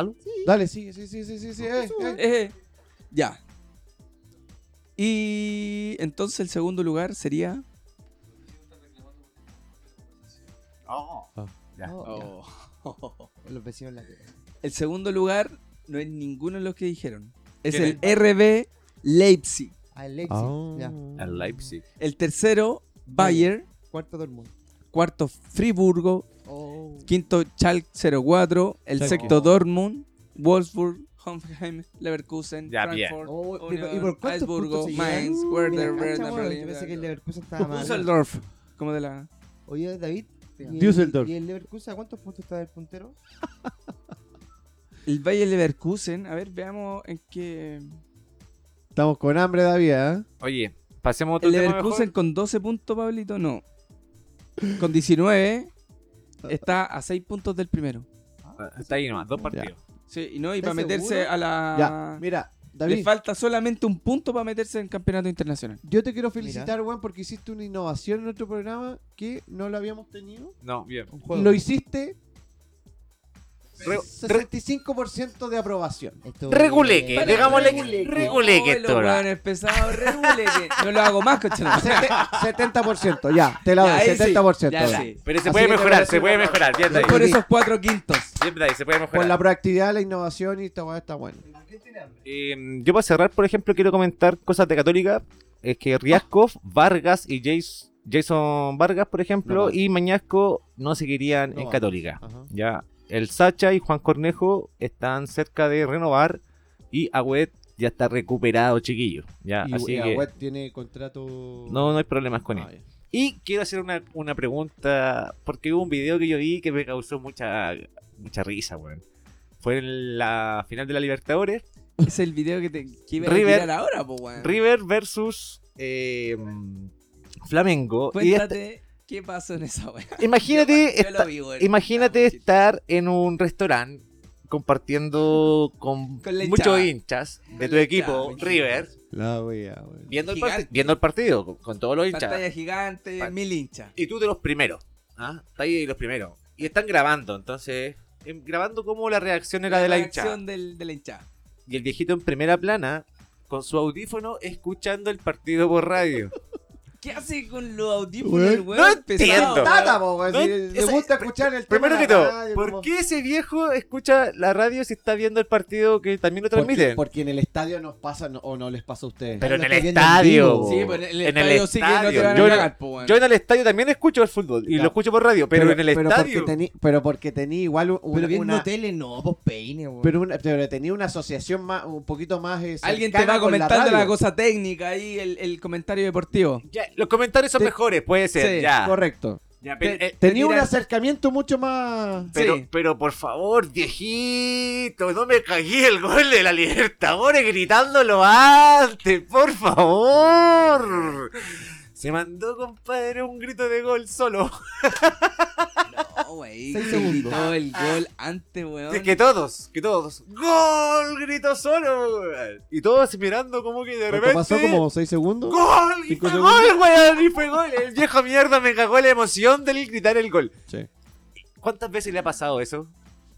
ver. Dale, sí, sí, sí, sí, sí, sí. eh, eh. Eh, ya. Y entonces el segundo lugar sería. Oh, Oh. ya. Los vecinos la El segundo lugar no es ninguno de los que dijeron. Es ¿Quién el RB Leipzig. Ah, el Leipzig. Ah. Ya. Al Leipzig. El tercero, Bayer. Cuarto Dortmund. Cuarto, Friburgo. Oh. Quinto, Schalke 04. El Schalke. sexto, Dortmund. Wolfsburg, Hoffenheim, Leverkusen, Ya, bien. Frankfurt, Oh, ¿y por- Union, ¿Y por cuántos Augsburgo, puntos se Mainz, llevan? Werder, Mira, cacha, Werder, bueno, Yo pensé que el Berlín. Leverkusen estaba mal. Düsseldorf, como de la... Oye, David. ¿y el- Düsseldorf. ¿Y el Leverkusen a cuántos puntos está del puntero? El Bayer Leverkusen, a ver, veamos en qué... Estamos con hambre, David. ¿eh? Oye, pasemos a otro El tema Leverkusen mejor. con 12 puntos, Pablito, no. Con *laughs* 19 está a 6 puntos del primero. Ah, Está ahí nomás, dos partidos. Sí, y no, y para ¿Estás meterse seguro? a Ya, Ah. la... mira, Le David. falta solamente un punto para meterse en campeonato internacional. Yo te quiero felicitar, weón, porque hiciste una innovación en nuestro programa que no lo habíamos tenido. No, bien. Un juego. Lo hiciste Re- re- 65% de aprobación. Esto- Reguleque, Vale, digámosle que- reguleque. Reguleque No, esto, los ahora. hueones pesados, reguleque. No lo hago más, cochino. Sete- 70%, ya, te la Ya, doy, ahí sí, 70%. ya *laughs* ya. sí. Pero se Así puede que te mejorar, parece se puede una- mejorar. Bien, de ahí. Por esos cuatro quintos. Bien, de ahí, se puede Por la mejorar. proactividad, la innovación y esta weá está buena. Eh, yo para cerrar, por ejemplo, quiero comentar cosas de Católica. Es que Riascov, Vargas y Jace- Jason Vargas, por No ejemplo, van. y Mañasco no seguirían No en van. Católica. Ajá. Ya, el Sacha y Juan Cornejo están cerca de renovar y Agüet ya está recuperado, chiquillo. Ya, Y, Ah, así y que Agüet tiene contrato. no, no hay problemas con Ah, él. ya. Y quiero hacer una, una pregunta, porque hubo un video que yo vi que me causó mucha, mucha risa, weón. Fue en la final de la Libertadores, Es el video que te que iba a River. tirar ahora, po, weón. River versus eh, Flamengo. Y Cuéntate qué pasó en esa weá. esta- imagínate, Yo lo esta- vi, weón. imagínate Ah, chiste. estar en un restaurante compartiendo con, Con la muchos hinchada. hinchas de Con tu la equipo, hinchada, River, La wea, weón. viendo el, Gigante. parti- viendo el partido con, con todos los Pantalla hinchas. gigante, Pan- mil hinchas. Y tú de los primeros. ¿ah? Está ahí de los primeros. Y están grabando, entonces. em, Grabando como la reacción era de la hinchada. acción del, de la hinchada. Y el viejito en primera plana, con su audífono, escuchando el partido por radio. ¿Qué hace con los audífonos, Weón, el weón? no entiendo. Pesado. Tata, po, weón, No, si esa- le gusta escuchar el tema Primero de que la todo, radio, ¿por como- qué ese viejo escucha la radio si está viendo el partido que también lo Porque, transmiten? porque en el estadio nos pasa no- o no les pasa a ustedes. Pero en lo el está viendo en estadio. vivo. bo. Sí, pero en el En el estadio sí que no te estadio. van a Yo- cagar, pues. po, weón. Yo en el estadio también escucho el fútbol y Ya. lo escucho por radio, pero, en el estadio. Porque tení, pero porque tenía igual un- Pero viendo una, tele, no, pues peine, weón. pero una- pero tenía una asociación más, un poquito más. eh, Alguien te cercana va con comentando la, radio. cosa técnica ahí, el, el comentario deportivo. Ya, los comentarios son Te- mejores, puede ser. Sí, ya. Correcto. Ya, pero, eh, Tenía un tiran- acercamiento mucho más. Pero, Sí. pero por favor, viejito, no me cagué el gol de la Libertadores gritándolo antes, por favor. Se mandó, compadre, un grito de gol solo. *laughs* No, wey. Seis se segundos. gritó el gol antes, weón. Es que todos, que todos. ¡Gol! Gritó solo, weón. Y todos mirando como que de repente. ¿Cuánto pasó como 6 segundos. ¡Gol! Y ¿Cinco fue segundos? gol, weón. Y fue gol. El viejo mierda me cagó la emoción del gritar el gol. Sí. ¿Cuántas veces le ha pasado eso?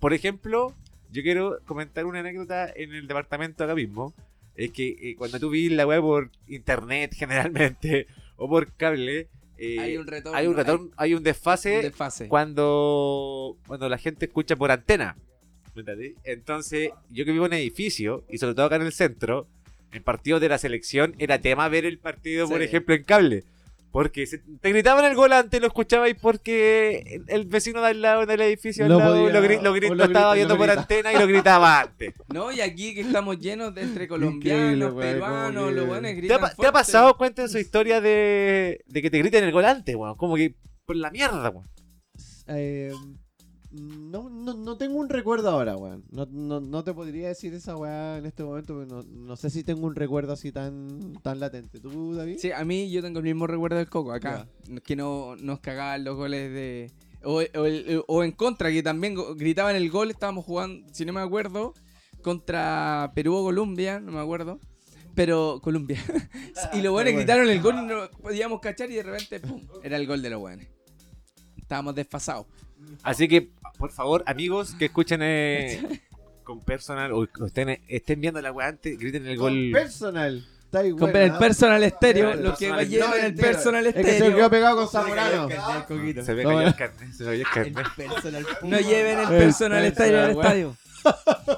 Por ejemplo, yo quiero comentar una anécdota en el departamento acá mismo. es que eh, cuando tú ves la weá por internet *laughs* generalmente o por cable, eh, Hay un retorno. hay un retorno- hay un hay desfase un desfase. cuando, cuando la gente escucha por antena. ¿me entendí? Entonces, yo que vivo en edificio, y sobre todo acá en el centro, el partido de la selección era tema ver el partido, por Sí. ejemplo, en cable. Porque se- te gritaban el gol antes, lo escuchabais porque el, el vecino del lado del edificio al No lado, podía- lo, gri- lo o gri- lo lo grita, estaba viendo lo por grita. antena y lo gritaba antes. No, y aquí que estamos llenos de *laughs* entre Increíble, colombianos, weón, como peruanos, que- los buenos ¿Te ha, gritan pa- te ha fuerte. pasado? Cuenten su historia de, de que te griten el gol antes, weón. Como que por la mierda, weón. Eh, no, no, no tengo un recuerdo ahora, weón. No, no, no te podría decir esa weá en este momento, porque no, no sé si tengo un recuerdo así tan, tan latente. ¿Tú, David? Sí, a mí yo tengo el mismo recuerdo del Coco acá. Que no nos cagaban los goles de. O, o el- o en contra, que también go- gritaban el gol. Estábamos jugando, si no me acuerdo, contra Perú o Colombia, no me acuerdo. Pero Colombia. *laughs* y los buenos gritaron el gol y no podíamos cachar y de repente, ¡pum! Era el gol de los buenos. Estábamos desfasados. Así que, por favor, amigos que escuchen eh, con personal o que estén, estén viendo la weá antes, griten el gol. Personal. Está ahí, Con buena. el personal estéreo, ah, El lo que personal va estéreo. llevar el entero. personal Es que se quedó estéreo. pegado con Zamorano. Se ve No, cayó eh. el carnet, se ve el carnet. personal. No lleven el El personal estéreo al personal, *laughs* estadio.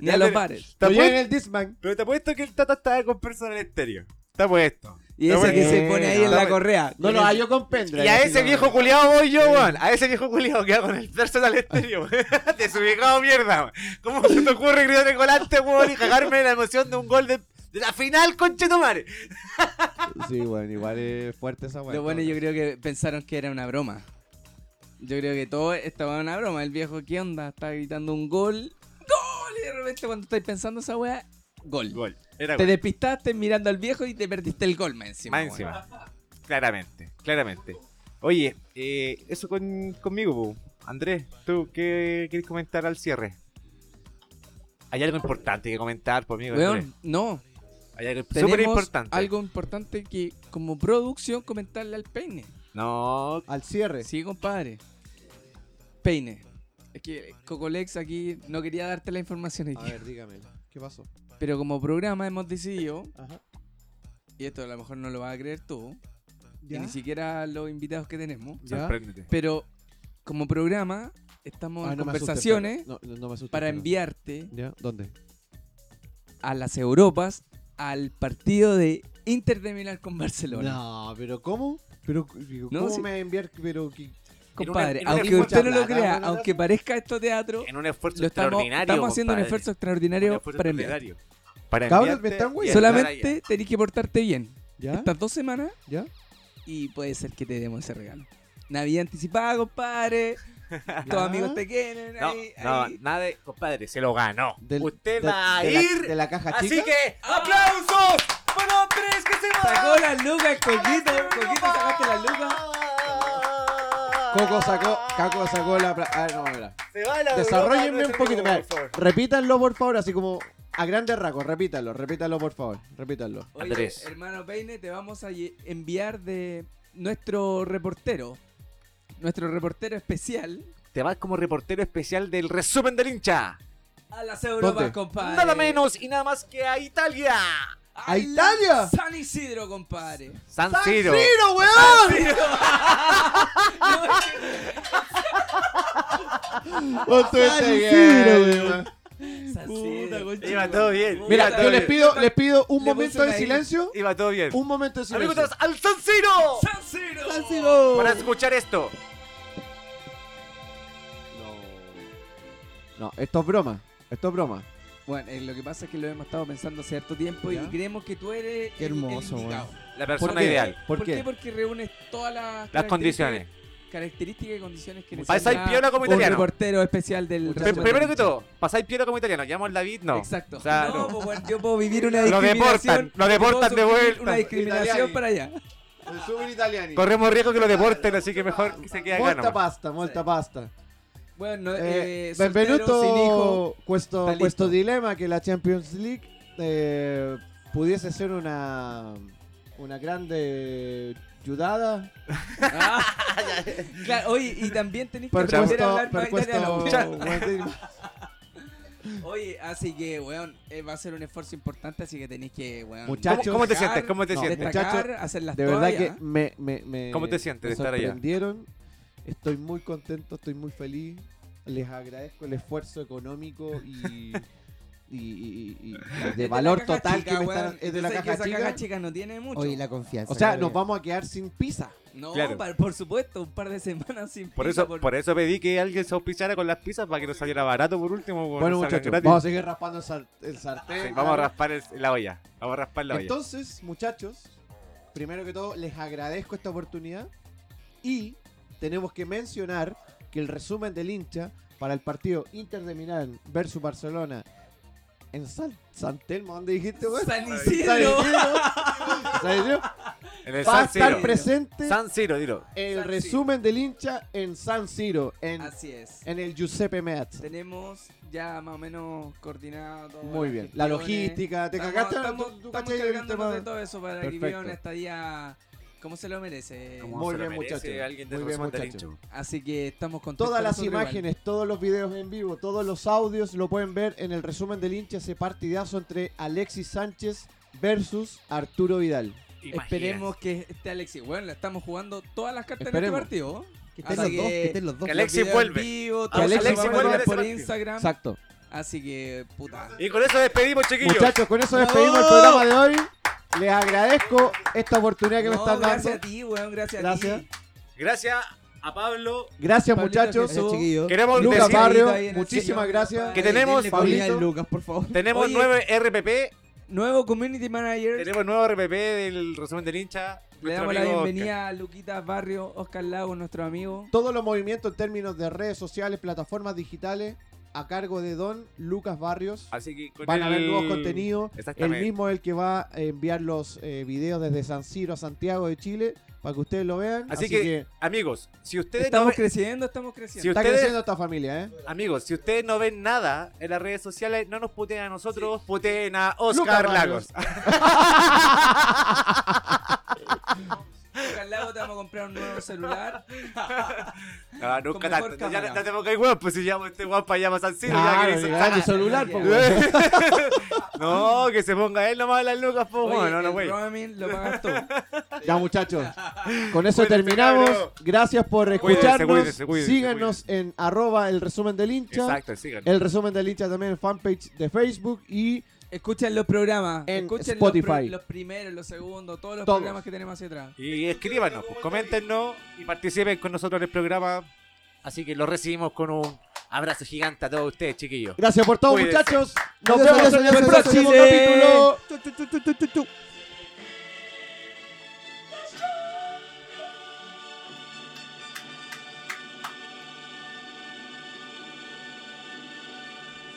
Ni a los bares. Lo Está llevan en puesto- el Disman. Pero te apuesto que el Tata estaba con personal estéreo. Está puesto. Y Está ese que puesto. se pone ahí en la correa. No lo hallo con Pendra. Y a ese viejo culiado voy yo, weón. A ese viejo culiado que va con el personal estéreo, weón. *laughs* Desubicado mierda, weón. ¿Cómo se te ocurre gritar el gol antes, weón, y cagarme la emoción de un gol de, de la final, conchetumare? Sí, bueno, igual es fuerte esa weá. Lo bueno, yo creo que pensaron que era una broma. Yo creo que todo estaba en una broma. El viejo, ¿qué onda? Está gritando un gol. ¡Gol! Y de repente cuando estáis pensando esa weá, gol. Gol. Era Te gol. despistaste mirando al viejo y te perdiste el gol más encima. Más weón. encima. Claramente, claramente. Oye, eh, eso con, conmigo, po. Andrés, ¿tú qué quieres comentar al cierre? Hay algo importante que comentar, por amigo. Andrés. Weón, no. Hay algo súper Tenemos importante. algo importante que como producción comentarle al peine. No, Al cierre. Sí, compadre. Peine. Es que Cocolex aquí no quería darte la información. hoy A día. ver, dígame. ¿Qué pasó? Pero como programa hemos decidido, Ajá. y esto a lo mejor no lo vas a creer tú, y ¿Ya? ni siquiera los invitados que tenemos, ¿Ya? sorpréndete. pero como programa estamos Ah, en no me asustes, conversaciones pero- no, no, no me asustes, para pero- enviarte ¿Ya? ¿Dónde? a las Europas al partido de Inter de Milán con Barcelona. No, pero ¿cómo? Pero, digo, No, ¿Cómo sí. me enviar? Pero, ¿qué- Compadre, en una aunque esfuerzo- usted no lo plata, crea, plata. aunque parezca esto teatro, En un esfuerzo lo estamos, extraordinario. estamos haciendo un compadre. esfuerzo Un extraordinario esfuerzo para enviar. extraordinario. Para Cabros, enviarte me están y güey. estar allá. Solamente tenés que portarte bien. ¿Ya? Estas dos semanas ¿Ah? ¿Ya? y puede ser que te demos ese regalo. Navidad anticipada, compadre. Tus Ya. amigos te quieren. No, ahí, no, ahí. nada de. Compadre, se lo ganó. Del- Usted de- va a de la- ir. de la caja así chica. que, ¡aplausos! ¡Para Andrés que se va! Sacó las lucas, Coquito. Coquito, sacaste las lucas. Coco sacó, Caco sacó la. pla- Ah, no, mira. Se va la Desarrollenme Europa, un no poquito. sé cómo, mira, por favor. repítanlo, por favor, así como a grandes rasgos. Repítanlo, repítanlo, por favor. Repítanlo. Oye, Andrés. hermano Peine, te vamos a lle- enviar de nuestro reportero. Nuestro reportero especial Te vas como reportero especial del resumen del hincha. a las Europas, ¿Dónde? compadre. Nada menos y nada más que a Italia. ¡A ¡A Italia! San Isidro, compadre. San Siro. ¡Tiro, weón! Ah, Vos estuviste bien, weón. San Isidro. Iba todo bien. Mira, Iba todo yo les bien. pido, les pido un Le momento puse de una I. silencio. Iba todo bien. Un momento de Amigos, silencio. todos al San Siro. San Siro. San Siro. Para escuchar esto. No, esto es broma. Esto es broma. Bueno, eh, lo que pasa es que lo hemos estado pensando cierto tiempo ¿Ya? y creemos que tú eres Qué el- el hermoso, indicado. ¿Por La persona qué? ideal. ¿Por, qué? Porque reúnes todas las, Las características- condiciones. Características y condiciones que Pasáis necesita piola como un italiano. reportero especial del Pe- resumen Primero del que hincha. todo, pasáis piola como italiano. Llamo al David, no. Exacto. Claro. No, pues, bueno, yo puedo vivir una Lo discriminación. deportan, lo deportan puedo de sufrir vuelta. Una discriminación Italiani. para allá. Super italiano. Corremos riesgo que lo deporten, así que mejor que se quede acá. Molta nomás. pasta, molta pasta. Bueno, Eh, eh, soltero, sin Benvenuto, hijo. está questo, listo. questo dilema que la Champions League eh, pudiese ser una una grande ayudada. Ah. *laughs* Claro, oye, y también tenéis que Per aprender a questo, hablar más per questo *laughs* italiano. vuol dire- Oye, así que, weón, eh, va a ser un esfuerzo importante, así que tenéis que, weón. ¿Cómo, Muchachos, cómo te sientes? ¿Cómo te No, sientes? destacar, muchachos, hacer *laughs* las de verdad toallas, que ¿eh? me, me, me- ¿Cómo te sientes me de estar allá? sorprendieron. Estoy muy contento, estoy muy feliz. Les agradezco el esfuerzo económico y, y- y- y- y de valor caja total chica, que me weón. están- es de Yo la sé que caja esa caja chica. chica no tiene mucho. Oye, la confianza. O sea, cabrón. nos vamos a quedar sin pizza. No, Claro. pa- por supuesto, un par de semanas sin Por pizza, eso, por eso pedí que alguien se auspiciara con las pizzas para que nos saliera barato por último. porque Bueno, nos salgan muchachos, gratis. vamos a seguir raspando el, sar- el sartén. Sí, vamos a raspar el- la olla. Vamos a raspar la olla. Entonces, muchachos, primero que todo, les agradezco esta oportunidad y tenemos que mencionar que el resumen del hincha para el partido Inter de Milán versus Barcelona en San, San Telmo, ¿dónde dijiste, güey? San San Isidro. Isidro. San Isidro. *laughs* en el Va a San Siro. estar presente San Siro, dilo. el San resumen del hincha en San Siro, en, Así es. en el Giuseppe Meazza. Tenemos ya más o menos coordinado todo. Muy bien. La logística, te Estamos, cagaste. estamos, ¿Tú- tú estamos cachai el encargándonos tema? de todo eso para que Perfecto. viva una estadía como se lo merece. Como Muy se lo bien, merece muchachos. alguien del Muy bien, resumen del muchachos. hincha. Así que estamos contentos. Todas de las nuestro rival. imágenes, todos los videos en vivo, todos los audios lo pueden ver en el resumen del hincha ese partidazo entre Alexis Sánchez versus Arturo Vidal. Esperemos que este Alexis. Bueno, le estamos jugando todas las cartas Esperemos. en este partido. Que estén Así los dos, que que, estén los dos. que Alexis los videos vuelve. en vivo, Que Alexis Alexis vuelve vuelve a por ese Instagram. Exacto. Así que, puta. Y con eso despedimos, chiquillos. Muchachos, con eso despedimos el programa de hoy. Les agradezco esta oportunidad que me No, están gracias a dando. ti, weón, gracias, a Gracias. ti. Gracias a Pablo. Gracias, Pablito, muchachos. que- Gracias, chiquillos. Queremos Lucas decir, Barrio, ahí en el muchísimas sillón, gracias. compadre. Que tenemos- Denle Pablito. comida al Lucas, por favor. tenemos Oye, nueve RPP. Nuevo community manager. Tenemos nuevo RPP del resumen del hincha. Le Nuestro damos la amigo Oscar. bienvenida a Luquitas Barrio, Oscar Lago, nuestro amigo. Todos los movimientos en términos de redes sociales, plataformas digitales, a cargo de Don Lucas Barrios. Así que con Van a ver el- nuevos contenidos. El Exactamente. mismo es el que va a enviar los eh, videos desde San Ciro a Santiago de Chile para que ustedes lo vean. Así Así, que- que, Amigos, si ustedes no Estamos ven, creciendo, estamos Si creciendo. está ustedes- creciendo esta familia, ¿eh? amigos, si ustedes no ven nada en las redes sociales, no nos puteen a nosotros, puteen a Lucas Oscar Barrios. Lagos. *laughs* Oscar Lago te vamos a comprar un nuevo *laughs* celular. No, Ah, nunca Con tanto. mejor Ya, cámara. ya tengo que ir, weón, pues si llamo a este weón para allá para San Siro, ya que Claro, dice- le dan el celular, po, weón. *laughs* No, que se ponga él nomás las lucas, po, Oye, weón, no, no, el güey. roaming lo pagas tú. Ya, *laughs* muchachos. Con eso Cuídense, terminamos. cabrón. Gracias por Cuídense, escucharnos. cuídense, cuídense, Síganos en arroba el resumen del hincha. Exacto, síganos. El resumen del hincha también en fanpage de Facebook y Escuchen los programas. En escuchen Los, Spotify. pri- los primeros, los segundos, todos los Todos. programas que tenemos hacia atrás. Y escríbanos, pues, coméntenos y participen con nosotros en el programa. Así que los recibimos con un abrazo gigante a todos ustedes, chiquillos. gracias por todo, Cuídense. muchachos. Nos Adiós, vemos adiós, en el adiós, próximo adiós. capítulo. Tu, tu, tu, tu, tu, tu.